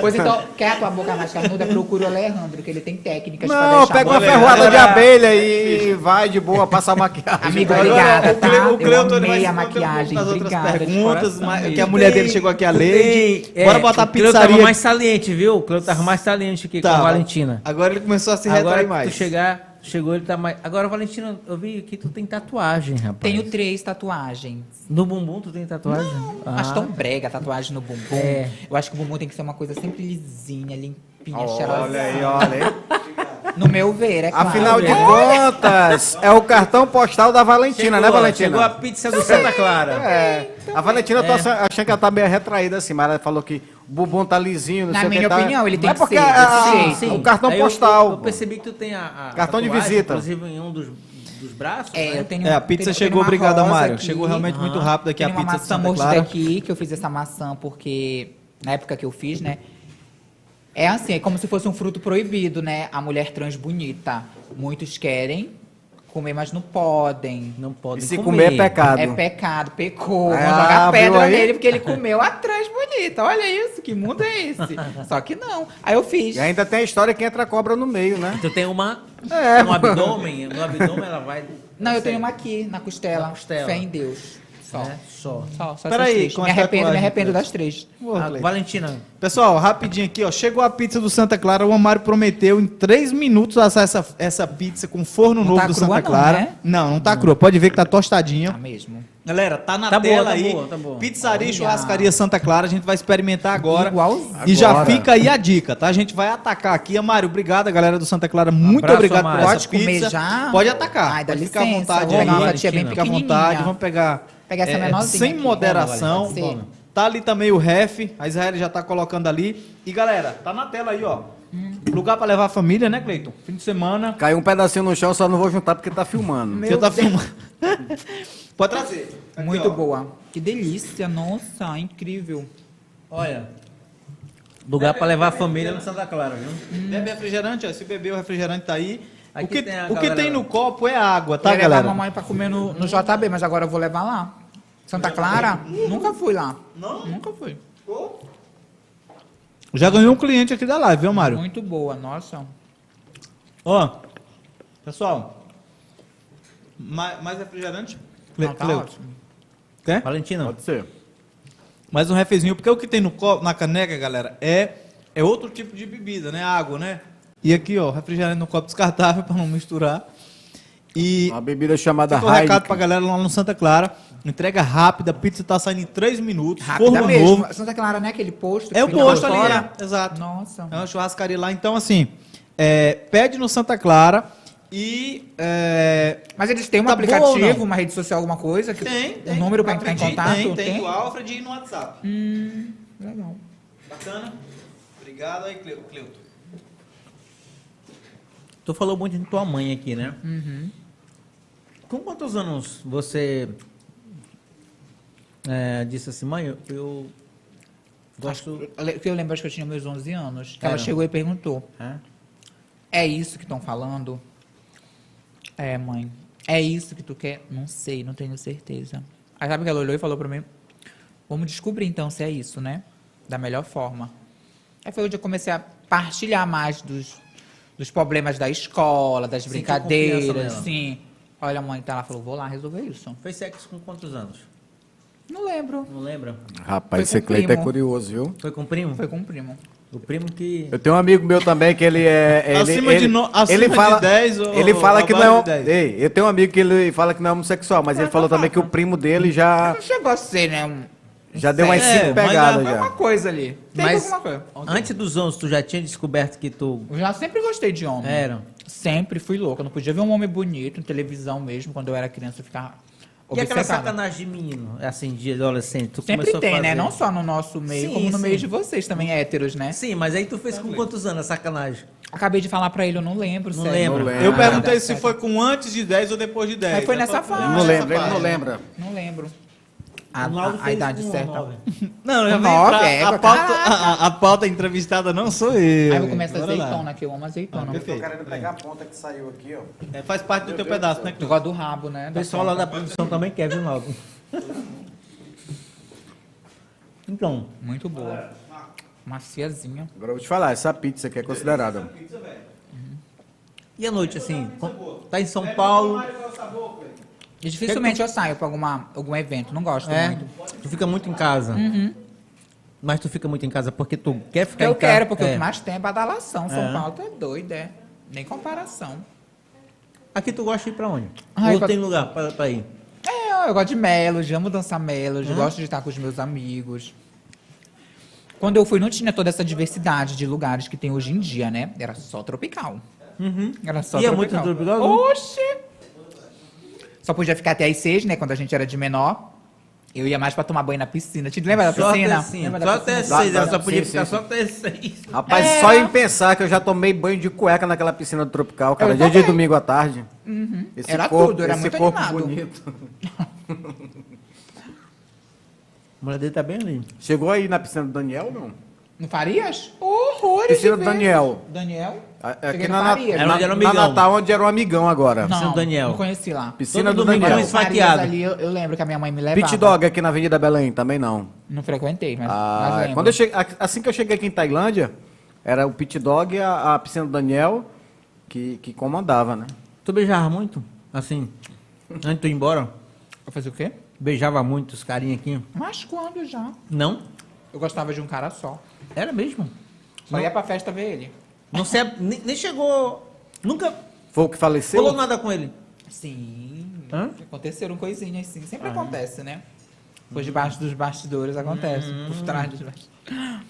Pois então, quer a tua boca mais carnuda? Procura o Alejandro, que ele tem técnicas pra Não, deixar... pega uma Olha, ferroada de galera, abelha e vai de boa, passa a maquiagem. Amigo, Vai- obrigada, tá? Cleo- Eu Cleotônio amei se a manter um pouco maquiagem, nas outras obrigada, de perguntas, coração mas- É que a mesmo. mulher dele chegou aqui a Lady. Tem, é, Bora botar a O Cleo pizzaria. tava mais saliente, viu? O Cleo tava mais saliente aqui com Tava. a Valentina. Agora ele começou a se Agora retrair que tu mais. chegar, chegou, ele tá mais. Agora, Valentina, eu vi que tu tem tatuagem, rapaz. Tenho três tatuagens. No bumbum tu tem tatuagem? Ah. Não, Acho tão brega a tatuagem no bumbum. É. Eu acho que o bumbum tem que ser uma coisa sempre lisinha, limpinha, Olha aí, cheirosinha. olha aí. No meu ver, é claro. Afinal de contas, é o cartão postal da Valentina, né, Valentina? Chegou a pizza do Santa *laughs* Clara. É, a então Valentina, eu tô acha- achando que ela tá meio retraída assim, mas ela falou que o bumbum tá lisinho, não Na sei o minha que tá. opinião, ele tem é que porque ser, a- tem a- que ser. o um cartão Aí eu- postal. Eu, percebi que tu tem a, a Cartão de tatuagem, visita. Inclusive em um dos, dos braços. É, né? eu tenho É, a tenho- pizza eu tenho chegou, uma obrigado, rosa Mário. aqui. Chegou realmente muito Aham. rápido aqui Tem a uma pizza de maçã Santa mordida Clara. aqui, que eu fiz essa maçã porque na época que eu fiz, né? É assim, é como se fosse um fruto proibido, né? A mulher trans bonita. Muitos querem comer, mas não podem. Não E pode se comer é pecado. É pecado, pecou. Vão Ah, jogar viu pedra aí? nele porque ele comeu a trans bonita. Olha isso, que mundo é esse? Só que não. Aí eu fiz. E ainda tem a história que entra a cobra no meio, né? Tu tem uma. É, no abdômen. No abdômen ela vai. Não, eu tenho uma aqui, na costela. Na costela. Fé em Deus. Só. Né? Só. Só, só Peraí, essas três. com Me as arrependo, me tatuagens, arrependo né? das três. Ah, Valentina, Pessoal, rapidinho aqui, ó. Chegou a pizza do Santa Clara. O Amário prometeu em três minutos assar essa, essa pizza com forno Não novo tá do crua Santa não, Clara. né? Não, não tá crua. Pode ver que tá tostadinha. Tá mesmo. Galera, tá na Tá boa, tela tá aí. boa, tá boa. Pizzaria e Olha. Churrascaria Santa Clara. A gente vai experimentar agora. Igualzinho. E já Agora. fica aí a dica, tá? A gente vai atacar aqui. Amário, obrigado, galera do Santa Clara. Muito Abraço, obrigado Amário. por essa Pode comer pizza. já? Pode atacar. Ai, dá Pode licença, ficar à vontade vou aí. pegar uma fatia bem Fica à pequenininha. vontade. Vamos pegar, é, Pegar essa menorzinha sem aqui. moderação. Vamos, Valentina. Sim. Tá ali também o ref. A Israel já tá colocando ali. E, galera, tá na tela aí, ó. Hum. Lugar pra levar a família, né, Cleiton? Fim de semana. Caiu um pedacinho no chão, só não vou juntar porque tá filmando. Você tá filmando. *laughs* Pode trazer. Aqui, Muito ó. boa. Que delícia, nossa, incrível. olha. Lugar pra levar a família no Santa Clara, viu? Bebe refrigerante, ó. Se beber, o refrigerante tá aí. Aqui o que, tem a o que galera. tem no copo é água, tá, Eu ia levar a galera? mamãe pra comer no, no JB, mas agora eu vou levar lá. Santa Clara? Nunca fui lá. Não? Nunca fui. Já ganhou um cliente aqui da live, viu, Mário? Muito boa, nossa. Ó, pessoal, ma- mais refrigerante? Não, tá Cleo- ótimo. Quer? Valentina. Pode ser. Mais um refezinho, porque o que tem no copo, na caneca, galera, é É outro tipo de bebida, né? Água, né? E aqui, ó, refrigerante no copo descartável *laughs* para não misturar. E Uma bebida chamada Fica um recado pra Heineken. galera lá no Santa Clara. Entrega rápida, a pizza tá saindo em 3 minutos. Rápida forno mesmo. um novo. Santa Clara, né? Aquele posto. É o que fica lá posto ali, fora. é. Exato. Nossa. É uma churrascaria lá. Então, assim, é, pede no Santa Clara e. é, Mas eles têm um Tá boa ou aplicativo, não? uma rede social, alguma coisa? Que tem, um tem. número pra no entrar em Alfred, contato? Hum, Tem, tem, do Alfred e no WhatsApp. Legal. Bacana. Obrigado aí, Cleu- Cleuto. Tu falou muito de tua mãe aqui, né? Uhum. Com quantos anos você é, disse assim, mãe, eu, eu gosto... Eu le- que eu lembro acho que eu tinha meus 11 anos. que Ela Era. chegou e perguntou: É? É isso que estão falando? É, mãe. É isso que tu quer? Não sei, não tenho certeza. Aí sabe que ela olhou e falou pra mim: Vamos descobrir então se é isso, né? Da melhor forma. Aí foi onde eu comecei a partilhar mais dos, dos problemas da escola, das Sentiu brincadeiras, confiança nela. assim. Olha, a mãe tá lá falou: Vou lá resolver isso. Fez sexo com quantos anos? Não lembro. Não lembra? Rapaz, Foi esse com Cleiton é primo. curioso, viu? Foi com o primo? Foi com o primo. O primo que... Eu tenho um amigo meu também que ele é. Ele, Acima de ele, no- acima ele de fala, 10 ou Ele fala que não abaixo de é. 10? Ei, eu tenho um amigo que ele fala que não é homossexual, mas ele falou também que o primo dele já, Ah. Não chegou a ser, né? um- já deu umas É, cinco mas pegadas dá- Foi já. uma coisa ali. Tem Mas- alguma coisa. Antes dos 11, tu já tinha descoberto que tu Eu já sempre gostei de homem. era... Sempre fui louca. Eu não podia ver um homem bonito em televisão mesmo. Quando eu era criança, eu ficava E é aquela obcecada. sacanagem de menino, assim, de adolescente? Tu Sempre começou a tem, fazer? né? Não só no nosso meio, Sim, como no meio sim. de vocês também, héteros, né? Sim, mas aí tu fez com quantos anos a sacanagem? Acabei de falar pra ele, eu não lembro, Não sério. lembra? Não lembra. Eu Ah, perguntei tá se certo. foi com antes de 10 ou depois de 10. Mas foi né? nessa Foi- fase. Ele não lembra, ele nessa não fase. lembra. Não lembro. O A, Naldo a- a Um fez idade com certa. nove. Não, já vem Nove, pra- é, a, pauta, caraca. a, a pauta entrevistada não sou eu. Aí eu hein? começo a então, Bora né? lá. azeitona, que eu amo azeitona. Ah, perfeito. querendo pegar a ponta que saiu aqui, ó. É, faz parte do teu pedaço, né, Tu Cleuto? gosta do rabo, né? O Da pessoal lá ponta. da produção também quer, viu, *laughs* Naldo? Então, Muito boa. Maciazinha. Agora eu vou te falar, essa pizza aqui é considerada. e à noite, assim? com- Tá em São Paulo, E dificilmente eu saio pra alguma, algum evento. Não gosto é? muito. Tu fica muito em casa. Mas tu fica muito em casa porque tu quer ficar Uhum. Eu em casa? quero, porque o é. que mais tem é badalação. São É. Paulo tá doido, é. Nem comparação. Aqui tu gosta de ir pra onde? Ai, Ou pra- tem lugar pra, pra ir? É, eu gosto de melody, amo dançar melody, gosto de estar com os meus amigos. Quando eu fui, não tinha toda essa diversidade de lugares que tem hoje em dia, né? Era só tropical. Era só E é tropical. muito tropical, né? Oxi! Só podia ficar até às seis, né? Quando a gente era de menor. Eu ia mais pra tomar banho na piscina. Te lembra da Só até, piscina? assim, Lembra da só piscina? até Dá- seis, dá- ela só sim, podia sim, ficar sim. só até seis. Rapaz, É. só em pensar que eu já tomei banho de cueca naquela piscina tropical, cara. Eu Dia de também. Uhum. domingo à tarde. Esse Era tudo, era esse muito corpo animado. bonito. A mulher dele tá bem ali. Chegou aí na piscina do Daniel, não? No Farias? Horrores Piscina do de ver. Daniel. Daniel? A- Cheguei Aqui no na, na, Farias. Era onde era na, um na amigão. Natal, onde era um amigão agora. Piscina do Daniel. Não conheci lá. Piscina Todo do domingo Daniel. é um Não, Farias esfaqueado. ali, eu, eu lembro que a minha mãe me levava. Pit Dog aqui na Avenida Belém, também não. Não frequentei, É, mas, Ah, mas lembro. quando eu cheguei, assim que eu cheguei aqui em Tailândia, era o Pit Dog e a, a piscina do Daniel que, que comandava, né? Tu beijava muito? Assim, antes de tu ir embora, Eu fazia o quê? beijava muito os carinha aqui? Mas quando já? Não? Eu gostava de um cara só. Era mesmo? Só ia pra festa ver ele. Não se, nem, nem chegou. Nunca Foi o que faleceu? falou nada com ele. Sim. Hã? Aconteceram coisinhas, sim. Sempre Ah. acontece, né? Por debaixo dos bastidores acontece. Hum. Por trás dos bastidores.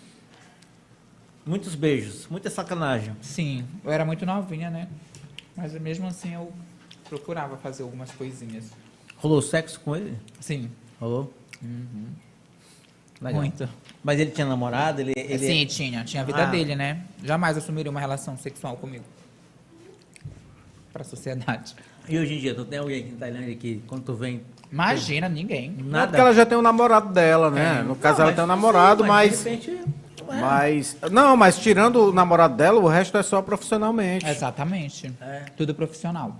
Muitos beijos, muita sacanagem. Sim, eu era muito novinha, né? Mas mesmo assim eu procurava fazer algumas coisinhas. Rolou sexo com ele? Sim, Rolou? Legal. muito. Mas ele tinha namorado, ele. ele... Sim, tinha. Tinha a vida Ah. dele, né? Jamais assumiria uma relação sexual comigo. Pra sociedade. E hoje em dia, tu tem alguém aqui em Tailândia que quando tu vem. Imagina, ninguém. Não, Nada. porque ela já tem um namorado dela, né? No caso, ela tem um namorado, mas, De repente, mas, Não, mas tirando o namorado dela, o resto é só profissionalmente. Exatamente. É. Tudo profissional.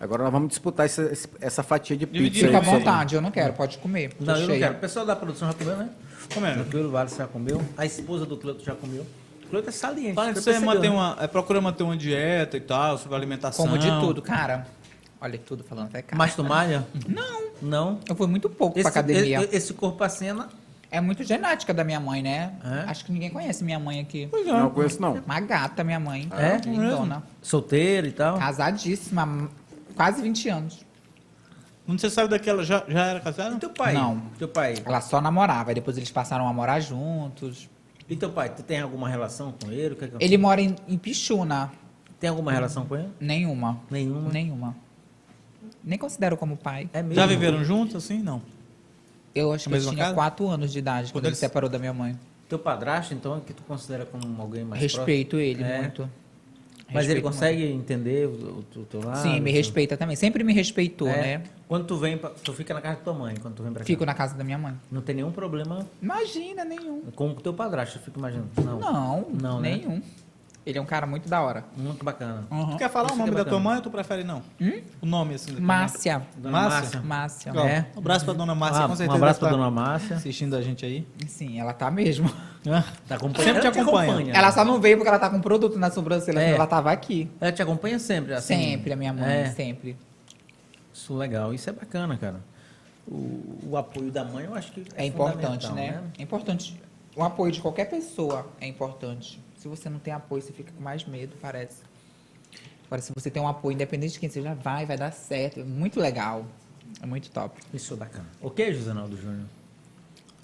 Agora nós vamos disputar essa, esse- essa fatia de pizza. Fica à aí, você. vontade, eu não quero, pode comer. tô Não, eu não cheia. quero. O pessoal da produção já comeu, né? Comendo. Tranquilo, o Wallace já comeu. A esposa do Cleuto já comeu. O Cleuto é saliente. Fala que tu você percebeu, mantém né? uma, é, procura manter uma dieta e tal, sobre alimentação. Como de tudo, cara. Olha tudo falando até cara. Mas tu malha? Não, Não. eu fui muito pouco Esse, pra academia. e- e- esse corpo acena É muito genética da minha mãe, né? É? Acho que ninguém conhece minha mãe aqui. Pois Não conheço, não. Uma gata, minha mãe. É? Lindona. Solteiro e tal. Casadíssima, m- quase 20 anos. Quando você saiu daquela, já, já era casada? E teu pai? Não. Teu pai? Ela só namorava, aí depois eles passaram a morar juntos. E teu pai, tu tem alguma relação com ele? O que é que- Ele mora em, em Pichuna. Tem alguma relação com ele? Nenhuma. Nenhuma. Nenhuma. Nem considero como pai. É mesmo? Já viveram juntos, assim? Não. Eu Na acho que eu mesma tinha casa? 4 anos de idade quando Quando ele eles- se separou da minha mãe. Teu padrasto, então, é que tu considera como alguém mais Respeito ele É. muito. próximo? Mas ele Respeito consegue entender o, o, o teu lado? muito. Sim, me o teu- respeita também. Sempre me respeitou, É. né? Quando tu vem, pra- tu fica na casa da tua mãe, quando tu vem pra Fico cá. na casa da minha mãe. Não tem nenhum problema Imagina, nenhum. com o teu padrasto, eu fico imaginando. Não. Não, Não, né? nenhum. Ele é um cara muito da hora. Muito bacana. Uhum. Tu quer falar Isso o nome que é da tua bacana. Hum? mãe ou tu prefere não? O nome, é assim, da tua Márcia. Dona Márcia? Márcia, mãe? né? Ó, Um abraço pra dona Márcia, Ah, com um certeza. abraço pra tá dona Márcia. Assistindo a gente aí. Sim, ela tá mesmo. Tá acompanhando. Sempre te Ela acompanha. Ela só não veio porque ela tá com produto na sobrancelha, É. senão ela tava aqui. Ela te acompanha sempre, assim. sempre, a minha mãe, É. sempre. Isso legal, isso é bacana, cara. O, o apoio da mãe, eu acho que É importante, né? É importante. O apoio de qualquer pessoa é importante. Se você não tem apoio, você fica com mais medo, parece. Agora, se você tem um apoio, independente de quem seja, vai, vai dar certo. É muito legal. É muito top. Isso é bacana. Ok, José Naldo Júnior?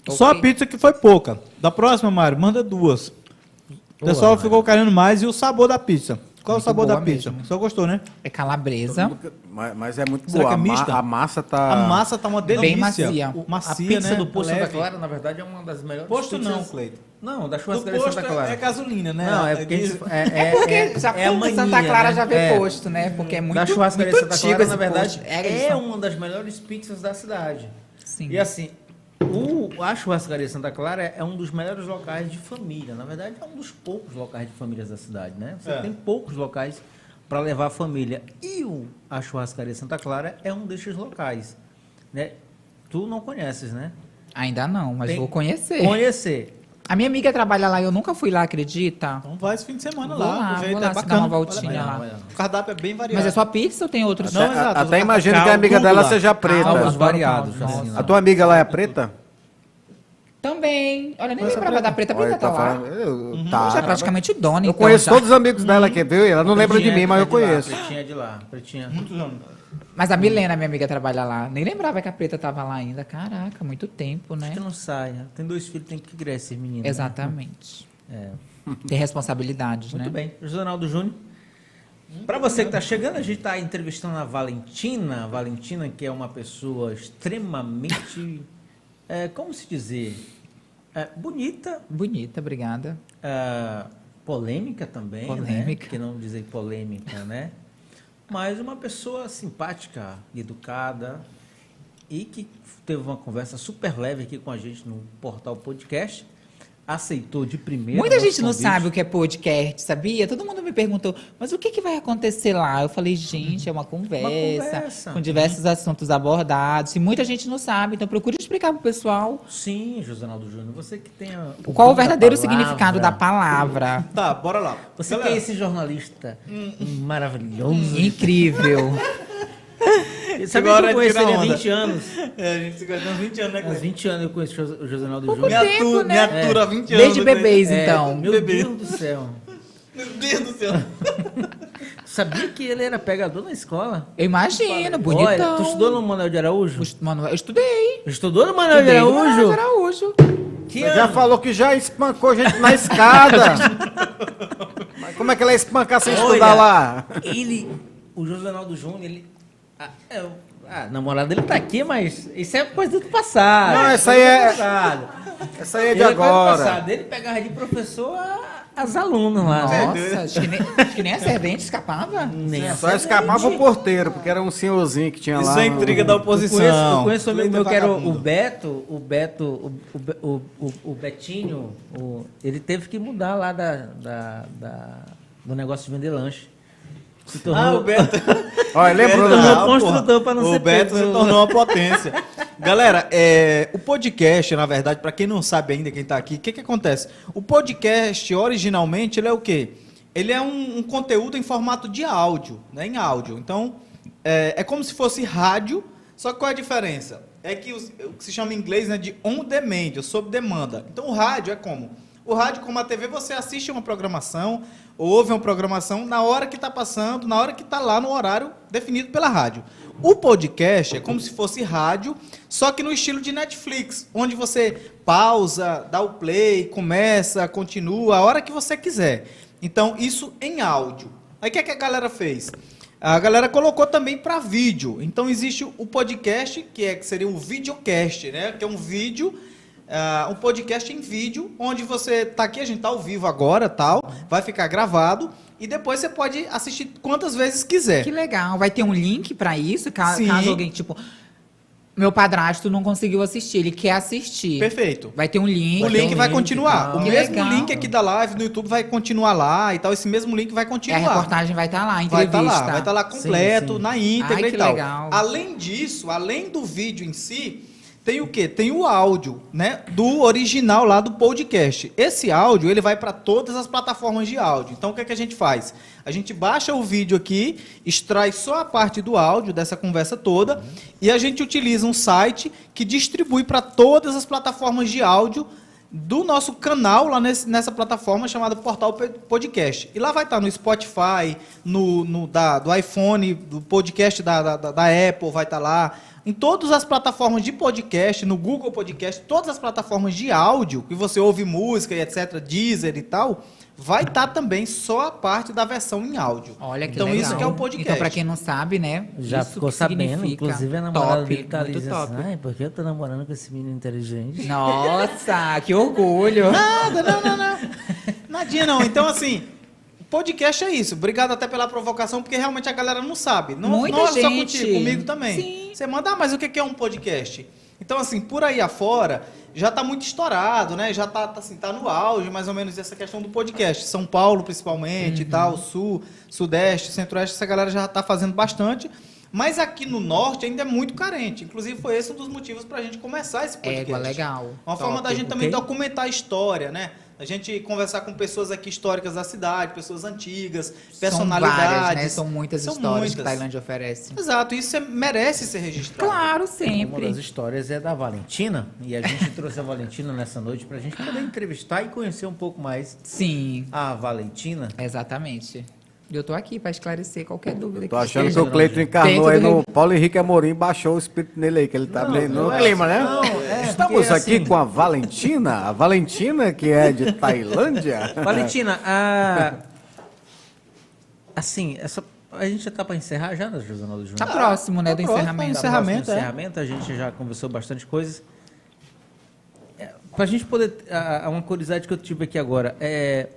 Só a Ok? pizza que foi pouca. Da próxima, Mário, manda duas. O Boa, pessoal Mário. ficou querendo mais e o sabor da pizza. Qual é o Muito sabor da boa pizza? mesmo. Só gostou, né? É calabresa. Mas, mas é muito Será boa. que é A ma- mista? a massa tá. A massa tá uma delícia. Bem macia. O- a Macia, pizza né? do Posto Santa Leve. Clara, na verdade, é uma das melhores Posto pizzas- não, Cleito. Não, da Do churrascaria posto Santa Clara. é, é gasolina, né? Não, é porque... Diz- É, É porque já é a foi mania, Santa Clara né? já veio É. posto, né? Porque é muito, da churrascaria muito Santa antigo Clara, esse na verdade, posto. é, eles são- uma das melhores pizzas da cidade. Sim. E assim, o, a churrascaria Santa Clara é, é um dos melhores locais de família. Na verdade, é um dos poucos locais de famílias da cidade, né? Você É. tem poucos locais para levar a família. E o, a churrascaria Santa Clara é um desses locais, né? Tu não conheces, né? Ainda não, mas Tem- vou conhecer. Conhecer. A minha amiga trabalha lá e eu nunca fui lá, acredita? Então vai esse fim de semana Vou lá. lá, aproveita, vou lá, é se dá bacana. uma voltinha Vai Olha, lá, lá. vai lá. O cardápio é bem variado. Mas é só pizza ou tem outros? é Não, A- exato, até tá imagino que a caldo, amiga tudo dela lá. seja Alguns preta. Caldo. variados, Nossa. assim. A tua amiga lá é preta? Também. Olha, nem Mas lembrava a da preta. A Olha, preta tá lá. falando- eu- Tá. Já é Tá. praticamente dona, Eu então, conheço já. todos os amigos dela aqui, viu? Ela não lembra de Pretinha, mim, mas eu é de lá, conheço. Pretinha é de lá, pretinha. Muitos anos. Mas a Milena, minha amiga, trabalha lá. Nem lembrava que a preta tava lá ainda. Caraca, muito tempo, né? Que não saia. Tem dois filhos, tem que crescer, menino. Exatamente. É. Tem responsabilidades, Muito né? bem. José Ronaldo Júnior. Para você que está chegando, a gente está entrevistando a Valentina. A Valentina, que é uma pessoa extremamente. é, como se dizer? É, bonita, Bonita, obrigada. é, polêmica também, né? Polêmica. Que não dizer polêmica, né? Mas uma pessoa simpática, educada e que teve uma conversa super leve aqui com a gente no portal podcast. Aceitou de primeira. Muita nosso gente não convite. sabe o que é podcast, sabia? Todo mundo me perguntou, mas o que, que vai acontecer lá? Eu falei, gente, é uma conversa, conversa. com diversos assuntos abordados. E muita gente não sabe, então procure explicar pro pessoal Sim, José Naldo Júnior, você que tem a- qual dom o verdadeiro da significado da palavra. Tá, bora lá. Você que Galera, é esse jornalista Hum. maravilhoso. Incrível. Sabe Agora que eu conheço tira ele há onda. 20 anos. *laughs* É, a gente se conhece há uns 20 anos, né, Há Cleito? 20 anos eu conheço o José- o José Naldo Pouco Júnior. tempo. atu- né? me atura há 20 Desde anos, né, bebês, É, então. meu Bebê. Deus do céu. Cleito? Meu Deus do *laughs* céu. Sabia que ele era pegador na escola? *laughs* Eu imagino, Olha, bonitão. tu estudou no Manuel de Araújo? Os- Mano, eu estudei. Estudou no Manuel de Estudei no Araújo? Araújo. Que Ela já ano? falou que já espancou gente na escada. Mas como é que ela ia espancar sem estudar Olha, lá? Ele, o José Naldo Júnior, ele... Ah, é, o- ah, a namorada dele tá aqui, mas isso é coisa do passado. Não, essa aí coisa do é- passado. Essa aí é de Ele era coisa do agora. passado, Ele pegava de professor a- as alunas lá. né? Nossa, acho que, nem, acho que nem a servente escapava. Nem Só escapava o porteiro, porque era um senhorzinho que tinha lá. Isso é no- intriga da oposição. Eu conheço, eu conheço um amigo Cleito é meu que era o- o vagabundo. Beto, o Beto, o, o, Be- o, o- o Betinho, o- ele teve que mudar lá da, da- da- do negócio de vender lanche. Se tornou, Ah, o Beto. Olha, lembrou, né? Não, construtor porra. pra não o ser Beto preso. se tornou uma potência. Galera, é, o podcast, na verdade, pra quem não sabe ainda, quem tá aqui, o que que acontece? O podcast, originalmente, ele é o quê? Ele é um, um conteúdo em formato de áudio, né? Em áudio. Então, é, é como se fosse rádio, só que qual é a diferença? é que os- o que se chama em inglês né, de on demand, ou sob demanda. Então o rádio é como? O rádio, como a TV, você assiste uma programação, ouve uma programação na hora que está passando, na hora que está lá no horário definido pela rádio. O podcast é como se fosse rádio, só que no estilo de Netflix, onde você pausa, dá o play, começa, continua, a hora que você quiser. Então, isso em áudio. Aí o que, é que a galera fez? A galera colocou também para vídeo. Então existe o podcast, que, é, que seria o videocast, né? Que é um vídeo, ah, um podcast em vídeo, onde você tá aqui, a gente tá ao vivo agora, tal, vai ficar gravado e depois você pode assistir quantas vezes quiser. Que legal. Vai ter um link pra isso, ca- caso, Sim. alguém, tipo, meu padrasto não conseguiu assistir, ele quer assistir. Perfeito. Vai ter um link. O link um vai link, continuar. tá. O Que mesmo legal. link aqui da live no YouTube vai continuar lá e tal. Esse mesmo link vai E a continuar. reportagem vai estar lá, a Vai entrevista. estar lá, vai estar lá Sim, completo, sim. na íntegra Ai, e que tal. legal. Além disso, além do vídeo em si, tem o quê? Tem o áudio, né, do original lá do podcast. Esse áudio, ele vai para todas as plataformas de áudio. Então o que é que a gente faz? A gente baixa o vídeo aqui, extrai só a parte do áudio dessa conversa toda Uhum. e a gente utiliza um site que distribui para todas as plataformas de áudio do nosso canal lá nesse- nessa plataforma chamada Portal Pe- Podcast. E lá vai estar no Spotify, no, no da, do iPhone, do podcast da, da, da- da Apple, vai estar lá. Em todas as plataformas de podcast, no Google Podcast, todas as plataformas de áudio, que você ouve música e etc., Deezer e tal, vai estar também só a parte da versão em áudio. Olha que então, legal. isso que é o podcast. Então, pra quem não sabe, né? Já isso ficou que sabendo, significa inclusive a namorada top, dele tá ali muito dizendo top. assim, ai, por que eu tô namorando com esse menino inteligente? Nossa, que orgulho. Nada, não, não, não. *laughs* Nadinha não. Então, assim, podcast é isso. Obrigado até pela provocação, porque realmente a galera não sabe. Não, Muita não é só gente. contigo, comigo também. Você manda, ah, mas o que que é um podcast? Então, assim, por aí afora, já está muito estourado, né? Já está assim, tá no auge, mais ou menos, essa questão do podcast. São Paulo, principalmente, e tal, Sul, Sudeste, Centro-Oeste, essa galera já está fazendo bastante. Mas aqui no Norte ainda é muito carente. Inclusive, foi esse um dos motivos para a gente começar esse podcast. Égua, legal. Uma forma da Top. gente também ok? documentar a história, né? A gente conversar com pessoas aqui históricas da cidade, pessoas antigas, personalidades. São várias, né? São muitas São histórias que muitas. é Tailândia oferece. Exato, isso é- merece ser registrado. Claro, Uma das sempre. histórias é da Valentina, e a gente *laughs* trouxe a Valentina nessa noite pra gente poder entrevistar e conhecer um pouco mais Sim, a Valentina. exatamente. E eu tô aqui pra esclarecer qualquer dúvida Tô que achando que esteja. o Cleiton encarnou Dentro aí do no Rio- Paulo Henrique Amorim, baixou o espírito nele aí, que ele tá bem no não é clima, né? assim, não, é, Estamos porque, aqui assim- com a Valentina, a Valentina que é de Tailândia. É. Valentina, a... assim, essa... a gente já tá pra encerrar já, né, José Ronaldo Júnior? Tá próximo, né, Tá do próximo, encerra- encerramento. encerramento, Próximo é. encerramento, a gente já conversou bastante coisas. para a gente poder. A, a- uma curiosidade que eu tive aqui agora. É,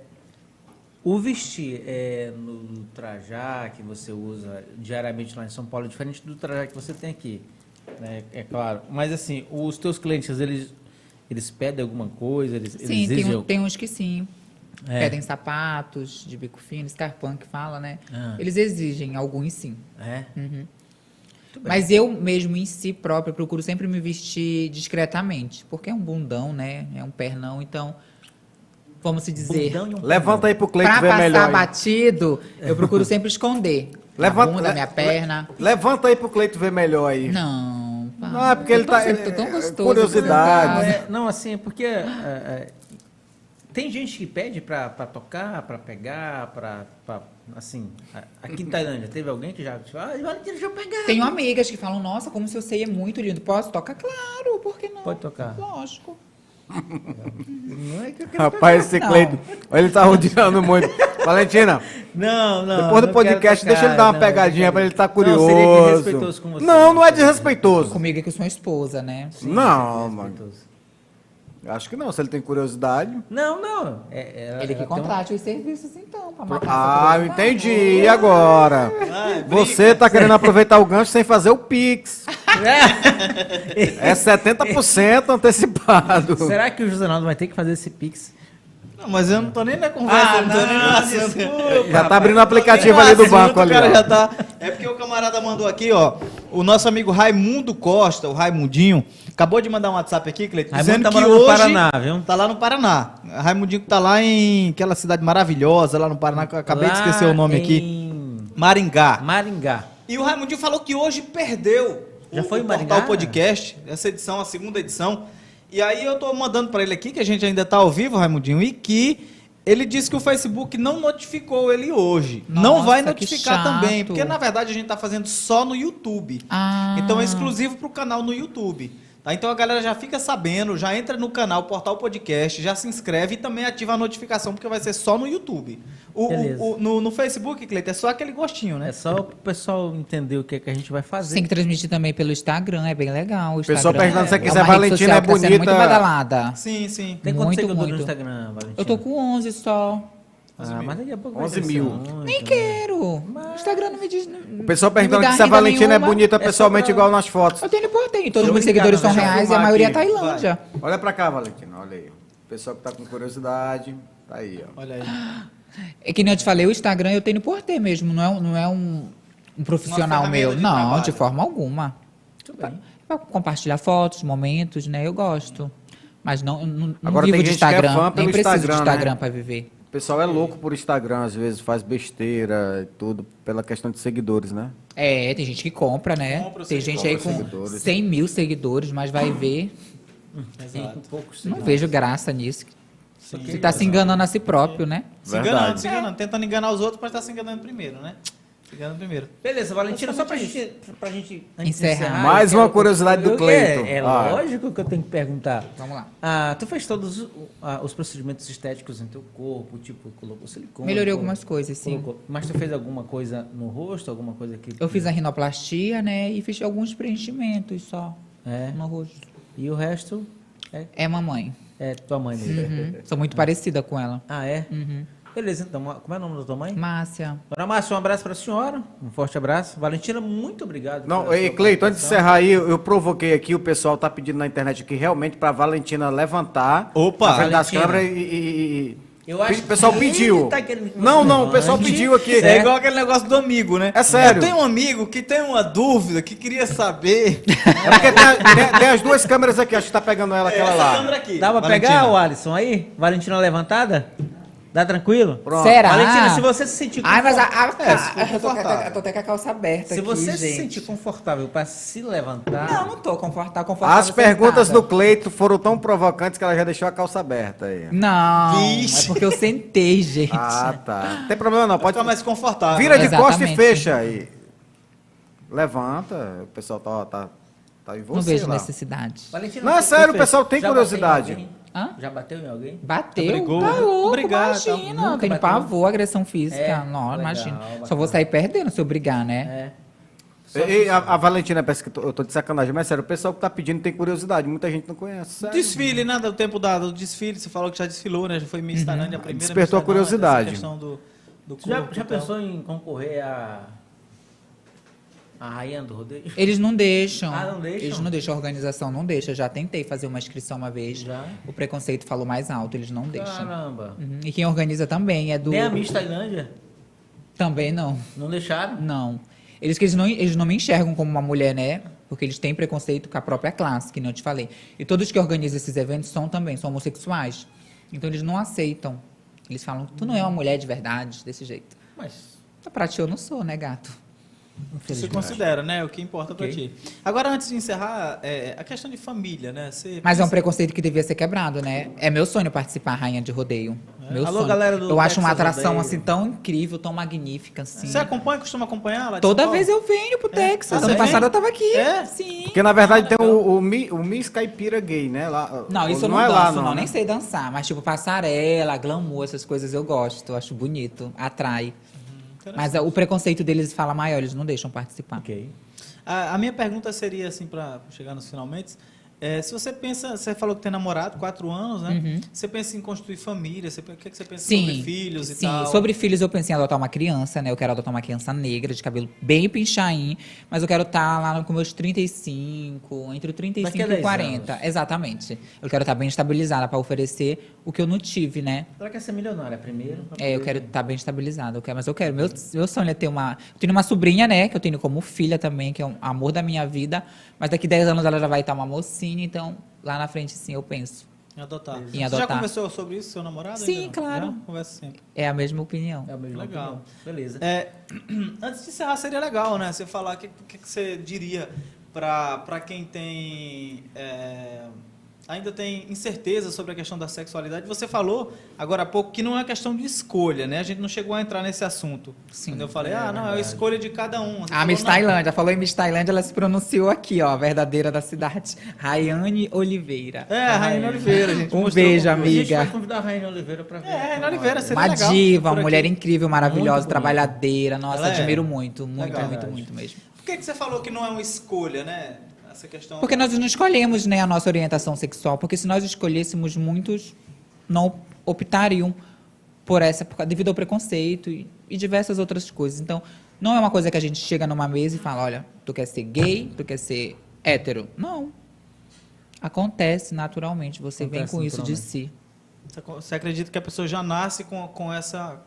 o vestir é, no, no trajar que você usa diariamente lá em São Paulo é diferente do trajar que você tem aqui. né? É claro. Mas assim, os teus clientes, eles, eles pedem alguma coisa? Eles, eles Sim, tem, exigem um- alguma- tem uns que sim. É. Pedem sapatos de bico fino, escarpão que fala, né? Ah. Eles exigem, alguns sim. É? Muito bem. Mas eu mesmo em si própria procuro sempre me vestir discretamente, porque é um bundão, né? É um pernão, então vamos se dizer, Bundão e um Levanta aí pro Cleiton Pra ver passar melhor. aí. batido, eu procuro sempre esconder. Levanta- Levanta, bunda, le- minha le- perna. Levanta aí pro Cleiton ver melhor aí. Não, pá. Não, é porque ele Eu tô tá- sempre- ele- tô tão é gostoso. né? curiosidade. Não, tão é- não, assim, é porque é, é, tem gente que pede pra pra tocar, pra pegar, pra, pra, assim, a- aqui em Tailândia teve alguém que já tipo, ah, olha, deixa eu pegar. Tenho amigas que falam, nossa, como seu seio é muito lindo. Posso tocar? Claro, por que não? Pode tocar. Lógico. Não é que eu quero Rapaz, esse Não. Cleiton, ele tá *laughs* rodeando muito. Valentina, pegar. Não, não. depois do não quero podcast, tocar, deixa ele dar uma não, pegadinha não pra quero. ele tá Não, curioso. seria desrespeitoso com você. né? assim? Não, não é desrespeitoso. Comigo é que eu sou uma esposa, né? Não, mano. Desrespeitoso. Acho que não, se ele tem curiosidade. Não, não. É, ela- Ele que ela tem um- contrate os serviços, então, pra matar então- Ah, essa eu curiosidade. entendi. E agora? Vai, briga. Você tá querendo aproveitar o gancho sem fazer o Pix. *laughs* É 70% antecipado. *laughs* Será que o José Naldo vai ter que fazer esse pix? Não, mas eu não tô nem na conversa, Ah, não, tô nem não, no *laughs* assunto. desculpa, Já tá abrindo o Eu tô nem aplicativo no ali do assunto, banco ali. cara, ó. já tá- É porque o camarada mandou aqui, ó. O nosso amigo Raimundo Costa, o Raimundinho, acabou de mandar um WhatsApp aqui, Cleiton, Raimundo dizendo tá que morando no hoje Paraná, viu? Tá lá no Paraná. Raimundinho que tá lá em aquela cidade maravilhosa, lá no Paraná, que eu acabei de esquecer o nome aqui. aqui. Maringá. Maringá. E o Raimundinho falou que hoje perdeu. Já o, foi o em Portal Maringá? Podcast, essa edição, a segunda edição. E aí eu tô mandando para ele aqui, que a gente ainda tá ao vivo, Raimundinho, e que ele disse que o Facebook não notificou ele hoje. não Nossa, vai que notificar chato. também, porque na verdade a gente tá fazendo só no YouTube. Ah. Então é exclusivo para o canal no YouTube. Tá? Então a galera já fica sabendo, já entra no canal Portal Podcast, já se inscreve e também ativa a notificação, porque vai ser só no YouTube. O- o- Beleza. o- no, no Facebook, Cleiton, é só aquele gostinho, né? É só o pessoal entender o que, é que a gente vai fazer. Tem que transmitir também pelo Instagram, é bem legal. O Pessoal Instagram perguntando se você uma quiser, rede Valentina social é que tá sendo bonita. muito badalada. Sim, sim. Tem quantos Muito, seguidores muito. no Instagram, Valentina? Eu tô com 11 só. Ah, mas daqui a pouco 11 vai então, mil. Nem quero. O Instagram não me diz. O pessoal perguntando que que se a Valentina é bonita só pessoalmente pra- igual nas fotos. Eu tenho, pô, eu tenho. Todos Tô os meus brincando, seguidores são deixa eu reais e a filmar maioria aqui. tá em Tailândia. Olha pra cá, Valentina, olha aí. O pessoal que tá com curiosidade, tá aí, ó. Olha aí. É que nem eu te falei, o Instagram eu tenho por ter mesmo, não é, um- não é um, um profissional Uma ferramenta meu. de não, trabalho. de forma alguma. Muito Pra, bem. pra compartilhar fotos, momentos, né? Eu gosto. Mas não, não, não Agora vivo tem de gente que é Instagram. fã pelo Nem preciso Instagram, de né? Instagram pra viver. O pessoal é louco por Instagram, às vezes faz besteira e tudo, pela questão de seguidores, né? É, tem gente que compra, né? Compra os tem gente aí com seguidores. 100 mil seguidores, mas vai ver. Exato. Poucos Não seguidores. vejo graça nisso. Sim. Você tá se enganando a si próprio, né? Se enganando, se enganando. Tentando enganar os outros, mas tá se enganando primeiro, né? Se enganando primeiro. Beleza, Valentina, só pra gente, pra gente antes de Encerrar. Mais eu quero- uma curiosidade do eu- Cleiton. É, é Ah. lógico que eu tenho que perguntar. Vamos lá. Ah, tu fez todos o- ah, os procedimentos estéticos em teu corpo, tipo, colocou silicone. Melhorei colocou- algumas coisas, sim. colocou- mas tu fez alguma coisa no rosto, alguma coisa que. Eu fiz a rinoplastia, né? E fiz alguns preenchimentos só É. no rosto. E o resto é, É mamãe. é tua mãe mesmo. Uhum. *laughs* Sou muito parecida com ela. Ah, é? Uhum. Beleza, então. Como é o nome da tua mãe? Márcia. Dona Márcia, um abraço para a senhora, um forte abraço. Valentina, muito obrigado. Não, pela e sua Cleiton, antes de participação. encerrar aí, eu eu provoquei aqui, o pessoal tá pedindo na internet aqui realmente pra Valentina levantar Opa! na frente das Valentina. câmeras e. e- e- Eu pe- acho o pessoal que pediu. ele tá querendo que Não, você não, o pessoal levante. pediu aqui. É igual aquele negócio do amigo, né? É sério. Eu tenho um amigo que tem uma dúvida, que queria saber. É porque tem, tem- tem as duas câmeras aqui, acho que tá pegando ela, *laughs* aquela lá. aqui. Dá pra Valentina. pegar é? o Alisson aí? Valentina levantada? Dá tranquilo? Pronto. Será? Valentina, se você se sentir Ai, mas a, confortável, a, É, se for a- eu, tô, confortável. até- eu tô até com a calça aberta se aqui, você se gente. sentir confortável pra se levantar, Não, não tô confortável. confortável As perguntas do sentada. Cleiton foram tão provocantes que ela já deixou a calça aberta aí. Não, Vixe. é porque eu sentei, gente. Ah, tá. Não tem problema não, Pode pode ficar mais confortável. Vira de Exatamente. costa e fecha aí. Levanta, o pessoal tá, tá, tá em você não vejo lá. necessidade. Valentina, Não, é tu- sério, tu o fez. pessoal tem Já curiosidade. bateu em Hã? alguém? Já bateu em alguém? Bateu? Brigou, tá né? louco, Obrigado, tá- imagina. nunca eu tenho bateu. pavor, agressão física. É, não, legal, imagina. Só bacana. vou sair perdendo se eu brigar, né? É. E, e a, a Valentina, parece que eu tô- eu tô de sacanagem, mas sério, o pessoal que tá pedindo tem curiosidade, muita gente não conhece. sério. Desfile, né? Do tempo da, do desfile, você falou que já desfilou, né? Já foi Miss Tarândia, a primeira Uhum. Despertou Miss Tarândia, a curiosidade. essa questão do, do Tu já, corpo então. já e tal. pensou em concorrer a. a rainha do rodeio? Eles não deixam. Ah, não deixam? Eles não deixam, a organização não deixa. Eu Já tentei fazer uma inscrição uma vez. Já? O preconceito falou mais alto, eles não deixam. Caramba. Uhum, E quem organiza também é do. Nem a Miss Tailândia? Também não. Não deixaram? Não. Eles que eles não, eles não me enxergam como uma mulher, né? Porque eles têm preconceito com a própria classe, que nem eu te falei. E todos que organizam esses eventos são também, são homossexuais. Então eles não aceitam. Eles falam, tu não é uma mulher de verdade, desse jeito. Mas. Então, Pra ti eu não sou, né, gato? Você considera, né? O que importa pra ti. Agora, antes de encerrar, é, a questão de família, né? Você Mas é um pensa- preconceito que devia ser quebrado, né? É meu sonho participar Rainha de Rodeio. Meu É. Alô, sonho. galera do eu acho uma Texas atração Rodeio. assim tão incrível, tão magnífica, assim. Você acompanha, costuma acompanhar é lá? Toda vez eu venho pro Tá Ah, Texas. você ano passado vem? eu tava aqui. É? Sim. Porque na verdade tem o, o, Mi- o Miss Caipira gay, né? Lá, Não, isso eu não, é danço, lá, não, né? nem sei dançar. Mas, tipo, passarela, glamour, essas coisas eu gosto, acho bonito, atrai. Mas é, o preconceito deles fala maior, eles não deixam participar. Ok. A, a minha pergunta seria, assim, para chegar nos finalmente, é, se você pensa, você falou que tem namorado, quatro anos, né? Você pensa em constituir família, você, pe- o que, que você pensa Uhum. Sim. é sobre filhos e sim. tal? Sobre filhos, eu pensei em adotar uma criança, né? Eu quero adotar uma criança negra, de cabelo bem pinchain, mas eu quero estar lá com meus 35, entre o 35 Daqui a e 10 40. anos. Exatamente. Eu quero estar bem estabilizada para oferecer o que eu não tive, né? Ela quer ser é milionária primeiro. pra É, eu poder- quero estar bem estabilizada, eu quero, mas eu quero. Meu, meu sonho é ter uma. Eu tenho uma sobrinha, né? Que eu tenho como filha também, que é um amor da minha vida. Mas daqui 10 anos ela já vai estar uma mocinha, então lá na frente, sim, eu penso. Em adotar. Em Você já adotar. conversou sobre isso, seu namorado? ainda Sim, não? claro. Já? Conversa assim. sempre. É a mesma opinião. É o mesmo Legal. Legal. Beleza. *clears throat* É, antes de encerrar, seria legal, né? Você falar o que, o que, que você diria para quem tem é, ainda tem incerteza sobre a questão da sexualidade. Você falou agora há pouco que não é questão de escolha, né? A gente não chegou a entrar nesse assunto. Sim. Ah, Quando eu falei, É, ah, não, é a verdade. escolha de cada um. Você A falou, Miss não, Tailândia, falou em Miss Tailândia, ela se pronunciou aqui, ó, a verdadeira da cidade, *laughs* Rayane Oliveira. É, a Rainha Oliveira, *laughs* gente. Um mostrou beijo, A gente vai amiga. convidar a Rainha Oliveira para vir. É, Rainha Oliveira, seria Uma legal diva, por uma aqui. mulher incrível, Muito maravilhosa, bonita. trabalhadeira. Nossa, Ela é. admiro muito, muito, Legal. muito, Verdade. muito mesmo. Por que, que você falou que não é uma escolha, né? Essa questão. Porque nós não escolhemos né, a nossa orientação sexual, porque se nós escolhêssemos, muitos não optariam por essa, por- devido ao preconceito e, e diversas outras coisas. Então, não é uma coisa que a gente chega numa mesa e fala, olha, tu quer ser gay, tu quer ser hétero. Não. Acontece naturalmente, você Acontece vem com isso de naturalmente. si. Você acredita que a pessoa já nasce com, com essa.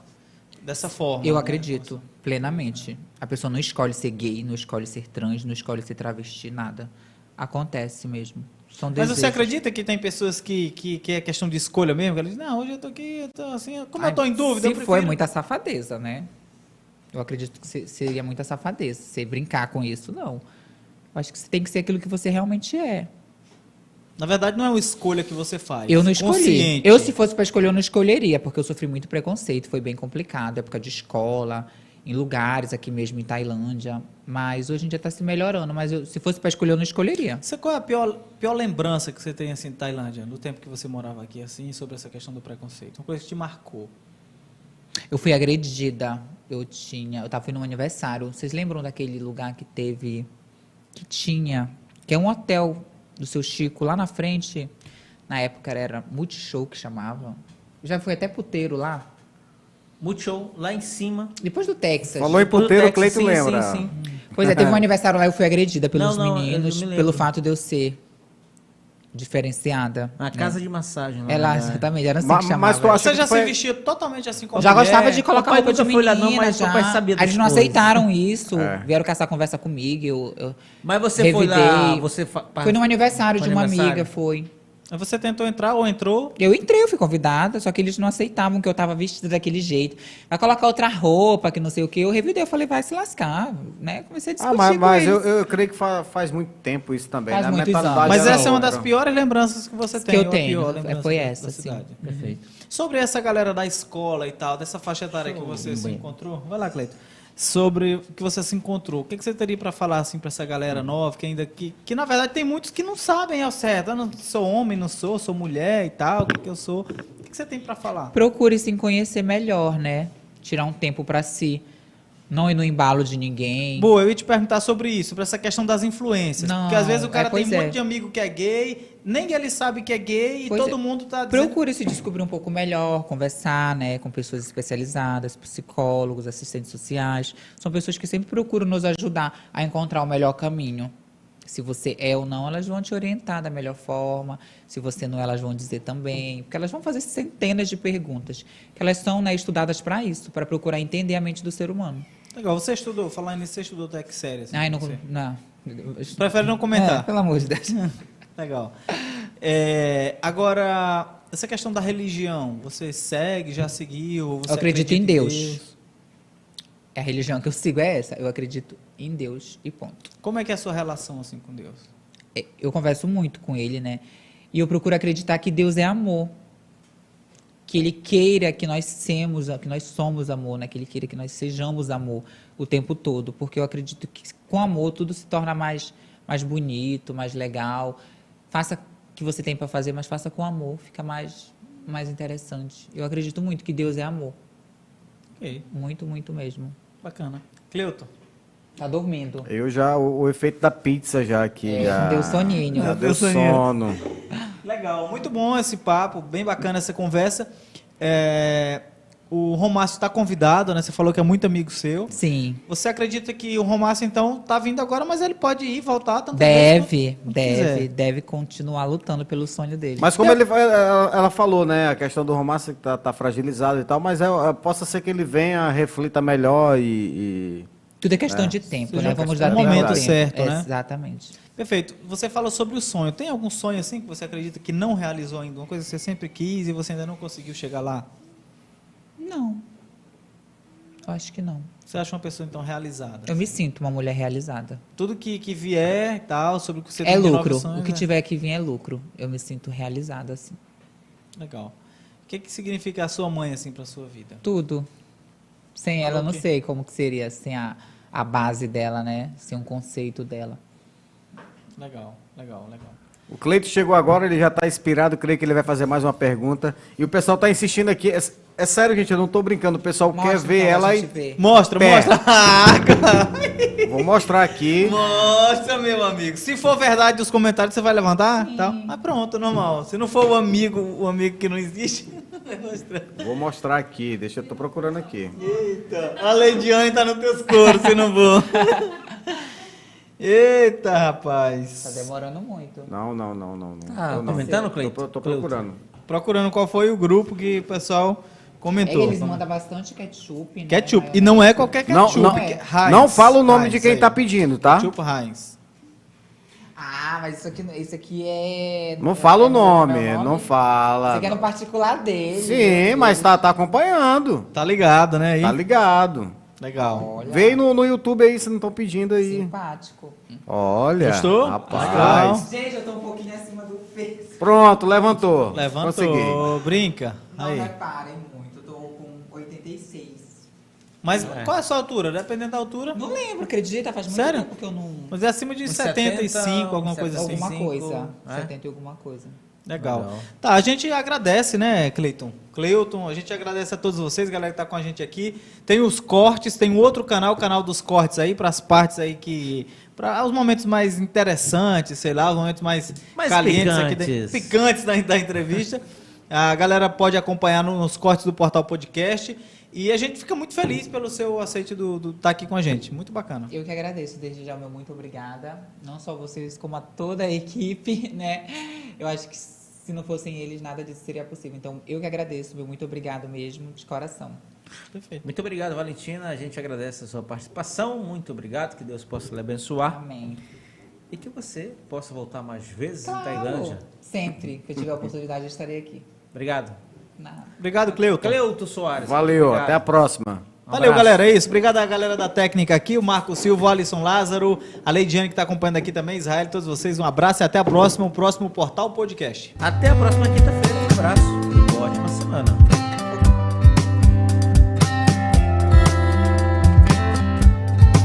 dessa forma? Eu né? acredito, plenamente. A pessoa não escolhe ser gay, não escolhe ser trans, não escolhe ser travesti, nada. Acontece mesmo. São Mas você desejos. acredita que tem pessoas que, que, que é questão de escolha mesmo? Que elas dizem, não, hoje eu tô aqui, eu tô assim, como eu tô em Ai, dúvida, Se eu foi prefiro- muita safadeza, né? Eu acredito que se- seria muita safadeza. Você brincar com isso, não. Eu acho que você tem que ser aquilo que você realmente é. Na verdade, não é uma escolha que você faz. Eu não escolhi. Consciente. Eu, se fosse para escolher, eu não escolheria, porque eu sofri muito preconceito. Foi bem complicado, época de escola, em lugares, aqui mesmo em Tailândia. Mas hoje em dia está se melhorando. Mas eu- se fosse para escolher, eu não escolheria. Você, qual é a pior, pior lembrança que você tem, assim, de Tailândia, no tempo que você morava aqui, assim, sobre essa questão do preconceito? Uma coisa que te marcou. Eu fui agredida. Eu tinha. Eu tava fui num aniversário. Vocês lembram daquele lugar que teve. Que tinha. Que é um hotel do seu Chico lá na frente. Na época era Multishow que chamava. Eu Já fui até puteiro lá. Multishow, lá em cima. Depois do Texas. Falou em Depois do puteiro, o Texas, Cleiton sim, lembra. Sim, sim. Pois é, *laughs* teve um aniversário lá, eu fui agredida pelos Não, não, eu- eu meninos, me lembro. pelo fato de eu ser diferenciada. Na né? casa de massagem. Lá Ela, na- exatamente, era assim Ma- que mas chamava. tu acha- Você Achei que já foi- se vestia totalmente assim como Eu já mulher. gostava de colocar É. papai roupa de nunca foi menina, lá, não, mas já. papai sabia Aí Eles das não coisas. aceitaram isso, É. vieram caçar conversa comigo, eu, eu Mas você foi lá, revidei. você fa- Foi num aniversário Foi de uma aniversário? amiga, foi. Aí Você tentou entrar ou entrou. Eu entrei, eu fui convidada, só que eles não aceitavam que eu tava vestida daquele jeito. Vai colocar outra roupa, que não sei o quê. Eu revidei, eu falei, vai se lascar, né? Ah, Comecei a discutir mas, com mas eu, eles. eu creio que fa- faz muito tempo isso também. Faz né? A muitos anos. mentalidade Mas era essa é uma das outra. piores lembranças que você Que tem. eu ou a tenho, pior é, lembrança foi da- da essa, sim. cidade. Perfeito. Sobre essa galera da escola e tal, dessa faixa etária que você se encontrou, vai lá, Cleiton. Sobre o que você se encontrou, o que, que você teria para falar assim para essa galera nova que ainda que, que na verdade tem muitos que não sabem ao certo, eu não sou homem, não sou, sou mulher e tal, o que, que eu sou? O que, que você tem para falar? Procure se conhecer melhor, né? Tirar um tempo pra si. Não ir no embalo de ninguém. Boa, eu ia te perguntar sobre isso, sobre essa questão das influências, Não, porque às vezes o é, cara tem pois um é. monte de amigo que é gay, nem ele sabe que é gay Pois e todo é. mundo tá dizendo Procure se descobrir um pouco melhor, conversar né, com pessoas especializadas, psicólogos, assistentes sociais. São pessoas que sempre procuram nos ajudar a encontrar o melhor caminho. Se você é ou não, elas vão te orientar da melhor forma. Se você não é, elas vão dizer também. Porque elas vão fazer centenas de perguntas. Que elas são né, estudadas para isso, para procurar entender a mente do ser humano. Legal, você estudou, falando nisso, você estudou Tech Séries. Ai, não. assim, Você não. Prefere não É, comentar. pelo amor de Deus. Legal. É, agora, essa questão da religião, você segue, já seguiu? Você Eu acredito em acredita Deus. A religião que eu sigo é essa. Eu acredito em Deus e ponto. Como é que é a sua relação assim com Deus? é, eu converso muito com ele, né? E eu procuro acreditar que Deus é amor. Que ele queira que nós semos, que nós somos amor, né? Que ele queira que nós sejamos amor o tempo todo, porque eu acredito que com amor tudo se torna mais mais bonito, mais legal. Faça o que você tem para fazer, mas faça com amor, fica mais mais interessante. Eu acredito muito que Deus é amor, Ok, muito, muito mesmo. bacana. Cleuton, Tá dormindo. Eu já, o, o efeito da pizza já aqui. É, já, deu soninho. Já deu Deu soninho. sono. legal, muito bom esse papo, bem bacana essa conversa. É, o Romácio está convidado, né? Você falou que é muito amigo seu. Sim. Você acredita que o Romácio, então, tá vindo agora, mas ele pode ir, voltar? tantas vezes Deve, quanto- quanto deve, quiser. deve continuar lutando pelo sonho dele. Mas como ele, ela, ela falou, né? A questão do romance que tá, tá fragilizado e tal, mas é, é, possa ser que ele venha, reflita melhor e. e- Tudo é questão de tempo, Seja né? Vamos questão dar de tempo ao momento tempo. certo, É, né? Exatamente. Perfeito. Você fala sobre o sonho. Tem algum sonho assim que você acredita que não realizou ainda? Uma coisa que você sempre quis e você ainda não conseguiu chegar lá? Não. Eu acho que não. Você acha uma pessoa, então, realizada? Eu me sinto uma mulher realizada. Tudo que, que vier e tal, sobre o que você É tem de lucro. inovações, O que é- tiver que vir é lucro. Eu me sinto realizada, assim. né? Legal. O que, que significa a sua mãe, assim, pra sua vida? Tudo. Sem ela, eu não Ok. sei como que seria, sem a, a base dela, né? Sem um conceito dela. Legal, legal, legal. O Cleito chegou agora, ele já está inspirado, creio que ele vai fazer mais uma pergunta. E o pessoal está insistindo aqui. É, é sério, gente, eu não estou brincando. O pessoal quer Mostra, ver então, ela a e. gente vê. Mostra, Pé. mostra. *laughs* Ah, cara. Vou mostrar aqui. mostra, meu amigo. Se for verdade os comentários, você vai levantar? Tá? Mas pronto, normal. Se não for o amigo, o amigo que não existe, *laughs* vai mostrar. Vou mostrar aqui. Deixa eu tô procurando aqui. Eita, a Leidiane tá nos teus coros, se não for. Eita, Tá rapaz. demorando muito. Não, não, não, não. não. Ah, Eu não. comentando, Cleito? Tô, tô Cleito. procurando. Procurando qual foi o grupo que o pessoal É, comentou. eles mandam bastante ketchup, né? Ketchup. Aí E eu- não é qualquer Não, ketchup. não, que- Heinz, não fala o nome Heinz de quem aí. está pedindo, tá? Ketchup Heinz. Ah, mas isso aqui, isso aqui é... Não fala o é nome, nome, é não Isso fala. aqui é no particular dele. né? é Sim, mas tá, tá acompanhando. Tá ligado, né? Aí? Tá ligado. Legal. Olha, Veio no, no YouTube aí, se não estão pedindo aí. Ah. simpático. Olha. Gostou? Rapaz. Legal. Gente, eu tô um pouquinho acima do peso. Pronto, levantou. Consegui. Levantou, brinca. Não né? Aí. reparem muito, eu tô com 86. Mas qual é a sua altura? Dependendo da altura. Não lembro, acredita? Faz muito Sério? tempo que eu não... Mas é acima de Uns 75, 70, alguma coisa assim. alguma 75, coisa. é? 70 e alguma coisa. Legal. Legal. Tá, a gente agradece, né, Cleiton? Cleiton, a gente agradece a todos vocês, galera que tá com a gente aqui. Tem os cortes, tem outro canal, o canal dos cortes aí, para as partes aí que. para os momentos mais interessantes, sei lá, os momentos mais, Mais calientes aqui picantes. dentro. Picantes da, da entrevista. *laughs* A galera pode acompanhar no- nos cortes do Portal Podcast. E a gente fica muito feliz pelo seu aceite do estar aqui com a gente. Muito bacana. Eu que agradeço desde já, meu muito obrigada. Não só vocês, como a toda a equipe, *laughs* né? Eu acho que se não fossem eles, nada disso seria possível. Então, eu que agradeço, meu muito obrigado mesmo, de coração. Uhum. Perfeito. Muito obrigado, Valentina. A gente agradece a sua participação. Muito obrigado. Que Deus possa lhe abençoar. Amém. E que você possa voltar mais vezes Claro, tá em Tailândia. Sempre que eu tiver a oportunidade, eu estarei aqui. Obrigado. Nada. Obrigado, Cleiton. Cleuto Soares. Valeu, obrigado. até a próxima. Valeu, abraço. galera. É isso. Obrigado à galera da técnica aqui, o Marco Silva, o Alisson Lázaro, a Leidiane que está acompanhando aqui também, Israel, todos vocês. Um abraço e até a próxima, o próximo Portal Podcast. Até a próxima quinta-feira. Um abraço. Uma ótima semana.